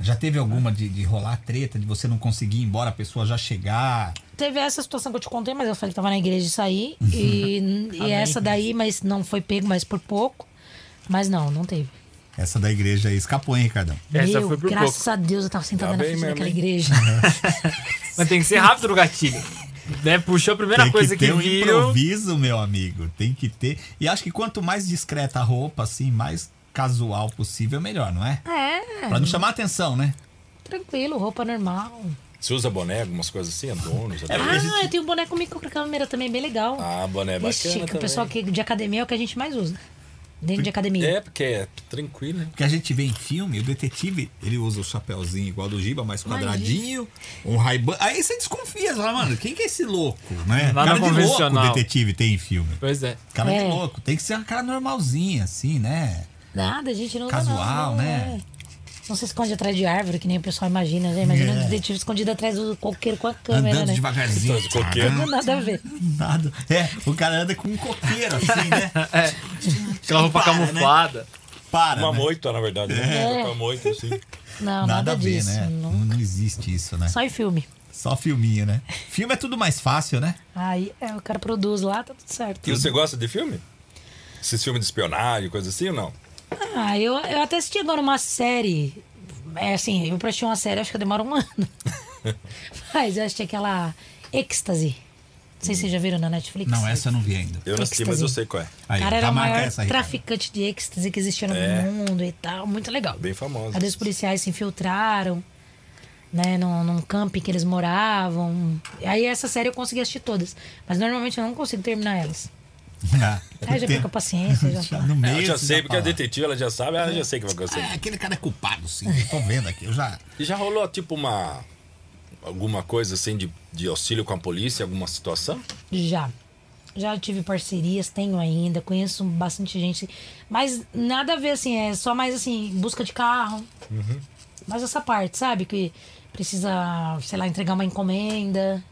Já teve alguma de, de rolar treta, de você não conseguir ir embora, a pessoa já chegar?
Teve essa situação que eu te contei, mas eu falei que tava na igreja e saí.
Uhum.
E, e essa daí, mas não foi pego, mas por pouco. Mas não, não teve.
Essa da igreja aí escapou, hein, Ricardão?
Essa
Meu,
foi por
graças
pouco.
a Deus eu tava sentada
Tá
na
bem
frente
mesmo,
daquela
hein?
igreja.
Mas tem que ser rápido no gatilho. Né? Puxou a primeira coisa que,
ter um
viram.
improviso, meu amigo. Tem que ter. E acho que quanto mais discreta a roupa, assim, mais casual possível, melhor, não é?
É,
Pra não chamar atenção, né?
tranquilo, roupa normal.
Você usa boné, algumas coisas assim? Adornos? até-
Ah, eu tenho um boneco microcâmera também, bem legal.
Ah, boné é bacana
Estica,
também.
o pessoal que, de academia é o que a gente mais usa. Dentro de academia.
É, porque é tranquilo, né?
Porque a gente vê em filme, o detetive, ele usa o chapéuzinho igual do Giba, mais quadradinho, um raibã. Aí você desconfia, você fala, mano, quem que é esse louco,
Nada
né? cara de louco o
convencional.
detetive tem em filme.
Pois é.
Cara
É.
de louco, tem que ser uma cara normalzinha, assim, né?
Nada, a gente não usa
Casual,
nada, não,
né?
é. Não se esconde atrás de árvore, que nem o pessoal imagina, né? Imagina
É.
um detetive escondido atrás do coqueiro com a câmera,
Andando
né?
devagarzinho.
Então, de coqueiro.
Não tem nada a ver.
Nada. É, o cara anda com um coqueiro, assim, né?
Aquela roupa
Para, né?
camuflada.
Para.
Uma
né?
moita, na verdade. Né?
É.
Uma moita, assim.
Não,
Nada,
nada,
a ver,
disso.
né? Não,
não. é
não existe isso, né? Só...
Só em filme.
filminho, né? Filme é tudo mais fácil, né?
Aí é, o cara produz lá, tá tudo certo.
E você gosta de filme? Esses filmes de espionagem, coisa assim ou não?
Ah, eu, eu até assisti agora uma série. É assim, eu pra assistir uma série, acho que demora um ano. Mas eu assisti aquela Ecstasy. Não sei se vocês já viram na Netflix.
Não, essa eu não vi ainda.
Eu não assisti, mas eu sei qual é.
Aí,
cara era
já
o
marca
maior
essa, Ricardo.
traficante de êxtase que existia no
É.
mundo e tal. Muito legal.
Bem famosa.
Cadê os policiais se infiltraram, né? Num, num camping que eles moravam. Aí essa série eu consegui assistir todas. Mas normalmente eu não consigo terminar elas. Aí Tá, já
Ah, Tem-
perco a paciência. Já...
Já no meio,
É, Eu já
você
sei, porque a
fala,
detetive, ela já sabe, ela
É.
já sei que vai acontecer.
"Ah, aquele cara é culpado, sim. Eu tô vendo aqui. Eu já.
E já rolou, tipo, uma... Alguma coisa, assim, de, de auxílio com a polícia, alguma situação?
Já. Já tive parcerias, tenho ainda, conheço bastante gente. Mas nada a ver, assim, é só mais assim, busca de carro.
Uhum.
Mas essa parte, sabe? Que precisa, sei lá, entregar uma encomenda,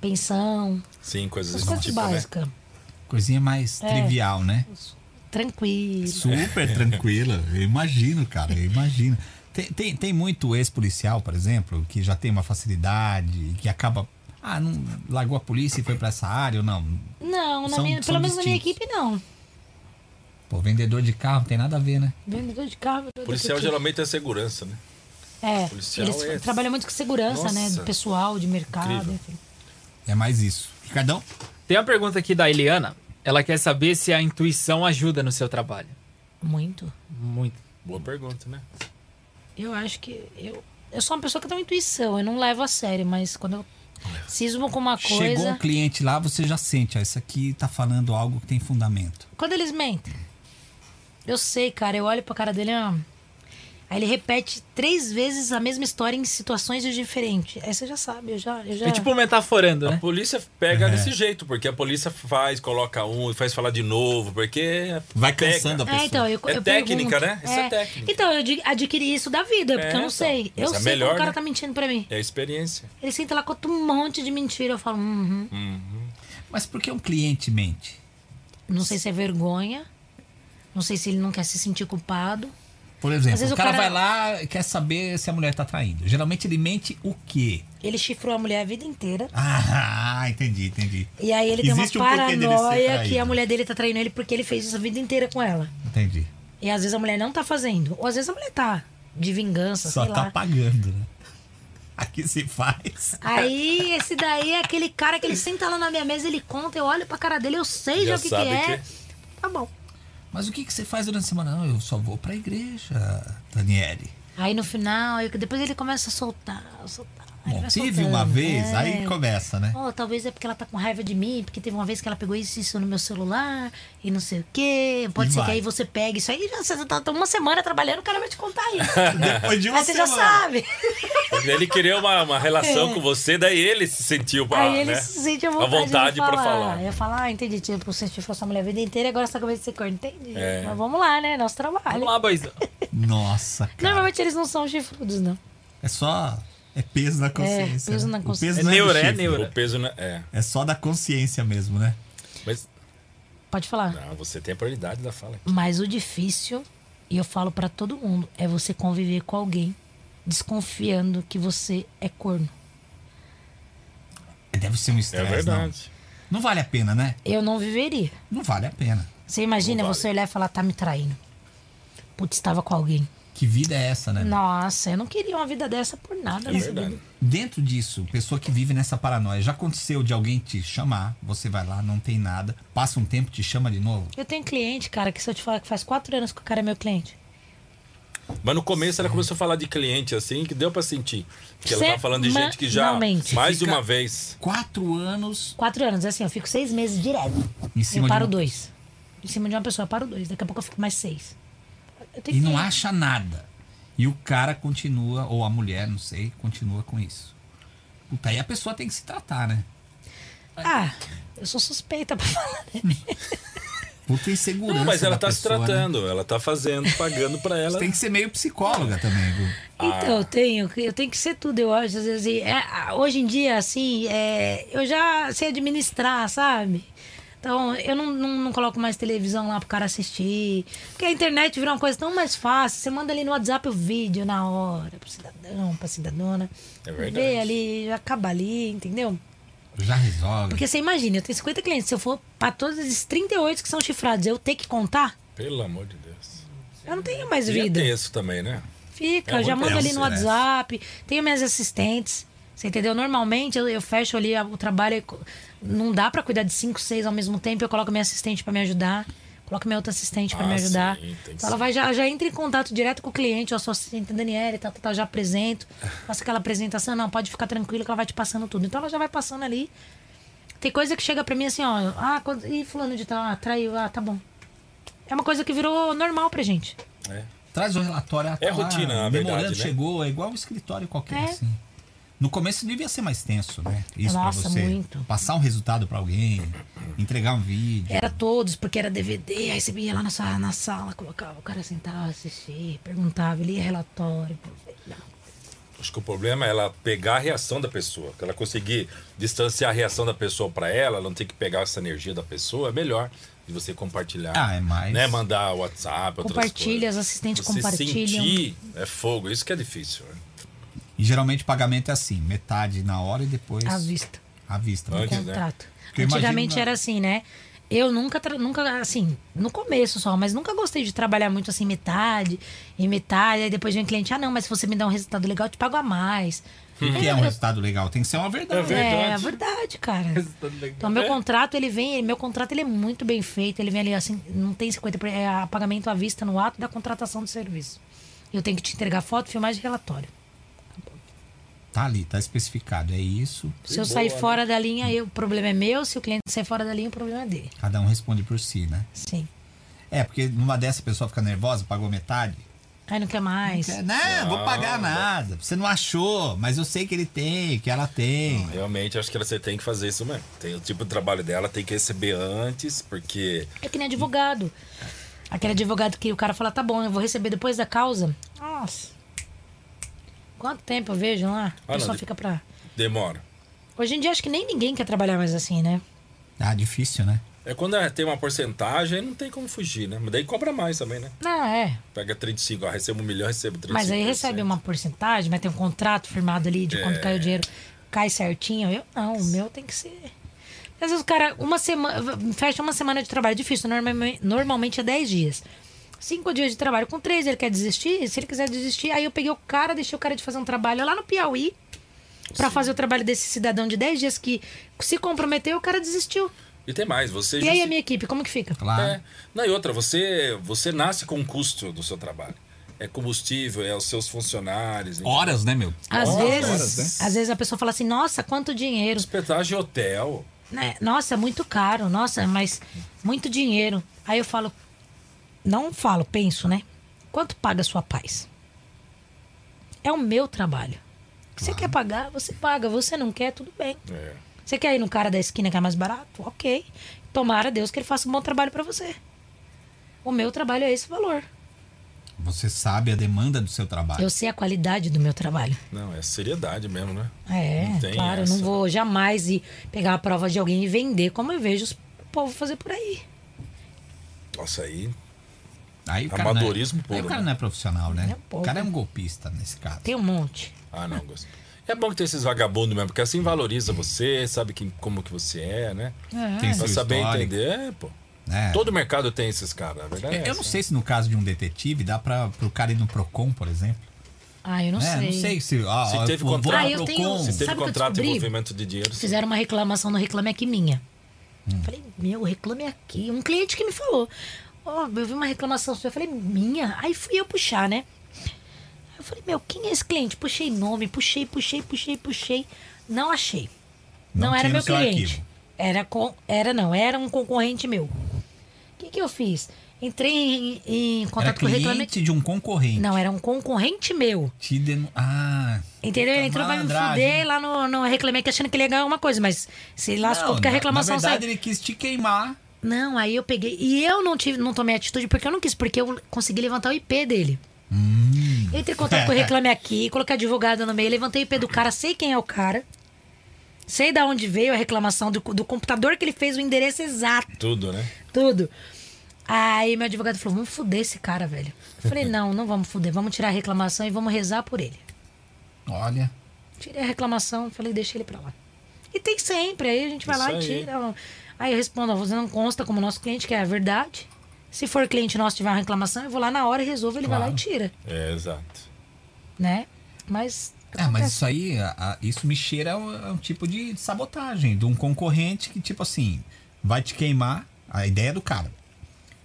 pensão,
Sim, coisas
essas
desse
coisas
tipo, né?
básicas.
Coisinha mais trivial, né? É.
Tranquilo.
Super tranquila. Eu imagino, cara. Eu imagino. Tem, tem, tem muito ex-policial, por exemplo, que já tem uma facilidade, que acaba. Ah, não largou a polícia e foi pra essa área ou não?
Não, na
São-
minha,
são
pelo menos na minha
distintos.
equipe, não.
Pô, vendedor de carro não tem nada a ver, né?
Vendedor de carro. vendedor
Policial
de-
geralmente é segurança, né?
É,
Policial
eles
é-
trabalham muito com segurança, né?
Nossa.
Do pessoal, de mercado,
Incrível.
enfim.
É mais isso. Ricardão?
Tem uma pergunta aqui da Eliana. Ela quer saber se a intuição ajuda no seu trabalho.
Muito.
Muito.
Boa pergunta, né?
Eu acho que. Eu, eu sou uma pessoa que tem uma intuição, eu não levo a sério, mas quando eu cismo com uma
Chegou
coisa.
um cliente lá, você já sente, ó, isso aqui tá falando algo que tem fundamento.
Quando eles mentem. Eu sei, cara, eu olho pra cara dele. ah, Aí ele repete três vezes a mesma história em situações diferentes. Aí você já sabe, eu já. Eu já...
É tipo metaforando,
A
né?
polícia pega
É.
desse jeito, porque a polícia faz, coloca um e faz falar de novo, porque.
Vai
pega.
cansando a pessoa.
É, então, eu,
É
eu
técnica,
pergunto.
né? Isso é técnica.
Então, eu ad- adquiri isso da vida, porque
É,
eu não
então.
sei.
Mas
eu
é
sei
melhor,
que o cara
né?
tá mentindo pra mim.
É a experiência.
Ele senta lá, conta um monte de mentira. Eu falo, uhum.
Hum.
Mas por que um cliente mente?
Não sei se é vergonha. Não sei se ele não quer se sentir culpado.
Por
Às
exemplo,
vezes
o
o
cara,
cara-
vai lá e quer saber se a mulher tá traindo. Geralmente ele mente o quê?
Ele chifrou a mulher a vida inteira.
Ah, entendi, entendi.
E aí ele tem
Existe um
uma
porquê dele ser
paranoia
traído.
que a mulher dele tá traindo ele porque ele fez isso a vida inteira com ela.
Entendi.
E às vezes a mulher não tá fazendo. Ou às vezes a mulher tá de vingança,
Só
sei
tá
lá.
pagando, né? Aqui se faz.
Aí esse daí é aquele cara que ele senta lá na minha mesa, ele conta, eu olho pra cara dele, eu sei
Já
já, o que, que
sabe
é.
que-
Tá bom.
Mas o que, que você faz durante a semana? Não, eu só vou pra igreja, Daniele.
Aí no final, aí depois ele começa a soltar, soltar. Aí
Bom,
vai
tive
soltando,
uma vez,
é.
aí começa, né?
Oh, talvez é porque ela tá com raiva de mim, porque teve uma vez que ela pegou isso, e isso no meu celular e não sei o quê. Pode
E
ser
vai.
que aí você pegue isso aí, já, você tá tá uma semana trabalhando, o cara vai te contar isso.
Depois de uma
aí você já
semana.
sabe.
Ele queria uma, uma relação com você, daí ele se sentiu pá,
É. aí ele
né?
se sente à
A
vontade,
vontade
de
pra
falar.
falar.
Eu falo, ah, entendi, tipo, você te forçou a mulher a vida inteira e agora você tá com medo de ser corno. Entendi.
É.
Mas vamos lá, né? Nosso trabalho.
Vamos lá, boizão.
Nossa, cara.
Normalmente eles não são chifrudos, não.
É só. É peso na consciência.
peso
né?
na
O
consciência.
É
não do
neura, é
chifre.
neura.
O peso na. É.
É só da consciência mesmo, né?
Mas.
Pode falar.
Não, você tem a prioridade da fala. É
Mas o difícil, e eu falo pra todo mundo, é você conviver com alguém desconfiando que você é corno.
Deve ser um
É
estresse.
verdade.
Não. não vale a pena, né?
Eu não viveria.
Não vale a pena.
Você imagina
Não vale.
você olhar e falar, tá me traindo. Putz, estava com alguém.
Que vida é essa, né?
Nossa, eu não queria uma vida dessa por nada.
É
nessa
verdade.
vida.
Dentro disso, pessoa que vive nessa paranoia, já aconteceu de alguém te chamar, você vai lá, não tem nada, passa um tempo, te chama de novo?
Eu tenho cliente, cara, que se eu te falar que faz quatro anos que o cara é meu cliente.
Mas no começo ela começou a falar de cliente assim, que deu pra sentir. Que ela
Você
tava falando de gente que já.
manamente.
Mais de
Fica-
uma vez.
Quatro anos
Quatro anos, assim, eu fico seis meses direto.
em cima
eu paro
de um-
dois. Em cima de uma pessoa, eu paro dois. Daqui a pouco eu fico mais seis. Eu tenho
e não
cliente.
acha nada. E o cara continua, ou a mulher, não sei, continua com isso. Puta, aí a pessoa tem que se tratar, né?
Ah, eu sou suspeita pra falar.
Puta insegurança.
Não, mas ela
da
tá se
pessoa, né?
tratando, ela tá fazendo, pagando pra ela.
Você tem que ser meio psicóloga também, viu?
Ah.
Então, eu tenho, que- eu tenho que ser tudo, eu acho. Às vezes, e é, a- hoje em dia, assim, é, eu já sei administrar, sabe? Então, eu não, não, não coloco mais televisão lá pro cara assistir. Porque a internet virou uma coisa tão mais fácil. Você manda ali no WhatsApp o vídeo na hora, pro cidadão, pra cidadona.
É verdade.
Vê ali, já acaba ali, entendeu?
Já resolve.
Porque você imagina, eu tenho 50 clientes. Se eu for pra todos esses 38 que são chifrados, eu ter que contar,
Pelo amor de Deus.
eu não tenho mais
E é
vida.
tenso também, né?
Fica,
É
eu já
muito
mando ali
tenso,
no
né?
WhatsApp, tenho minhas assistentes. Você entendeu? Normalmente eu, eu fecho ali a- o trabalho. e co- Não dá pra cuidar de cinco, seis ao mesmo tempo. Eu coloco minha assistente pra me ajudar. Coloco minha outra assistente pra
Ah,
me ajudar.
sim, tem que
então ela vai já, já entra em contato direto com o cliente. Eu sou assistente da Daniela, tá, tá, já apresento. Faço aquela apresentação. Não, pode ficar tranquilo que ela vai te passando tudo. Então ela já vai passando ali. Tem coisa que chega pra mim assim, ó. Ah, quando, ih, fulano de tal, ah, traiu, ah, tá bom. É uma coisa que virou normal pra gente.
É.
Traz o relatório. ah, tá
É
lá,
rotina, na
Demorando,
verdade, né?
chegou, é igual um escritório qualquer,
É.
assim. No começo devia ser mais tenso, né? Isso
Nossa,
pra você.
muito.
Passar um resultado pra alguém, entregar um vídeo.
Era todos, porque era DVD, aí você ia lá na sala, na sala, colocava, o cara sentava, assistia, perguntava, lia relatório.
Acho que o problema é ela pegar a reação da pessoa. Que ela conseguir distanciar a reação da pessoa pra ela, ela não tem que pegar essa energia da pessoa, é melhor de você compartilhar.
Ah, é mais-
Né? Mandar WhatsApp, outras
Compartilha,
coisas.
as assistentes
Você
compartilham.
sentir é fogo, isso que é difícil. né?
E geralmente o pagamento é assim, metade na hora e depois
À vista,
à vista.
Antes, né?
contrato.
Porque
Antigamente
imagina-
era assim, né? Eu nunca, tra- nunca, assim, no começo só, mas nunca gostei de trabalhar muito assim, metade e metade. Aí depois vem o cliente, ah, não, mas se você me dá um resultado legal, eu te pago a mais.
O que é um resultado legal? Tem que ser uma verdade.
É Uhum. verdade.
É, é verdade, cara.
Tá
Então,
É?
meu contrato, ele vem, meu contrato ele é muito bem feito, ele vem ali assim, não tem 50%, é a pagamento à vista no ato da contratação do serviço. Eu tenho que te entregar foto, filmagem e relatório.
Tá ali, tá especificado. É isso.
Se eu
né?
sair fora da linha, eu- o problema é meu, se o cliente sair fora da linha, o problema é dele.
Cada um responde por si, né?
Sim.
É, porque numa dessa a pessoa fica nervosa, pagou metade.
Aí não quer mais.
É, Não, vou pagar nada. Você não achou, mas eu sei que ele tem, que ela tem.
Realmente, acho que você tem que fazer isso mesmo. Tem o tipo de trabalho dela, tem que receber antes, porque.
É que nem advogado. Aquele advogado que o cara fala, tá bom, eu vou receber depois da causa. Nossa. Quanto tempo eu vejo lá? A
Ah, não,
pessoa
de-
fica pra.
Demora.
Hoje em dia acho que nem ninguém quer trabalhar mais assim, né?
Ah, difícil, né?
É quando é- tem uma porcentagem, não tem como fugir, né? Mas daí cobra mais também, né?
Não, é.
Pega 35, ó, recebo um milhão, recebo 35.
Mas aí recebe uma porcentagem, mas tem um contrato firmado ali de quando cai o dinheiro, cai certinho. Eu não, o meu tem que ser. Às vezes o cara, uma semana, fecha uma semana de trabalho, é difícil, normalme- normalmente é 10 dias. Cinco dias de trabalho, com três ele quer desistir, se ele quiser desistir, aí eu peguei o cara, deixei o cara de fazer um trabalho lá no Piauí, pra fazer o trabalho desse cidadão de 10 dias que se comprometeu, o cara desistiu.
E tem mais, você.
E aí
justi-
a minha equipe, como que fica?
Claro.
É. Não, e outra, você, você nasce com o custo do seu trabalho. É combustível, é os seus funcionários. entendeu?
Horas, né, meu?
Às
Horas,
vezes,
horas, né?
às vezes a pessoa fala assim: "Nossa, quanto dinheiro".
Hospedagem e hotel.
né? Nossa, muito caro, nossa, mas muito dinheiro. Aí eu falo, não falo, penso, né? Quanto paga a sua paz? É o meu trabalho. Você quer pagar, você paga. Você não quer, tudo bem.
É.
Você quer ir no cara da esquina que é mais barato? Ok. Tomara Deus que ele faça um bom trabalho pra você. O meu trabalho é esse valor.
Você sabe a demanda do seu trabalho.
Eu sei a qualidade do meu trabalho.
Não, é seriedade mesmo, né?
É,
Não tem
claro, eu
essa.
não vou jamais ir pegar a prova de alguém e vender como eu vejo os povo fazer por aí.
Nossa, aí.
Aí o cara não é-
Amadorismo puro,
Aí o cara
né?
não é profissional, né?
É um pouco.
o cara é um golpista nesse caso.
Tem um monte.
Ah, não, gosto. É bom que tem esses vagabundos mesmo, porque assim valoriza você, sabe quem, como que você é, né?
um
Tem
Pra
seu
saber
histórico,
entender, é, pô.
né?
Todo mercado tem esses caras, a verdade.
Eu-
é
Eu não
essa.
sei se no caso de um detetive dá para pro cara ir no Procon, por exemplo.
Ah, eu não
né?
sei.
Não sei se, ó,
Se
ó,
teve
eu vou
contrato.
lá
Ah, eu
pro
tenho-
Procon.
Se teve
Sabe o que eu
contrato de
descobri?
envolvimento de dinheiro. sim.
Fizeram uma reclamação no Reclame Aqui minha.
Hum.
Falei, meu, reclame aqui. Um cliente que me falou. Ó, eu vi uma reclamação sua. Eu falei, minha? Aí fui eu puxar, né? Eu falei, meu, quem é esse cliente? Puxei nome, puxei, puxei, puxei, puxei. Não achei.
Não
Não, era
tinha no
meu
seu
cliente.
arquivo.
Era, com, era não, era um concorrente meu. O que, que eu fiz? Entrei em, em
Era
contato com o Reclame Aqui.
é cliente de um concorrente.
Não, era um concorrente meu.
Te denu... Ah,
Entendeu? Ele
Puta
entrou pra me
malandragem.
fuder lá no, no Reclame Aqui achando que ele ia ganhar alguma coisa, mas se lascou
Não,
porque a
na-
reclamação
Na verdade,
saiu.
ele quis te queimar.
Não, aí eu peguei. E eu não tive, não tomei atitude porque eu não quis, porque eu consegui levantar o IP dele.
Hum.
Eu entrei em contato com o Reclame Aqui, coloquei advogado no meio, levantei o IP do cara, sei quem é o cara. Sei da onde veio a reclamação, do, do computador que ele fez, o endereço exato
Tudo, né?
tudo. Aí meu advogado falou: vamos fuder esse cara, velho. Eu falei: não, não vamos fuder, vamos tirar a reclamação e vamos rezar por ele.
Olha.
Tirei a reclamação, falei: deixa ele pra lá. E tem sempre, aí a gente vai
Isso
lá e
aí.
tira. Aí eu respondo: ó, você não consta como nosso cliente, que é a verdade. Se for cliente nosso tiver uma reclamação, eu vou lá na hora e resolvo, ele vai lá e tira,
É, exato.
né? Mas.
É, mas
acontece.
isso aí, a- a- isso me cheira a um, a um tipo de sabotagem, de um concorrente que, tipo assim, vai te queimar. A ideia é do cara.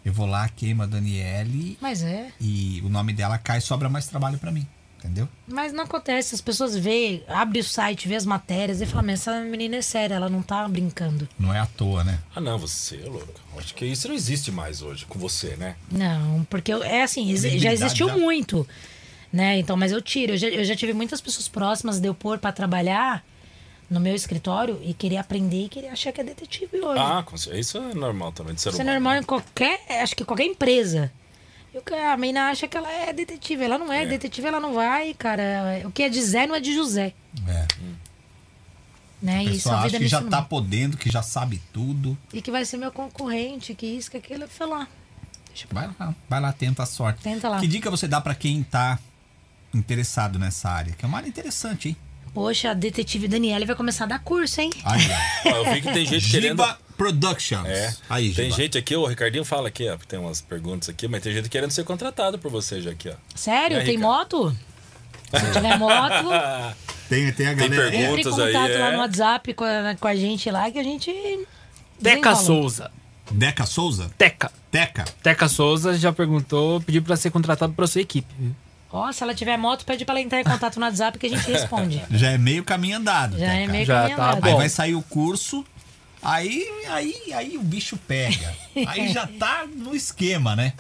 Eu vou lá, queima a Daniele
Mas é.
e o nome dela cai sobra mais trabalho pra mim. Entendeu?
Mas não acontece, as pessoas veem, abrem o site, vê as matérias e falam: "Mas essa menina é séria, ela não tá brincando.
Não é à toa, né?
Ah, não, você é louco. Acho que isso não existe mais hoje com você, né?
Não, porque eu- é assim, exi- já
Credibilidade,
existiu
já.
muito, né? Então, mas eu tiro. Eu já, eu já tive muitas pessoas próximas de eu pôr pra trabalhar no meu escritório e querer aprender e querer achar que é detetive hoje.
Ah, com cer- isso é normal também de ser
Isso é
humano. né?
normal em qualquer, acho que qualquer empresa. E o que- a menina acha que ela é detetive, ela não é, detetive, ela não vai, cara. O que é de Zé não é de José,
É.
né?
A
Isso
pessoa
a
acha
vida
que
me
já
ensinou.
tá podendo, que já sabe tudo.
E que vai ser meu concorrente, que isso, que aquilo, eu fui lá. Deixa pra
Vai lá, vai lá, tenta a sorte.
Tenta lá.
Que dica você dá pra quem tá interessado nessa área? Que é uma área interessante, hein?
Poxa, a detetive Daniele vai começar a dar curso, hein?
Olha,
Ó, eu vi que tem gente querendo.
Giba Productions.
É.
Aí,
tem
Giba.
gente aqui, o Ricardinho fala aqui, ó, tem umas perguntas aqui, mas tem gente querendo ser contratado por você já aqui, ó.
Sério?
E aí,
tem
Ricardo?
moto? Se tiver moto,
Tem, tem a galera.
pergunta?
entre em
Perguntas aí,
contato lá
é.
no WhatsApp com a, com a gente lá que a gente.
Teca
desenrola.
Souza.
É, Deca Souza?
Teca.
Teca.
Teca Souza já perguntou, pediu pra ser contratado pra sua equipe.
Ó, se ela tiver moto, pede pra ela entrar em contato no WhatsApp que a gente responde.
Já é meio caminho andado.
Já é
Teca.
meio
Já
caminho
tá
andado.
Aí
Bom.
vai sair o curso, aí, aí, aí o bicho pega. Aí já tá no esquema, né?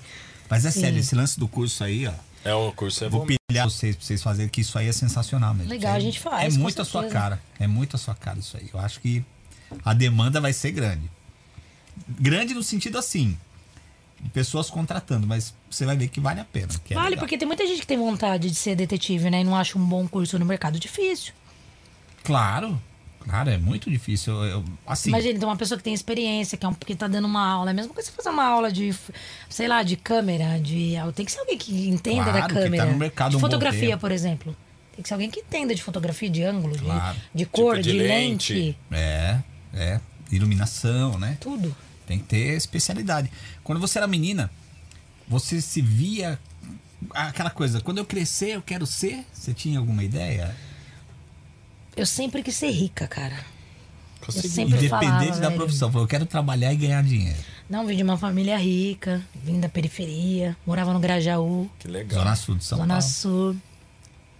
Mas é sério, esse lance do curso aí, ó.
É o curso é
Eu vou
bom.
pilhar vocês pra vocês fazerem, que isso aí é sensacional mesmo.
Legal,
Isso aí
a gente faz,
É
com
muito a sua
certeza.
cara. É muito a sua cara isso aí. Eu acho que a demanda vai ser grande. Grande no sentido assim, pessoas contratando, mas você vai ver que vale a pena. que é
vale,
legal.
porque tem muita gente que tem vontade de ser detetive, né? E não acha um bom curso no mercado difícil.
Claro, claro, é muito difícil. Eu, eu- assim,
Imagina, então uma pessoa que tem experiência, que, é um, que tá dando uma aula. É a mesma coisa que você fazer uma aula de, sei lá, de câmera, de. ah, Tem que ser alguém que entenda
Claro,
da
que tá
câmera.
no mercado
de
um bom
fotografia,
tempo.
por exemplo. Tem que ser alguém que entenda de fotografia, de ângulo, de-
Claro.
de, cor,
Tipo
de,
de
lente.
lente.
é, é, iluminação, né?
tudo.
Tem que ter especialidade. Quando você era menina, você se via aquela coisa, quando eu crescer eu quero ser? Você tinha alguma ideia?
Eu sempre quis ser rica, cara. Eu
Consegui.
sempre
Independente
falava,
da
velho.
profissão, falou, eu quero trabalhar e ganhar dinheiro.
Não, vim de uma família rica, vim da periferia, morava no Grajaú,
Que legal.
Zona Sul de São
Zona
Paulo.
Sul.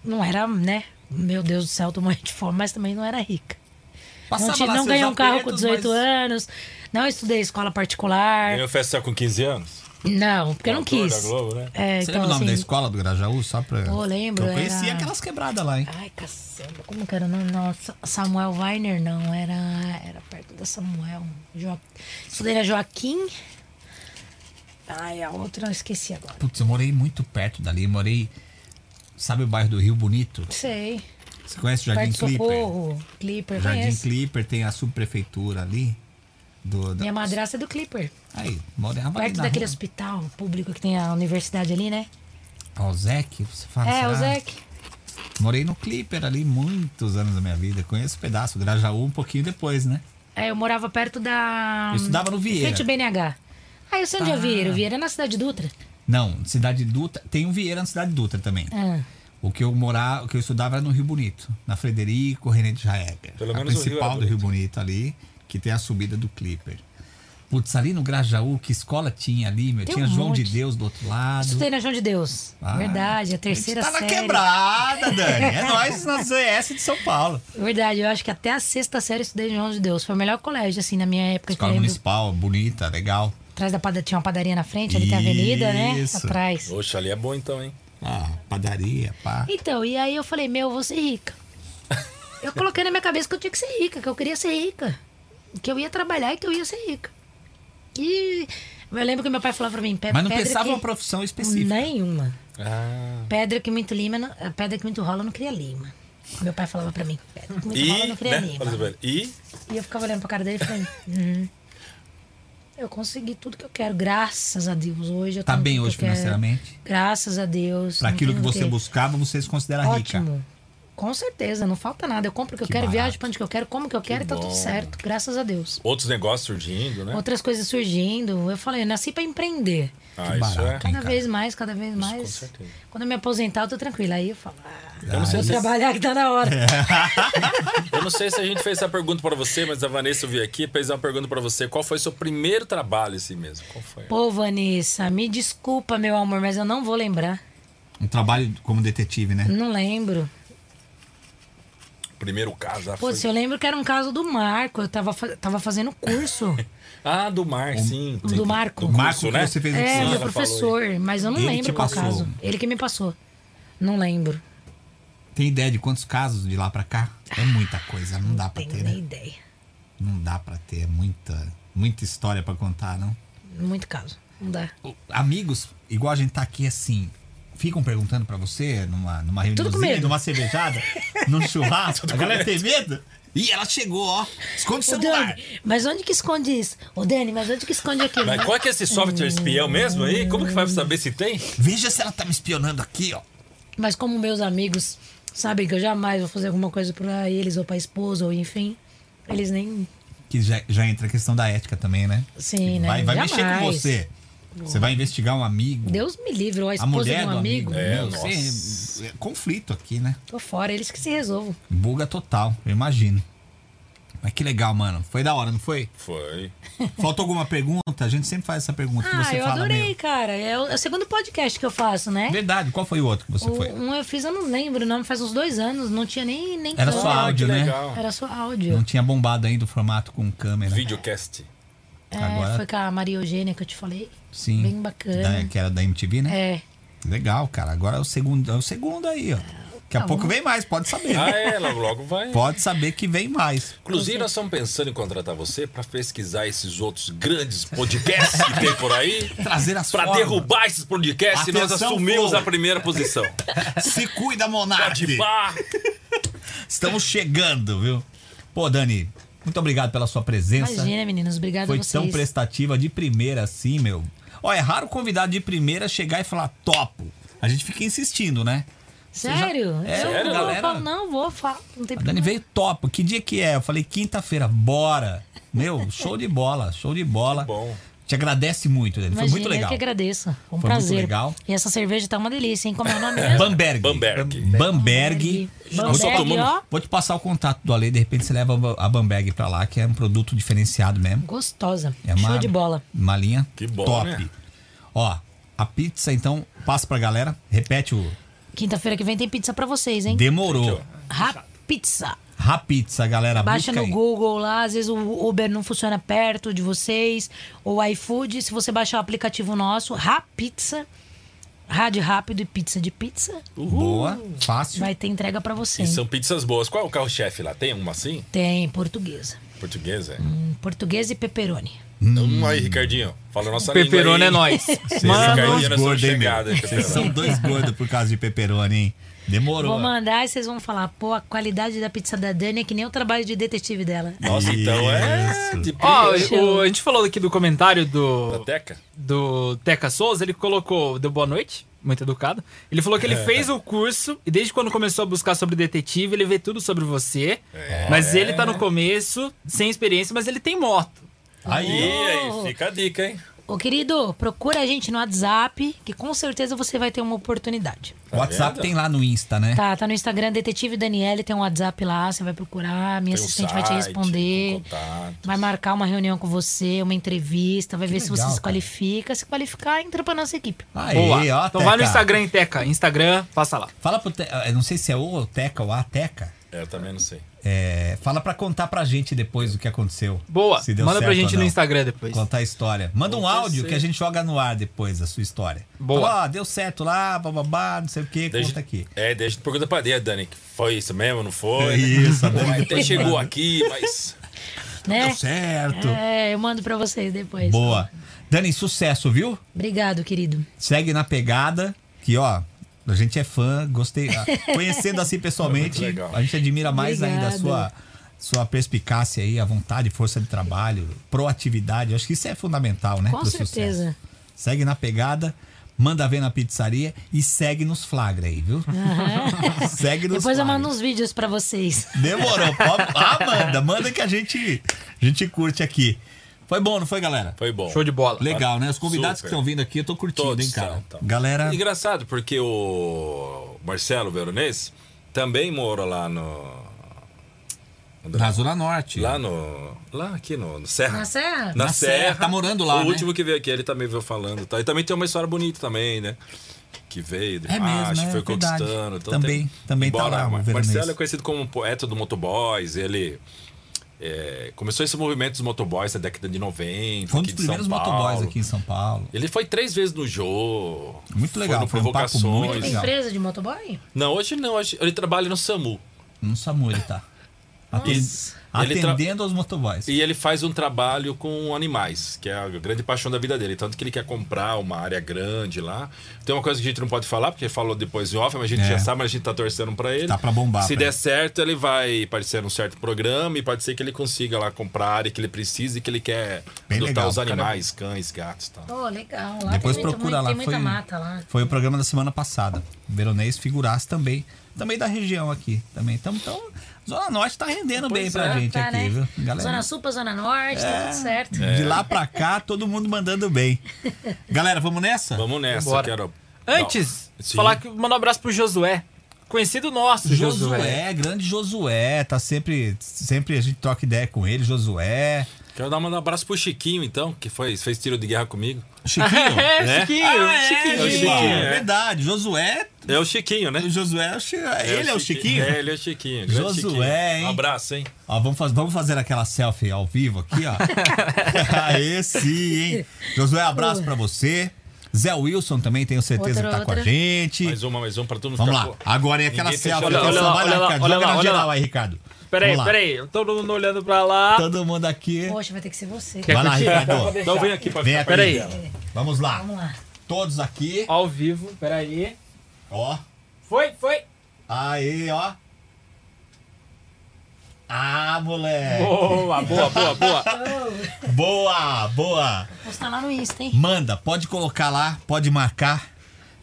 Não era, né? Meu Deus do céu, tô morrendo de fome, mas também não era rica. Não,
Passava
tinha,
lá
não
seus
ganhei um carro com
apertos,
18
mas-
anos, não estudei escola particular.
Ganhou festa com 15 anos?
Não, porque eu não
Cantor da
quis.
Globo, né?
É,
Você
então,
lembra o nome
assim,
da escola do Grajaú? Só pra...
Pô, lembro,
Eu conhecia
era-
aquelas quebradas lá, hein?
Ai, cacamba, como que era o nome? Não, Sa- Samuel Weiner não, era, era perto da Samuel. Jo... Estudei na Joaquim. Ai, a outra eu esqueci agora.
Putz, eu morei muito perto dali. Morei... Sabe o bairro do Rio Bonito?
Sei.
Você conhece o Jardim
Perto do
Clipper?
Socorro. Clipper,
Jardim
conheço.
Clipper tem a subprefeitura ali. Do, da-
Minha madrasta é do Clipper.
Aí, morava ali
Perto
na
daquele
rua.
hospital público que tem a universidade ali, né?
Ó, o Zec, você fala
É,
Ah, será?
o Zec.
Morei no Clipper ali muitos anos da minha vida. Conheço o pedaço, Grajaú um pouquinho depois, né?
É, eu morava perto da.
Eu estudava no Vieira. Tá.
Frente ao BNH. Ah, eu sei onde é o Vieira. O Vieira é na cidade Dutra.
Não, Cidade Dutra. Tem um Vieira na Cidade Dutra também.
Ah.
O que eu morava, o que eu estudava era no Rio Bonito, na Frederico René de Jaeger.
Pelo
a
menos o Rio é
principal
era
do Rio Bonito ali, que tem a subida do Clipper. Putz, ali no Grajaú, que escola tinha ali, meu?
Tem
tinha
um
João
monte.
de Deus do outro lado.
Estudei na João de Deus.
Ah,
Verdade, a terceira
a gente tava
série.
quebrada, Dani. É nós na CS de São Paulo.
Verdade, eu acho que até a sexta série eu estudei na João de Deus. Foi o melhor colégio, assim, na minha época.
Escola
que eu lembro.
municipal, bonita, legal.
Atrás da padaria, tinha uma padaria na frente, ali tem a avenida, né?
Isso.
Atrás.
Oxe, ali é bom então, hein?
Ah, padaria, pá.
Então, e aí eu falei, meu, eu vou ser rica. Eu coloquei na minha cabeça que eu tinha que ser rica, que eu queria ser rica. Que eu ia trabalhar e que eu ia ser rica. E eu lembro que meu pai falava pra mim, "Pe-
Mas não
é pedra
pensava
que...
em uma profissão específica.
Nenhuma.
Ah.
Pedra que muito lima, não- a pedra que muito rola não cria lima. Meu pai falava pra mim, pedra que muito rola
E,
não cria
né?
lima.
Fala assim pra ele, E
E eu ficava olhando pra cara dele e falando, hum, eu consegui tudo que eu quero, graças a Deus. Hoje eu
Tá
tenho
bem
tudo que
hoje
eu quero.
financeiramente?
Graças a Deus.
Pra
não
aquilo que
tenho o
você
quê.
buscava, você se considera rica.
Ótimo. Com certeza, não falta nada. Eu compro o que eu
Que
quero,
barato.
viajo pra onde que eu quero, como que eu quero e tá tudo
bom.
certo. Graças a Deus.
outros negócios surgindo, né?
Outras coisas surgindo. Eu falei, eu nasci pra empreender.
Ah,
Que
isso é.
barato, hein?
Cada
cara.
vez mais, cada vez mais.
certeza.
Quando eu me aposentar, eu tô tranquila. Aí eu falo, ah,
Eu não, sei
vou
se,
trabalhar que tá na hora.
É.
eu não sei se a gente fez essa pergunta pra você, mas a Vanessa veio aqui e fez uma pergunta pra você. Qual foi seu primeiro trabalho assim mesmo? Qual foi?
Pô, Vanessa, me desculpa, meu amor, mas eu não vou lembrar.
Um trabalho como detetive, né?
Não lembro.
Primeiro caso? Ah,
Pô,
foi-
se eu lembro que era um caso do Marco. Eu tava, fa- tava fazendo curso
ah do mar, sim.
do Marco.
O Marco
curso,
que
né?
você fez
É,
exame.
meu
falou
professor, mas eu não
Ele te
lembro qual
passou.
caso. Ele que me passou. Não lembro.
Tem ideia de quantos casos de lá pra cá? É muita coisa, não dá pra
Tenho
ter,
nem
né?
ideia.
Não dá pra ter, é muita, muita história pra contar, não?
Muito caso. Não dá.
Amigos, igual a gente tá aqui assim, ficam perguntando pra você numa, numa reuniãozinha,
medo.
numa cervejada, num churrasco. A galera tem medo? Ih, ela chegou, ó. Esconde o
Ô,
celular.
Dani, mas onde que esconde isso? Ô, Dani, mas onde que esconde aquilo?
Mas qual que é esse software espião mesmo aí? Como que vai saber se tem?
Veja se ela tá me espionando aqui, ó.
Mas como meus amigos sabem que eu jamais vou fazer alguma coisa pra eles ou pra esposa, ou enfim, eles nem
Que já, já entra a questão da ética também, né?
Sim, né?
Vai, vai mexer com
Jamais.
você. Você vai investigar um amigo.
Deus me livre, ou a
a
esposa
mulher
de um
do
amigo.
amigo.
É,
Meu, você- é conflito aqui, né?
Tô fora, eles que se resolvam.
Buga total, eu imagino. Mas que legal, mano. Foi da hora, não foi?
Foi.
Faltou alguma pergunta? A gente sempre faz essa pergunta que
Ah,
você
eu
fala
adorei,
meu.
cara. É o, é o segundo podcast que eu faço, né?
Verdade, qual foi o outro que você
O-
foi?
um eu fiz, eu não lembro o nome, faz uns dois anos, não tinha nem, nem
Era só
câmera.
áudio,
Ah,
Hum,
que
né?
legal.
Era só áudio.
Não tinha bombado ainda o formato com câmera.
Videocast.
É,
Agora-
foi com a Maria Eugênia que eu te falei.
Sim.
Bem bacana.
Da- que era da MTV, né?
É.
Legal, cara. Agora é o segundo, é o segundo aí, ó. Daqui a
Tá
pouco
bom.
vem mais, pode saber.
Ah, é, ela logo vai.
Pode saber que vem mais.
Inclusive, nós estamos pensando em contratar você para pesquisar esses outros grandes podcasts que tem por aí.
Trazer as
Para
formas.
derrubar esses podcasts, nós
Atenção, Tá
assumimos
Flow.
a primeira posição.
Se cuida, Monark.
Pode pá.
É. Estamos chegando, viu? Pô, Dani, muito obrigado pela sua presença.
Imagina, meninos. Obrigada
Foi
a vocês.
tão prestativa de primeira assim, meu. Ó, é raro o convidado de primeira chegar e falar topo. A gente fica insistindo, né? Você já-
Sério?
É,
eu
sério,
não
galera?
vou falar, não, vou falar. Não tem
A Dani
problema.
veio topo. Que dia que é? Eu falei quinta-feira, bora. Meu, show de bola, show de bola.
Que bom.
Te agradece muito, Dani. Foi
Imagina,
muito legal.
Eu que agradeço. Foi um
muito
prazer.
legal.
E essa cerveja tá uma delícia, hein? Como é o nome mesmo?
Bamberg.
Bamberg.
Bamberg.
Bamberg,
Vou te-
todo mundo-
ó.
Vou te passar o contato do Ale, de repente você leva a Bamberg pra lá, que é um produto diferenciado mesmo.
Gostosa.
É uma,
Show de bola.
Uma linha
Que bom,
top.
né?
Ó, a pizza, então, passa pra galera. Repete o.
Quinta-feira que vem tem pizza pra vocês, hein?
Demorou.
Aqui,
Rapizza.
Rapizza, galera.
Baixa
busca
no
aí.
Google lá, às vezes o Uber não funciona perto de vocês, ou iFood, se você baixar o aplicativo nosso, Rapizza, rádio rápido e pizza de pizza,
Boa, fácil.
vai ter entrega pra você.
E
hein?
são pizzas boas. Qual é o carro-chefe lá? Tem uma assim?
um
Tem portuguesa.
Portuguesa?
Hum. Portuguesa e pepperoni.
Hum. Aí, Ricardinho. Fala a nossa
Peperona é
língua aí.
nóis.
Ricardinho, é
Mano,
nós
dois
somos
gordos, hein, meu?
chegados, hein,
Vocês são
Peperoni.
dois gordos por causa de peperoni, hein? Demorou.
Vou mandar e vocês vão falar, pô, a qualidade da pizza da Dani é que nem o trabalho de detetive dela.
Nossa, então é.
Isso.
Tipo,
ó,
Deixa
o-
eu-
a gente falou aqui do comentário do,
Teca?
do Teca Souza, ele colocou, deu boa noite, muito educado. Ele falou que ele
É.
fez o curso e desde quando começou a buscar sobre detetive, ele vê tudo sobre você.
É.
Mas ele tá no começo, sem experiência, mas ele tem moto.
E
Tá
Aí,
aí, fica a dica, hein?
Ô querido, procura a gente no WhatsApp, que com certeza você vai ter uma oportunidade.
ó. WhatsApp
vendo?
tem lá no Insta, né?
Tá, tá no Instagram Detetive Daniele, tem um WhatsApp lá, você vai procurar, minha
Tem um
assistente vai te
site,
responder.
tem contato.
Vai marcar uma reunião com você, uma entrevista, vai ver se
legal,
você se
cara. Ah,
qualifica. Se qualificar, entra pra nossa equipe.
Aí,
Boa.
ó,
então vai no
Teca.
Instagram em Teca. Instagram, passa lá.
Fala pro Teca, eu não sei se é o Teca ou a Teca.
É, eu também não sei.
É, fala pra contar pra gente depois o que aconteceu.
Boa.
Se deu
Manda pra
certo
gente
ou
no
não.
Instagram depois.
Contar a história. Manda um
Conta
áudio
sim.
que a gente joga no ar depois a sua história.
Boa.
Fala, ó, deu certo lá, bababá, não sei o que,
Deixa,
conta aqui. É
É, deixa pergunta pra dele, Dani. que Foi isso mesmo, não foi?
Isso, a Dani
Uai, Até
depois
chegou
manda.
aqui, mas.
Né?
Deu tá certo.
É, eu mando pra vocês depois.
Boa. Dani, sucesso, viu?
Obrigado, querido.
Segue na pegada, que ó, a gente é fã, gostei. Ah, Conhecendo assim pessoalmente,
Muito legal.
a gente admira mais
Obrigada.
ainda a sua, sua perspicácia aí, a vontade, força de trabalho, proatividade. Eu acho que isso é fundamental, né?
Com
pro
certeza.
sucesso. Segue na pegada. Manda ver na pizzaria e segue nos flagra aí, viu? segue nos
Depois
flagra.
eu mando uns vídeos pra vocês.
Demorou. pode- Ah, manda, manda que a gente, a gente curte aqui. Foi bom, não foi, galera?
Foi bom.
Show de bola.
Legal, né? Os convidados
Super.
que estão vindo aqui, eu tô curtindo,
Todos então.
hein, cara?
estão, estão.
Galera,
Engraçado, porque o Marcelo Veronese também mora lá no.
na Zona Norte.
Lá no. Lá aqui no, no Serra.
Na Serra?
Na,
Na Serra,
Serra.
tá morando lá,
O
né?
último que veio aqui, ele também veio falando. Tá? E também tem uma história bonita também, né? Que veio, do
É mesmo,
macho,
é
foi
verdade.
conquistando. Então
Também-
tem,
também tá lá, o
Mar-
Veronese.
Marcelo é conhecido como um poeta do motoboys, ele. é, começou esse movimento dos motoboys na década de 90.
Foi um dos
aqui de São
primeiros
Paulo.
motoboys aqui em São Paulo.
Ele foi três vezes no jogo.
Muito legal,
no
foi um papo muito
provocações.
legal.
Tem empresa de motoboy?
Não, hoje não. Hoje ele trabalha no SAMU.
Não Samu ele tá. Aten-
Ele tra-
Atendendo aos motoboys.
E ele faz um trabalho com animais, que é a grande paixão da vida dele. Tanto que ele quer comprar uma área grande lá. Tem uma coisa que a gente não pode falar, porque ele falou depois em off, mas a gente
É.
já sabe, mas a gente tá torcendo pra ele.
Tá pra bombar,
Se
pra
der
ele.
certo, ele vai parecer um certo programa e pode ser que ele consiga lá comprar a área que ele precisa e que ele quer
Bem
adotar
legal,
os
cara.
animais, cães, gatos e tal.
Oh, legal. Lá
Depois
tem muito-
procura
muito-
lá.
Tem muita
foi,
mata lá.
foi o programa da semana passada. Veronês figurasse também. Também da região aqui. Também. Então, então Zona Norte tá rendendo bem
Pois
pra
é,
gente
tá,
aqui,
né?
viu? Galera, É.
Zona Sul pra Zona Norte, tá tudo certo.
É.
de lá pra cá, todo mundo mandando bem. Galera, vamos nessa?
Vamos nessa,
Vambora.
quero.
Antes,
Não, sim.
falar que mandar um abraço pro Josué. Conhecido nosso, Josué.
Josué, grande Josué, tá sempre, sempre a gente troca ideia com ele, Josué.
Quero dar um abraço pro Chiquinho, então, que foi, fez tiro de guerra comigo.
Chiquinho.
É,
né?
Chiquinho,
É o
Chiquinho. né?
Chiquinho,
é.
verdade. Josué,
É o Chiquinho, né?
o Josué, é o Chi- ele é o Chiquinho.
É, ele é o Chiquinho. grande
Josué,
Chiquinho.
hein?
Um abraço, hein?
Ó, vamos, faz- vamos fazer aquela selfie ao vivo aqui, ó. Aê, sim, hein? Josué, abraço pra você. Zé Wilson também, tenho certeza
Outra,
que tá com a
outra.
gente.
Mais uma, mais uma pra todo mundo
Vamos
ficar
lá.
tá
co-
Agora é aquela
Ninguém
selfie.
fechou.
então
Olha lá,
vai
olha lá,
marcar.
olha
Joga
lá,
na
olha
geral
lá.
aí, Ricardo.
Peraí,
Vamos lá.
peraí. Todo mundo olhando pra lá.
Todo mundo aqui.
Poxa, vai ter que ser você.
Quer
Vai lá,
curtir?
Ricardo.
Pode deixar.
Então vem aqui pra
Vem
ficar
aqui.
perto
Peraí.
dela.
Vamos lá.
Vamos lá.
Todos aqui.
Ao vivo, peraí.
Ó.
Foi, foi.
Aí, ó. Ah, moleque.
Boa, boa, boa, boa.
Boa, boa.
Postar lá no Insta, hein?
Manda, pode colocar lá, pode marcar.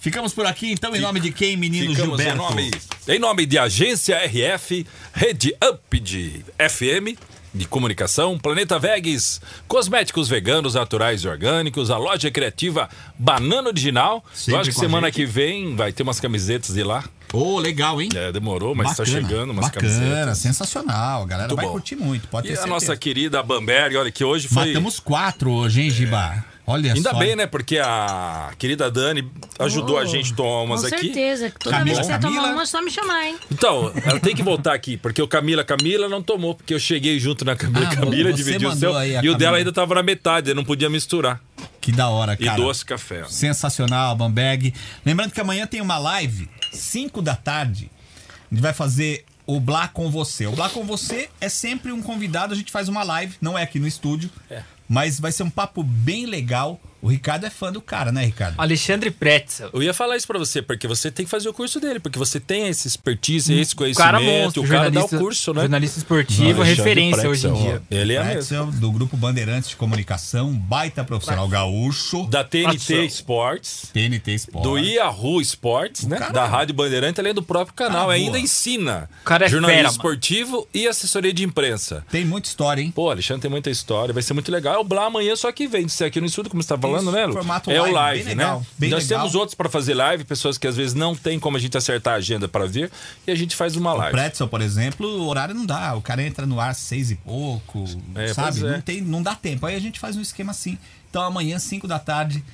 Ficamos por aqui, então, em nome de quem, menino
Ficamos em
Gilberto?
nome, em nome de Agência RF, Rede Up de FM, de comunicação, Planeta Vegas, cosméticos veganos, naturais e orgânicos, a loja criativa Banana Original.
Sempre
Eu acho que
com a
semana
gente.
que vem vai ter umas camisetas de lá.
Ô, legal, hein?
É, demorou, mas está chegando umas
Bacana,
camisetas.
sensacional. A galera
Muito
vai
bom.
curtir muito, pode
E
ter
a
certeza.
nossa querida Bamberg, olha que hoje foi... É.
Matamos quatro hoje, hein, Giba? Olha
Ainda
só.
bem, né? Porque a querida Dani ajudou a
Oh,
gente a tomar umas
com
aqui.
certeza. que Toda
Camila,
vez que você
Camila.
tomar uma, é só me chamar, hein?
Então, ela tem que voltar aqui, porque o Camila Camila não tomou, porque eu cheguei junto na Camila
Ah,
Camila,
você
dividi o
mandou
seu.
aí a
E o
Camila.
dela ainda tava na metade, eu não podia misturar.
Que da hora,
E
cara.
doce café. ó.
Sensacional, Bamberg. Lembrando que amanhã tem uma live, 5 da tarde. A gente vai fazer o Blá com você. O Blá com você é sempre um convidado, a gente faz uma live, não é aqui no estúdio, mas vai ser um papo bem legal. O Ricardo é fã do cara, né, Ricardo?
Ah,
Alexandre Pretzel.
Eu ia falar isso pra você, porque você tem que fazer o curso dele, porque você tem essa expertise, esse
Hum, O
conhecimento.
cara é monstro,
o cara dá o
jornalista-
curso, né?
Jornalista esportivo,
Alexandre
referência
Pretzel,
hoje em
ó.
dia.
Ele é mesmo.
Pretzel, do grupo Bandeirantes de Comunicação, um baita profissional gaúcho,
Da
Pretzel.
TNT Sports,
TNT Sport.
do Yahoo Sports, né?
é
Caramba.
um-
Da Rádio Bandeirante, além do próprio canal.
Ah,
ainda
boa.
ensina
cara é
jornalismo
fera, mano.
esportivo e assessoria de imprensa.
Tem muita história, hein?
Pô, Alexandre tem muita história, vai ser muito legal. É o Blá amanhã, só que vem. Isso é aqui no estúdio, como você tá falando,
Isso,
né, Lu?
formato
é
live,
o live,
bem
né?
legal, bem
Nós
legal.
temos outros para fazer live, pessoas que às vezes não tem como a gente acertar a agenda para vir, e a gente faz uma live.
Pretzel, por exemplo, o horário não dá. O cara entra no ar às seis e pouco,
É,
sabe?
pois é.
Não, tem, não dá tempo. Aí a gente faz um esquema assim. Então amanhã, 5 da tarde,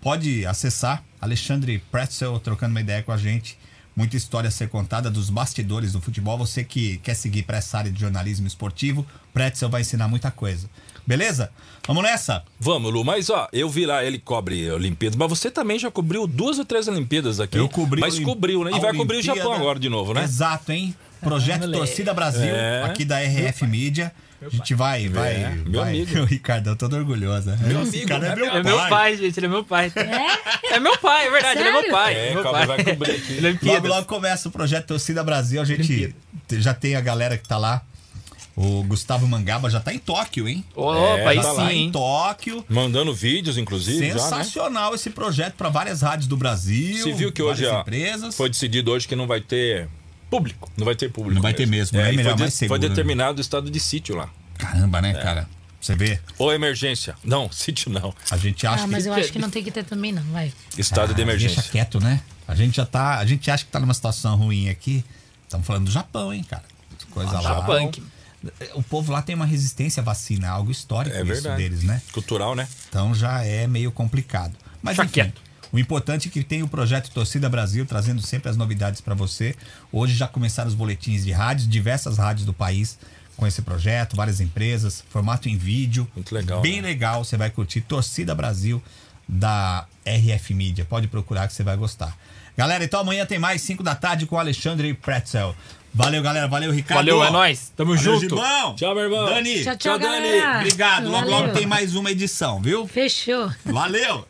pode acessar. Alexandre Pretzel trocando uma ideia com a gente. Muita história a ser contada dos bastidores do futebol. Você que quer seguir para essa área de jornalismo esportivo, Pretzel vai ensinar muita coisa. Beleza? Vamos nessa?
Vamos, Lu, mas ó, eu vi lá, ele cobre Olimpíadas, mas você também já cobriu duas ou três Olimpíadas aqui.
Eu cobri.
Mas
a Olim-
cobriu, né? E
a
vai cobrir o
Olimpíada.
Japão agora de novo, né?
Exato, hein? Projeto
Ah,
Torcida Brasil,
É.
aqui da RF Mídia. A gente vai, vai.
meu
vai.
amigo.
O Ricardão todo orgulhoso. né?
Meu
Esse
amigo,
cara é
né,
meu pai.
cara?
É meu pai, gente, ele é meu pai. É, meu pai, é verdade, ele é meu
Sério?
pai.
É,
meu
calma,
pai.
vai cobrir aqui.
Ele é Olimpíadas.
Logo, logo começa o projeto Torcida Brasil. A gente
Olimpíada.
te- já tem a galera que tá lá. O Gustavo Mangaba já tá em Tóquio, hein?
É,
Opa, aí
tá
sim,
lá em
hein?
então.
Tóquio.
Mandando vídeos, inclusive, já, né?
Sensacional esse projeto para várias rádios do Brasil.
Você viu que hoje
várias
ó,
empresas.
foi decidido hoje que não vai ter público. Não vai ter público. É,
Não vai ter mesmo, né?
e
Melhor,
foi, de-
mais
foi
seguro, né?
determinado o estado de sítio lá.
Caramba,
É.
né, cara? Você vê,
Ou emergência. Não, sítio não.
a gente acha
Ah,
que
mas eu acho que não tem que ter também, não, vai.
Estado de
Ah,
emergência.
Deixa quieto, né? A gente já tá. A gente acha que tá numa situação ruim aqui. Estamos falando do Japão, hein, cara? Coisa lá.
Japão.
O povo lá tem uma resistência à vacina, algo histórico
É
isso
verdade.
deles, né?
Cultural, né?
Então já é meio complicado. Mas
Tá
enfim,
quieto.
o importante é que tem o projeto Torcida Brasil trazendo sempre as novidades para você. Hoje já começaram os boletins de rádios, diversas rádios do país com esse projeto, várias empresas, formato em vídeo.
Muito legal,
Bem
né?
legal, você vai curtir Torcida Brasil da RF Mídia. Pode procurar que você vai gostar. Galera, então amanhã tem mais 5 da tarde com o Alexandre Pretzel. Valeu, galera. Valeu, Ricardo.
Valeu, é nóis. Tamo
Valeu,
junto.
Gibão.
Tchau, meu irmão.
Dani,
Tchau,
Tchau,
tchau,
Dani.
galera.
obrigado. Logo, logo
Valeu.
tem mais uma edição, viu?
Fechou.
Valeu!